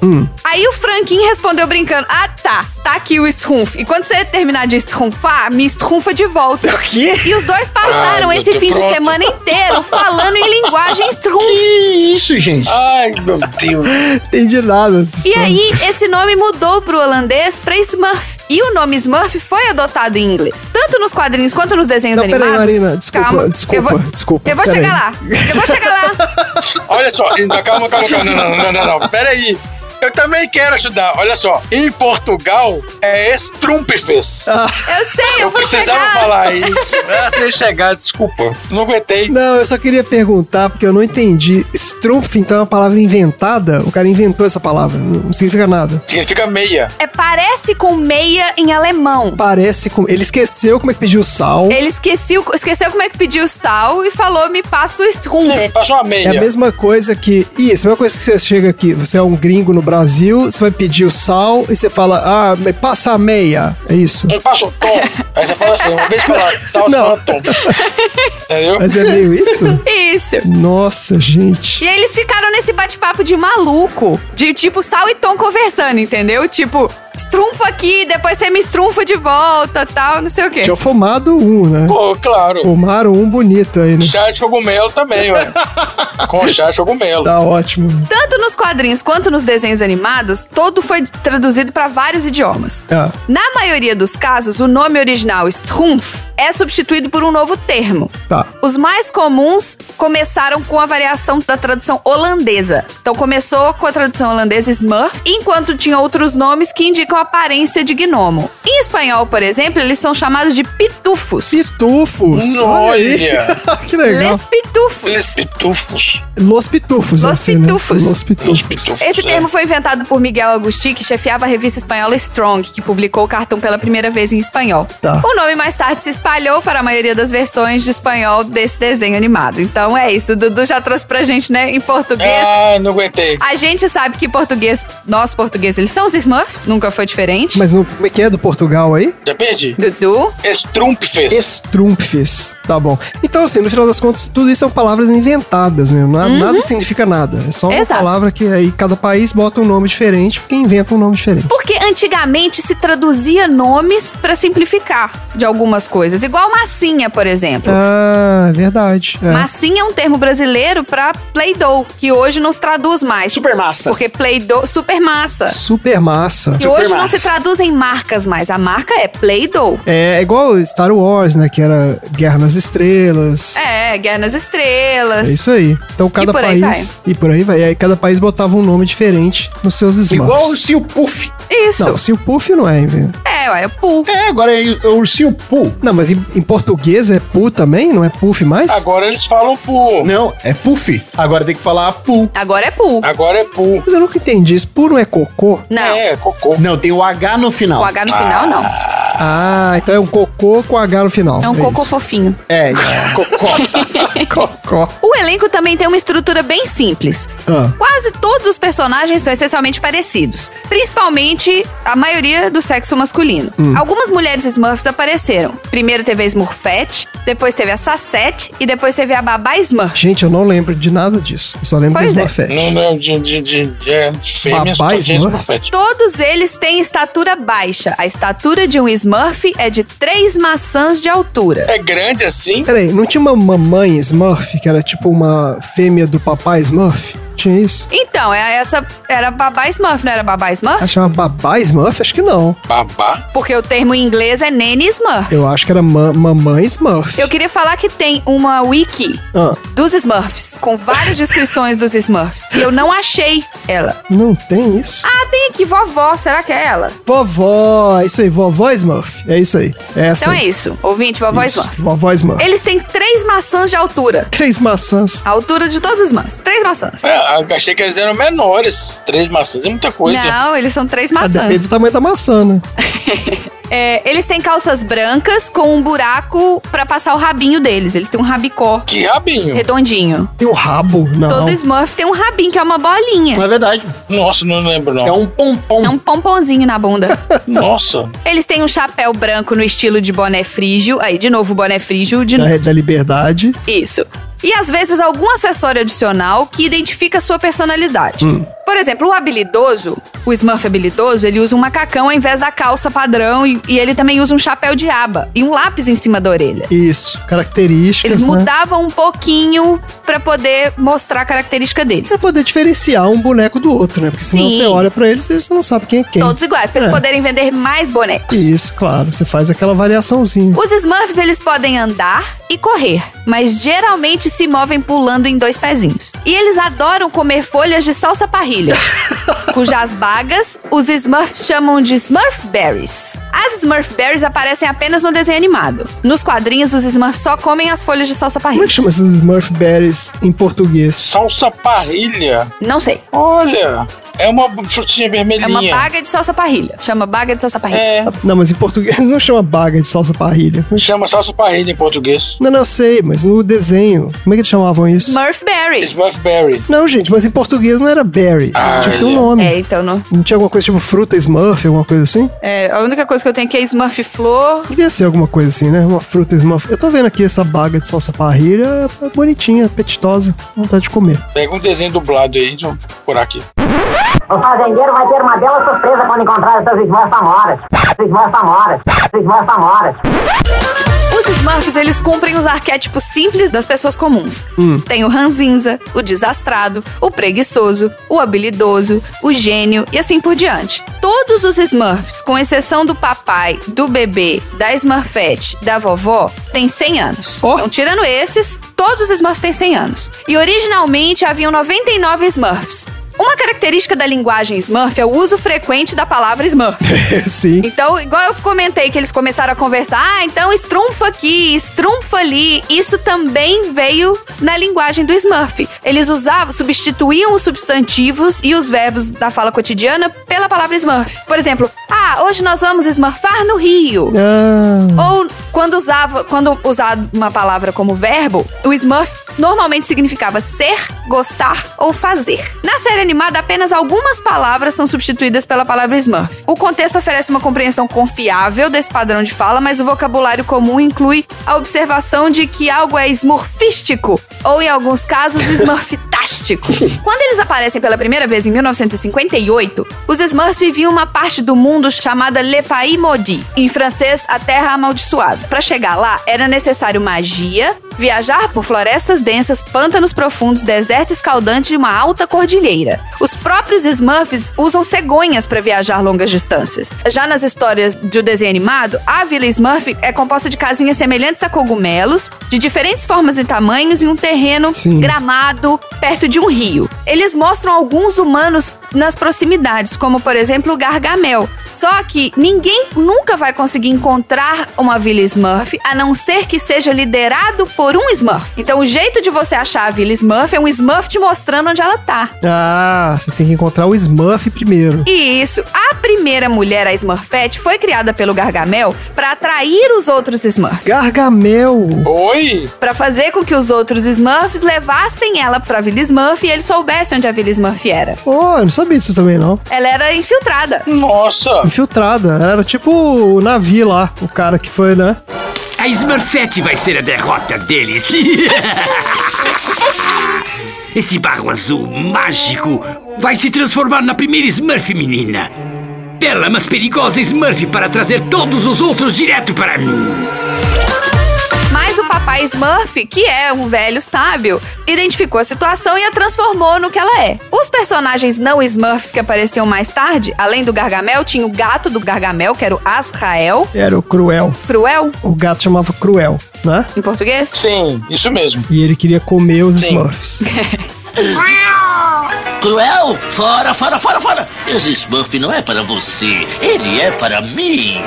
S2: Aí o Franquin respondeu brincando: Ah, tá, tá aqui o Strumpf. E quando você terminar de strunfar, me strunfa de volta.
S3: O quê?
S2: E os dois passaram
S4: Ai, meu
S2: esse
S4: Deus,
S2: fim de
S4: pronto.
S2: semana inteiro falando em linguagem Strumpf.
S1: Que isso, gente?
S4: Ai, meu Deus.
S3: Entendi nada.
S2: E aí, esse nome mudou pro holandês pra Smurf. E o nome Smurf foi adotado em inglês. Tanto nos quadrinhos quanto nos desenhos
S3: Não, peraí,
S2: animados.
S3: Marina, desculpa, desculpa,
S2: eu vou,
S3: desculpa,
S2: Eu vou
S3: peraí.
S2: chegar lá. Eu vou chegar lá.
S4: Olha só, ainda- calma, calma, calma. Não, não, não, não, não. Pera aí. Eu também quero ajudar. Olha só, em Portugal é estrumpifes.
S3: Ah.
S2: Eu sei, eu vou
S4: Precisava
S2: chegar.
S4: falar isso. Ah, sem chegar, desculpa. Não aguentei.
S3: Não, eu só queria perguntar, porque eu não entendi. Strumpf, então, é uma palavra inventada? O cara inventou essa palavra. Não significa nada.
S4: Significa meia.
S2: É, parece com meia em alemão.
S3: Parece com. Ele esqueceu como é que pediu sal.
S2: Ele esqueceu, esqueceu como é que pediu sal e falou: me passa o
S4: Me
S2: strumpf.
S4: passa uma
S3: É a
S4: meia.
S3: mesma coisa que. Isso, a mesma coisa que você chega aqui, você é um gringo no Brasil, você vai pedir o sal e você fala, ah, me passa a meia. É isso.
S4: Me passa o um tom. Aí você fala assim, uma vez falar sal, você
S3: Não.
S4: fala tom. Entendeu?
S3: Mas é meio isso?
S2: Isso.
S3: Nossa, gente.
S2: E aí eles ficaram nesse bate-papo de maluco. De tipo, Sal e Tom conversando, entendeu? Tipo, estrunfa aqui, depois você me estrunfa de volta, tal, não sei o quê.
S3: Tinha formado um, né?
S4: Pô, claro.
S3: Formaram um bonito aí, né?
S4: Chá de cogumelo também, ué. Com chá de cogumelo.
S3: Tá ótimo.
S2: Tanto nos quadrinhos quanto nos desenhos animados, todo foi traduzido para vários idiomas.
S3: Ah,
S2: Na maioria dos casos, o nome original, Strumpf, é substituído por um novo termo.
S3: tá.
S2: Os mais comuns começaram com a variação da tradução holandesa. Então começou com a tradução holandesa Smurf, enquanto tinha outros nomes que indicam a aparência de gnomo. Em espanhol, por exemplo, eles são chamados de pitufos.
S3: Pitufos.
S4: Olha.
S3: aí. que legal.
S2: Les pitufos.
S4: Eles pitufos.
S3: Los Pitufos.
S2: Los
S3: deve ser, né?
S2: Pitufos.
S3: Los
S4: Os
S3: Pitufos.
S4: pitufos.
S2: Esse
S4: é.
S2: termo foi inventado por Miguel Agusti, que chefiava a revista espanhola Strong, que publicou o cartão pela primeira vez em espanhol.
S3: Tá.
S2: O nome mais tarde se espalhou para a maioria das versões de espanhol desse desenho animado. Então é isso, o Dudu já trouxe pra gente, né, em português.
S4: Ah, não aguentei.
S2: A gente sabe que português, nós portugueses, eles são os Smurfs, nunca foi diferente.
S3: Mas no, como é que é do Portugal aí?
S4: Já perdi.
S2: Dudu,
S4: Estrumpfes.
S3: Estrumpfes. Tá bom. Então, assim, no final das contas, tudo isso são palavras inventadas mesmo. Na- Nada significa nada. É só uma
S2: Uhum. Exato.
S3: palavra que aí cada país bota um nome diferente, porque inventa um nome diferente.
S2: porque antigamente se traduzia nomes pra simplificar de algumas coisas, igual massinha, por exemplo.
S3: Ah, é verdade. É.
S2: Massinha é um termo brasileiro pra Play-Doh, que hoje não se traduz mais.
S1: Super massa.
S2: Porque Play-Doh, super massa.
S3: Super massa.
S2: E hoje não
S1: massa.
S2: se traduz em marcas mais, a marca é Play-Doh.
S3: É igual Star Wars, né? Que era Guerra nas Estrelas.
S2: É, Guerra nas
S3: É
S2: Estrelas.
S3: isso aí. Então cada
S2: por aí
S3: país. E por aí vai. E aí cada país botava um nome diferente nos seus Smurfs.
S1: Igual o ursinho Puff.
S2: isso.
S3: Não, se o Puff não é, velho.
S2: É, ué, é Poo.
S1: É, agora é o ursinho Poo.
S3: Não, mas em, em português é Pu também? Não é Puff mais?
S4: Agora eles falam pu.
S1: Não, é Puff. Agora tem que falar Poo.
S2: Agora é Poo.
S4: Agora é pu.
S3: Mas eu nunca entendi isso. Pu não é cocô?
S2: Não,
S4: É, cocô.
S1: Não, tem o H no final.
S2: o H no final não.
S3: Ah, então é um cocô com H no final.
S2: É um cocô
S3: isso.
S2: fofinho.
S1: É, cocota.
S3: Cocó.
S2: O elenco também tem uma estrutura bem simples.
S3: Ah.
S2: Quase todos os personagens são essencialmente parecidos, principalmente a maioria do sexo masculino. Algumas mulheres Smurfs apareceram. Primeiro teve a Smurfette, depois teve a Sassette e depois teve a Babá Smurf.
S3: Gente, eu não lembro de nada disso. Eu só lembro
S2: Pois
S3: do
S2: é.
S3: Smurfette.
S4: Não, não, de, de, de, de, é, de fêmeas,
S3: Babá
S4: só tinha
S3: Smurf?
S4: Smurfette.
S2: Todos eles têm estatura baixa. A estatura de um Smurf é de três maçãs de altura.
S4: É grande assim?
S3: Peraí, não tinha uma mamãe Smurf, que era tipo uma fêmea do papai Smurf? Tinha isso?
S2: Então, é essa era a Babá Smurf, não era Babá Smurf?
S3: Ela chama babá Smurf? Acho que não.
S4: Babá?
S2: Porque o termo em inglês é Nanny Smurf.
S3: Eu acho que era ma- mamãe Smurf.
S2: Eu queria falar que tem uma wiki
S3: Ah,
S2: dos Smurfs, com várias descrições dos Smurfs. E eu não achei ela.
S3: não tem isso?
S2: Ah, tem aqui, vovó, será que é ela?
S3: Vovó, é isso aí, vovó Smurf. É isso aí. É essa
S2: Então
S3: aí.
S2: é isso, ouvinte, vovó
S3: Isso,
S2: Smurf.
S3: Vovó Smurf.
S2: Eles têm três maçãs de altura.
S3: Três maçãs.
S2: A altura de todos os Smurfs. Três maçãs.
S4: É, achei que eles eram menores. Três maçãs é muita coisa.
S2: Não, eles são três
S3: Ah, depende
S2: maçãs.
S3: do tamanho da maçã, né?
S2: É, eles têm calças brancas com um buraco pra passar o rabinho deles. Eles têm um rabicó
S4: Que rabinho.
S2: redondinho.
S3: Tem o rabo, não.
S2: Todo Smurf tem um rabinho, que é uma bolinha.
S1: Não é verdade.
S4: Nossa, não lembro não.
S1: É um pompom.
S2: É um pomponzinho na bunda.
S4: Nossa.
S2: Eles têm um chapéu branco no estilo de boné frígio. Aí, de novo, boné frígio. De...
S3: Da, da liberdade.
S2: Isso. E às vezes algum acessório adicional que identifica a sua personalidade. Por exemplo, o habilidoso, o Smurf habilidoso, ele usa um macacão ao invés da calça padrão e, e ele também usa um chapéu de aba e um lápis em cima da orelha.
S3: Isso. Características.
S2: Eles
S3: né?
S2: mudavam um pouquinho pra poder mostrar a característica deles.
S3: Pra poder diferenciar um boneco do outro, né? Porque senão
S2: Sim.
S3: você olha pra eles e você não sabe quem é quem.
S2: Todos iguais, pra eles
S3: É.
S2: poderem vender mais bonecos.
S3: Isso, claro. Você faz aquela variaçãozinha.
S2: Os Smurfs eles podem andar e correr, mas geralmente se movem pulando em dois pezinhos. E eles adoram comer folhas de salsa parrilha, cujas bagas os Smurfs chamam de Smurfberries. As Smurfberries aparecem apenas no desenho animado. Nos quadrinhos, os Smurfs só comem as folhas de salsa
S3: Como é que
S2: parrilha.
S3: chama esses Smurf Berries em português?
S4: Salsa parrilha.
S2: Não sei.
S4: Olha, é uma frutinha
S2: É uma
S4: vermelhinha.
S2: baga de salsa parrilha. Chama baga de salsa parrilha.
S4: É,
S3: Não, mas em português não chama baga de salsa parrilha.
S4: chama salsa parrilha em português.
S3: Não, não sei, mas no desenho. Como é que eles chamavam isso?
S2: Smurfberry.
S4: Smurfberry.
S3: Não, gente, mas em português não era berry.
S4: Ah,
S3: tinha que ter um
S4: é.
S3: nome.
S2: É, então não.
S3: Não tinha alguma coisa tipo fruta Smurf, alguma coisa assim?
S2: É, a única coisa que eu tenho aqui é Smurf Flor.
S3: Devia ser alguma coisa assim, né? Uma fruta Smurf. Eu tô vendo aqui essa baga de salsa parrilha, é bonitinha, apetitosa, vontade de comer.
S4: Pega um desenho dublado aí, deixa eu procurar aqui.
S9: O fazendeiro vai ter uma bela surpresa quando encontrar essas irmãs samoras. Essas irmãs samoras. Essas irmãs samoras.
S2: Os Smurfs, eles cumprem os arquétipos simples das pessoas comuns. Tem o ranzinza, o desastrado, o preguiçoso, o habilidoso, o gênio e assim por diante. Todos os Smurfs, com exceção do papai, do bebê, da Smurfette, da vovó, têm 100 anos.
S3: Ó.
S2: Então, tirando esses, todos os Smurfs têm 100 anos. E originalmente haviam 99 Smurfs. Uma característica da linguagem Smurf é o uso frequente da palavra Smurf.
S3: Sim.
S2: Então, igual eu comentei que eles começaram a conversar, ah, então estrumfa aqui, estrumfa ali. Isso também veio na linguagem do Smurf. Eles usavam, substituíam os substantivos e os verbos da fala cotidiana pela palavra Smurf. Por exemplo, ah, hoje nós vamos smurfar no rio.
S3: Ah,
S2: Ou quando usava, quando usado uma palavra como verbo, o Smurf normalmente significava ser, gostar ou fazer. Na série animada, apenas algumas palavras são substituídas pela palavra Smurf. O contexto oferece uma compreensão confiável desse padrão de fala, mas o vocabulário comum inclui a observação de que algo é smurfístico ou em alguns casos smurfitástico. Quando eles aparecem pela primeira vez em 1958, os Smurfs viviam uma parte do mundo chamada Le Pays Maudit, em francês, a Terra Amaldiçoada. Para chegar lá, era necessário magia, viajar por florestas densas, pântanos profundos, deserto escaldante e uma alta cordilheira. Os próprios Smurfs usam cegonhas para viajar longas distâncias. Já nas histórias do desenho animado, a Vila Smurf é composta de casinhas semelhantes a cogumelos, de diferentes formas e tamanhos, em um terreno
S3: Sim.
S2: gramado perto de um rio. Eles mostram alguns humanos nas proximidades, como por exemplo Gargamel. Só que ninguém nunca vai conseguir encontrar uma Vila Smurf, a não ser que seja liderado por um Smurf. Então o jeito de você achar a Vila Smurf é um Smurf te mostrando onde ela tá.
S3: Ah, você tem que encontrar o Smurf primeiro.
S2: E isso, a primeira mulher, a Smurfette, foi criada pelo Gargamel para atrair os outros Smurfs,
S3: Gargamel!
S4: Oi?
S2: para fazer com que os outros Smurfs levassem ela para Vila Smurf e ele soubesse onde a Vila Smurf era.
S3: Oh, eu não sabia disso também, não.
S2: Ela era infiltrada.
S4: Nossa!
S3: Infiltrada. Ela era tipo o navio lá, o cara que foi, né?
S5: A Smurfette vai ser a derrota deles. Esse barro azul mágico vai se transformar na primeira Smurf menina. Bela, mas perigosa Smurf para trazer todos os outros direto para mim.
S2: Mas o papai Smurf, que é um velho sábio, identificou a situação e a transformou no que ela é. Os personagens não Smurfs que apareciam mais tarde, além do Gargamel, tinha o gato do Gargamel, que era o Azrael,
S3: Era o Cruel.
S2: cruel
S3: O gato chamava Cruel, né?
S2: em português.
S4: Sim, isso mesmo.
S3: E ele queria comer os
S4: Sim.
S3: Smurfs.
S9: Cruel? Fora, fora, fora, fora! Esse Smurf não é para você, ele é para mim!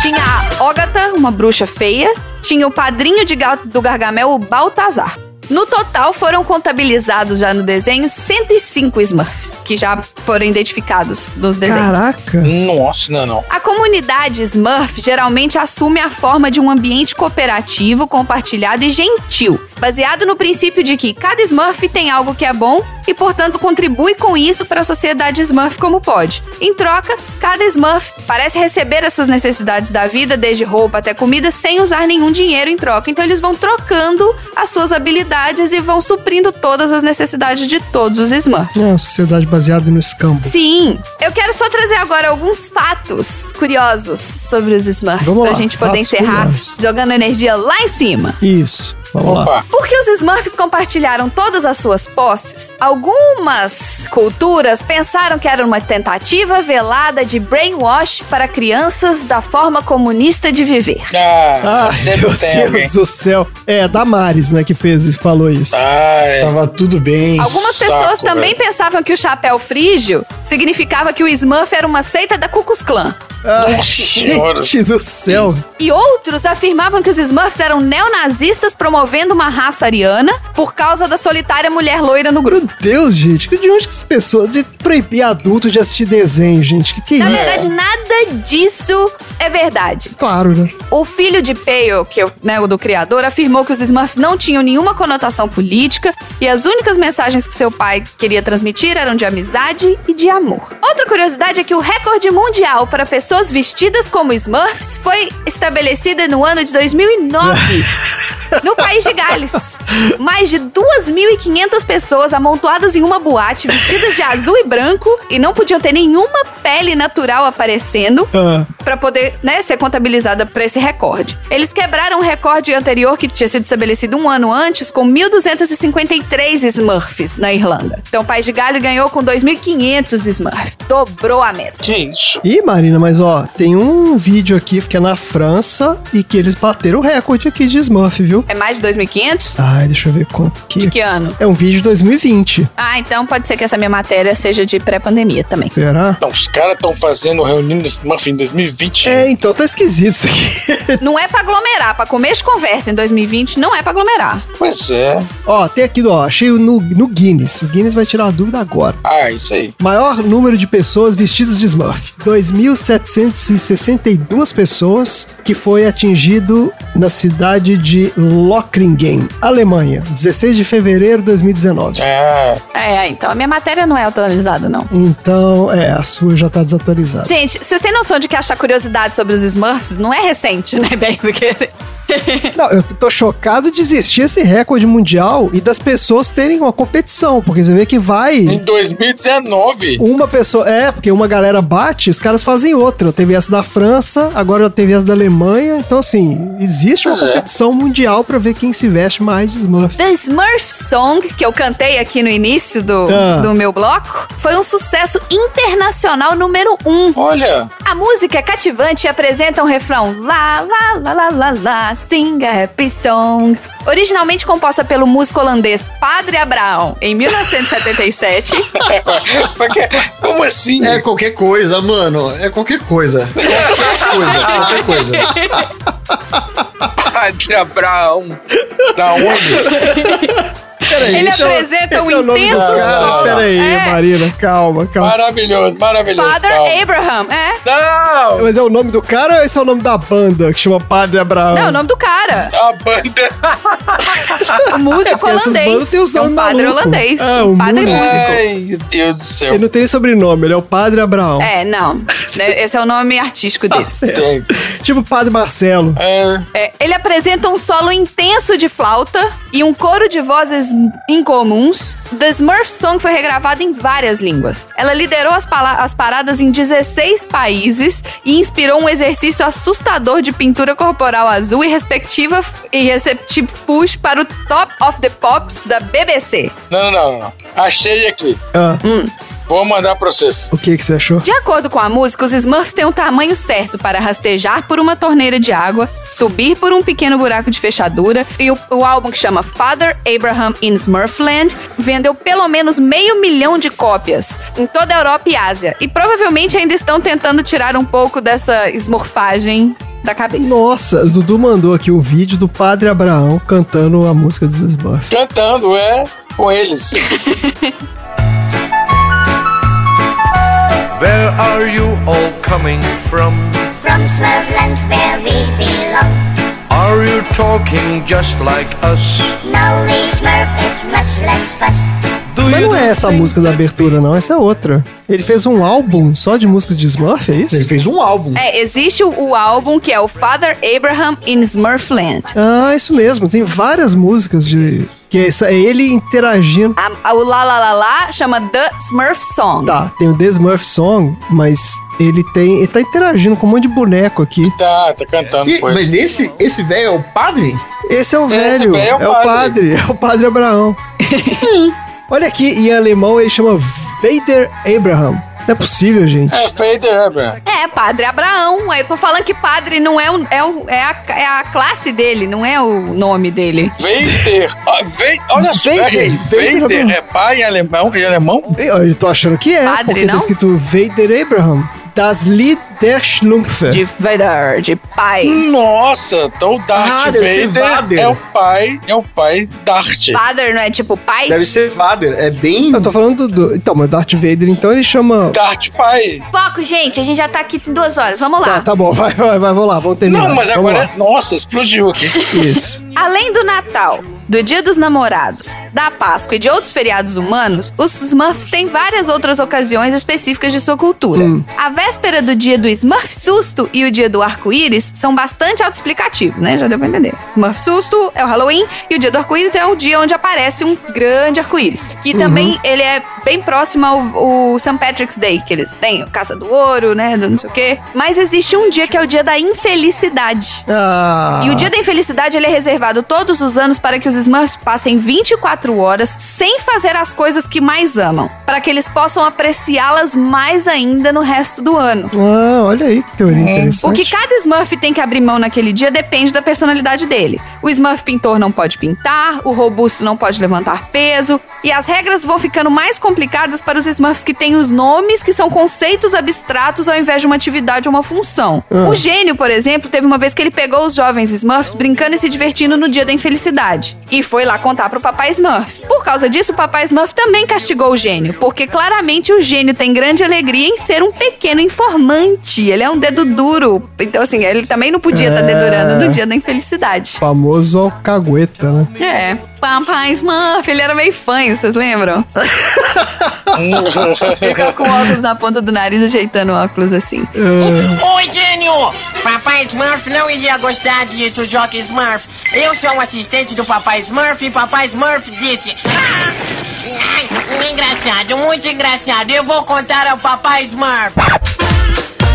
S2: Tinha a Ogata, uma bruxa feia, tinha o padrinho de gato do Gargamel, o Baltazar. No total foram contabilizados já no desenho 105 Smurfs, que já foram identificados nos desenhos.
S3: Caraca!
S4: Nossa, não, não.
S2: A comunidade Smurf geralmente assume a forma de um ambiente cooperativo, compartilhado e gentil, baseado no princípio de que cada Smurf tem algo que é bom e, portanto, contribui com isso para a sociedade Smurf como pode. Em troca, cada Smurf parece receber essas necessidades da vida, desde roupa até comida, sem usar nenhum dinheiro em troca. Então, eles vão trocando as suas habilidades e vão suprindo todas as necessidades de todos os Smurfs.
S3: É uma sociedade baseada no escambo.
S2: Sim, eu quero só trazer agora alguns fatos curiosos sobre os Smurfs
S3: Vamos
S2: pra
S3: lá,
S2: gente poder
S3: fatos
S2: encerrar
S3: curiosos. Ah.
S2: jogando energia lá em cima.
S3: Isso. Vamos lá.
S4: Opa.
S2: Porque os Smurfs compartilharam todas as suas posses, algumas culturas pensaram que era uma tentativa velada de brainwash para crianças da forma comunista de viver.
S4: Ah,
S3: Ai,
S4: sempre
S3: meu
S4: tem alguém.
S3: Deus do céu. É, Damares, né, que fez e falou isso.
S4: Ah, é.
S1: Tava tudo bem.
S2: Algumas
S4: saco,
S2: pessoas também
S4: velho.
S2: pensavam que o chapéu frígio significava que o Smurf era uma seita da Ku Klux Klan.
S3: Ai,
S4: Nossa senhora.
S3: gente do céu.
S2: E outros afirmavam que os Smurfs eram neonazistas promovendo uma raça ariana por causa da solitária mulher loira no
S3: Meu
S2: grupo.
S3: Deus, gente. De onde que as pessoas... De proibir adulto de assistir desenho, gente. Que que é
S2: Na
S3: isso?
S2: verdade, nada disso é verdade.
S3: Claro, né?
S2: O filho de Pale, que é o, né, o do criador, afirmou que os Smurfs não tinham nenhuma conotação política e as únicas mensagens que seu pai queria transmitir eram de amizade e de amor. Outra curiosidade é que o recorde mundial para pessoas vestidas como Smurfs foi estabelecida no ano de 2009. No país de Gales, mais de 2.500 pessoas amontoadas em uma boate, vestidas de azul e branco, e não podiam ter nenhuma pele natural aparecendo,
S3: Ah,
S2: Pra poder né, ser contabilizada pra esse recorde. Eles quebraram o recorde anterior que tinha sido estabelecido um ano antes com 1.253 Smurfs na Irlanda. Então o País de Gales ganhou com 2.500 Smurfs. Dobrou a meta.
S4: Que isso?
S3: Ih, Marina, mas ó, tem um vídeo aqui que é na França e que eles bateram o recorde aqui de Smurf, viu?
S2: É mais de 2.500?
S3: Ai, deixa eu ver quanto que.
S2: De que ano?
S3: É um vídeo de 2020.
S2: Ah, então pode ser que essa minha matéria seja de pré-pandemia também.
S3: Será?
S4: Não, os caras estão fazendo reunindo Smurf em 2020.
S3: É, então tá esquisito isso aqui.
S2: Não é pra aglomerar, pra comer de conversa em 2020 não é pra aglomerar.
S4: Pois é.
S3: ó, tem aqui, ó, achei no, no Guinness. O Guinness vai tirar a dúvida agora.
S4: Ah, isso aí.
S3: Maior número de pessoas vestidas de Smurf. 2.762 pessoas que foi atingido na cidade de Lockringen, Alemanha, 16 de fevereiro de 2019.
S4: Ah,
S2: É, então a minha matéria não é atualizada, não.
S3: Então, é, a sua já tá desatualizada.
S2: Gente, vocês têm noção de que achar curiosidade sobre os Smurfs não é recente, né, bem? Porque assim,
S3: Não, eu tô chocado de existir esse recorde mundial e das pessoas terem uma competição, porque você vê que
S4: em
S3: vai.
S4: 2019.
S3: Uma pessoa. É, porque uma galera bate, os caras fazem outra. Teve essa da França, agora teve essa da Alemanha. Então, assim, existe uma
S4: Pois é.
S3: competição mundial pra ver quem se veste mais de Smurf.
S2: The Smurf Song, que eu cantei aqui no início do,
S3: Ah.
S2: do meu bloco, foi um sucesso internacional número um.
S4: Olha,
S2: A A música é cativante e apresenta um refrão lá, lá, lá, lá, lá, lá, sing a happy song. Originalmente composta pelo músico holandês Padre Abraão em 1977.
S4: Porque- Como assim?
S1: É qualquer coisa, mano. É qualquer coisa. Qualquer coisa, qualquer coisa.
S4: Padre Abraão. Da onde?
S3: Peraí,
S2: Ele
S3: deixa eu-
S2: apresenta
S3: esse
S2: um
S3: é o nome
S2: intenso
S3: do cara.
S2: solo.
S3: Ah, Peraí,
S2: É.
S3: Marina, calma, calma.
S4: Maravilhoso, maravilhoso.
S2: Father
S4: calma.
S2: Abraham, é.
S4: Não!
S3: Mas é o nome do cara ou esse é o nome da banda que chama Padre Abraão?
S2: Não, é o nome do cara.
S4: A banda. é-
S2: O músico
S3: Essas bandas
S2: holandês.
S3: têm os
S2: É um
S3: nomes
S2: padre
S3: malucos.
S2: holandês.
S3: Ah,
S2: um
S3: o
S2: padre
S3: músico.
S2: músico.
S4: Ai, meu Deus do céu.
S3: Ele não tem sobrenome, ele é o Padre Abraão.
S2: É, não. Né, Esse é o nome artístico dele.
S4: Tem.
S3: Tipo Padre Marcelo.
S4: É,
S2: É, ele apresenta um solo intenso de flauta e um coro de vozes incomuns. The Smurf Song foi regravada em várias línguas. Ela liderou as, pala- as paradas em 16 países e inspirou um exercício assustador de pintura corporal azul e respectiva e receptivo push para o Top of the Pops da BBC.
S4: Não, não, não, não. Achei aqui.
S3: Ah.
S4: Vou mandar pra vocês.
S3: O que, que você achou?
S2: De acordo com a música, os Smurfs têm o tamanho certo para rastejar por uma torneira de água, subir por um pequeno buraco de fechadura, e o, o álbum que chama Father Abraham in Smurfland vendeu pelo menos meio milhão de cópias em toda a Europa e Ásia. E provavelmente ainda estão tentando tirar um pouco dessa esmorfagem da cabeça.
S3: Nossa, o Dudu mandou aqui o vídeo do Padre Abraão cantando a música dos Smurfs.
S4: Cantando, é, com eles.
S10: Where are you all coming from?
S9: From Smurfland where we belong.
S10: Are you talking just like us?
S9: No, we Smurf is much less fuss.
S10: Do
S3: Mas
S10: you
S3: não é essa a
S10: think-
S3: música da abertura, não. Essa é outra. Ele fez um álbum só de música de Smurf, é
S1: Ele
S3: isso?
S1: fez um álbum.
S2: É, existe o, o álbum que é o Father Abraham in Smurfland.
S3: Ah, isso mesmo. Tem várias músicas de... Que é, isso, é ele interagindo.
S2: A- a- o Lá Lá Lá Lá chama The Smurf Song.
S3: Tá, tem o The Smurf Song, mas ele tem... Ele tá interagindo com um monte de boneco aqui.
S4: Tá, tá cantando
S1: Ih,
S4: com eles.
S1: mas esse, esse velho é o padre?
S3: Esse é o
S4: Esse
S3: velho,
S4: velho
S3: é o padre, é o padre Abraão. Olha aqui, em alemão ele chama Vader Abraham. Não é possível, gente.
S4: É, Fader, é, Bran.
S2: É, padre Abraão. Eu tô falando que padre não é, o, é, o, é, a, é a classe dele, não é o nome dele.
S4: Vader. Ó, Vei- Olha só,
S3: Vader,
S4: peraí.
S3: Vader,
S4: Vader
S3: Bran.
S4: é pai em alemão? Em alemão?
S3: Eu, eu tô achando que é,
S2: Padre,
S3: porque
S2: não?
S3: tá escrito Vader Abraham. Das Lied der Schlumpfe.
S2: De Vader, de
S4: Hum.
S2: pai.
S4: Nossa, então o Darth
S1: Ah, deve ser
S4: Vader,
S1: Vader.
S4: é o pai, é o pai Darth.
S2: Father não é tipo pai?
S1: Deve ser Vader. É bem.
S3: Eu tô falando do... Então, mas Darth Vader, então ele chama...
S4: Darth pai.
S2: Foco, gente, a gente já tá aqui tem duas horas, vamos lá.
S3: Tá, tá bom, vai, vai, vai, vamos lá, vamos terminar.
S4: Não, mas
S3: é. vamos
S4: agora, é-
S3: lá.
S4: nossa, explodiu aqui.
S3: Isso.
S2: Além do Natal, do Dia dos Namorados, da Páscoa e de outros feriados humanos, os Smurfs têm várias outras ocasiões específicas de sua cultura. A véspera do dia do Smurf Susto e o dia do Arco-Íris são bastante autoexplicativos, né? Já deu pra entender. Smurf Susto é o Halloween e o dia do Arco-Íris é o dia onde aparece um grande arco-íris, que também ele é bem próximo ao, ao St. Patrick's Day que eles têm, o caça do ouro, né, do não sei o quê. Mas existe um dia que é o dia da infelicidade.
S3: Ah,
S2: E o dia da infelicidade ele é reservado todos os anos para que os Smurfs passem 24 horas sem fazer as coisas que mais amam, para que eles possam apreciá-las mais ainda no resto do ano.
S3: ah, olha aí que teoria interessante.
S2: É. O que cada Smurf tem que abrir mão naquele dia depende da personalidade dele. O Smurf pintor não pode pintar, o robusto não pode levantar peso, e as regras vão ficando mais complicadas para os Smurfs que têm os nomes que são conceitos abstratos ao invés de uma atividade ou uma função.
S3: Ah.
S2: O gênio, por exemplo, teve uma vez que ele pegou os jovens Smurfs brincando e se divertindo no dia da infelicidade. E foi lá contar pro papai Smurf. Por causa disso, o papai Smurf também castigou o gênio, porque claramente o gênio tem grande alegria em ser um pequeno informante. Ele é um dedo duro. Então, assim, ele também não podia estar
S3: É.
S2: dedurando no dia da infelicidade.
S3: Famoso alcagueta, né?
S2: É. Papai Smurf, ele era meio fã, vocês lembram? Ficou com o óculos na ponta do nariz, ajeitando o óculos assim.
S9: Oi, gênio! Papai Smurf não iria gostar disso, Joque Smurf. Eu sou um assistente do Papai Smurf e Papai Smurf disse... "Ah! Ai, engraçado, muito engraçado. Eu vou contar ao Papai Smurf.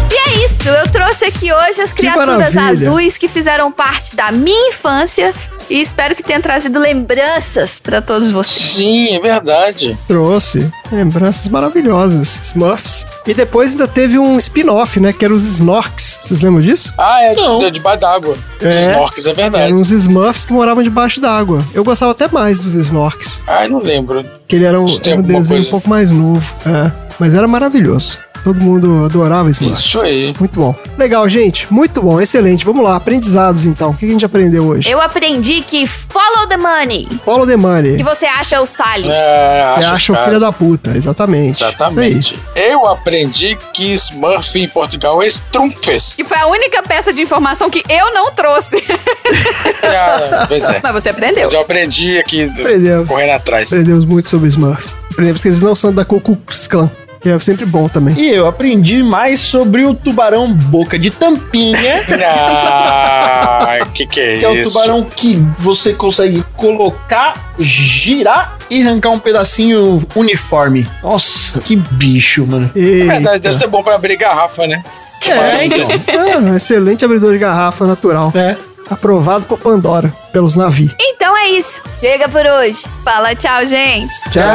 S2: E é isso, eu trouxe aqui hoje as criaturas
S3: maravilha.
S2: azuis que fizeram parte da minha infância E espero que tenha trazido lembranças pra todos vocês.
S4: Sim, é verdade.
S3: Trouxe lembranças maravilhosas, Smurfs. E depois ainda teve um spin-off, né? Que era os Snorks. Vocês lembram disso?
S4: Ah, é de, debaixo d'água.
S3: É.
S4: Os Snorks, é verdade.
S3: Eram uns Smurfs que moravam debaixo d'água. Eu gostava até mais dos Snorks.
S4: Ai, Ah, não lembro.
S3: Que ele era um,
S4: Isso tem
S3: era um
S4: alguma
S3: desenho
S4: coisa?
S3: um pouco mais novo. É. Mas era maravilhoso. Todo mundo adorava Smurfs.
S4: Isso aí.
S3: Muito bom. Legal, gente. Muito bom. Excelente. Vamos lá. Aprendizados, então. O que a gente aprendeu hoje?
S2: Eu aprendi que follow the money.
S3: Paulo de Money.
S2: Que você acha o Salles.
S4: É,
S3: Você
S4: acho
S3: acha o
S4: caro.
S3: filho da puta. Exatamente. Isso aí.
S4: Exatamente. tá Eu aprendi que Smurf em Portugal é Strumpfes.
S2: Que foi a única peça de informação que eu não trouxe.
S4: Ah, pois é.
S2: Mas você aprendeu.
S4: Eu já aprendi aqui
S3: Aprendeu.
S4: correndo atrás.
S3: Aprendemos muito sobre Smurfs. Aprendemos que eles não são da Ku Klux Klan. Que é sempre bom também.
S1: E eu aprendi mais sobre o tubarão boca de tampinha,
S4: Ah, que que é
S1: que é o
S4: isso?
S1: tubarão que você consegue colocar, girar e arrancar um pedacinho uniforme. Nossa, que bicho, mano.
S3: Eita.
S4: Na É verdade, deve ser bom pra abrir garrafa, né?
S1: É, então.
S3: Ah, excelente abridor de garrafa natural.
S1: É.
S3: Aprovado por Pandora, pelos navios.
S2: Então é isso. Chega por hoje. Fala tchau, gente.
S3: Tchau!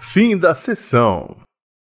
S11: Fim da sessão.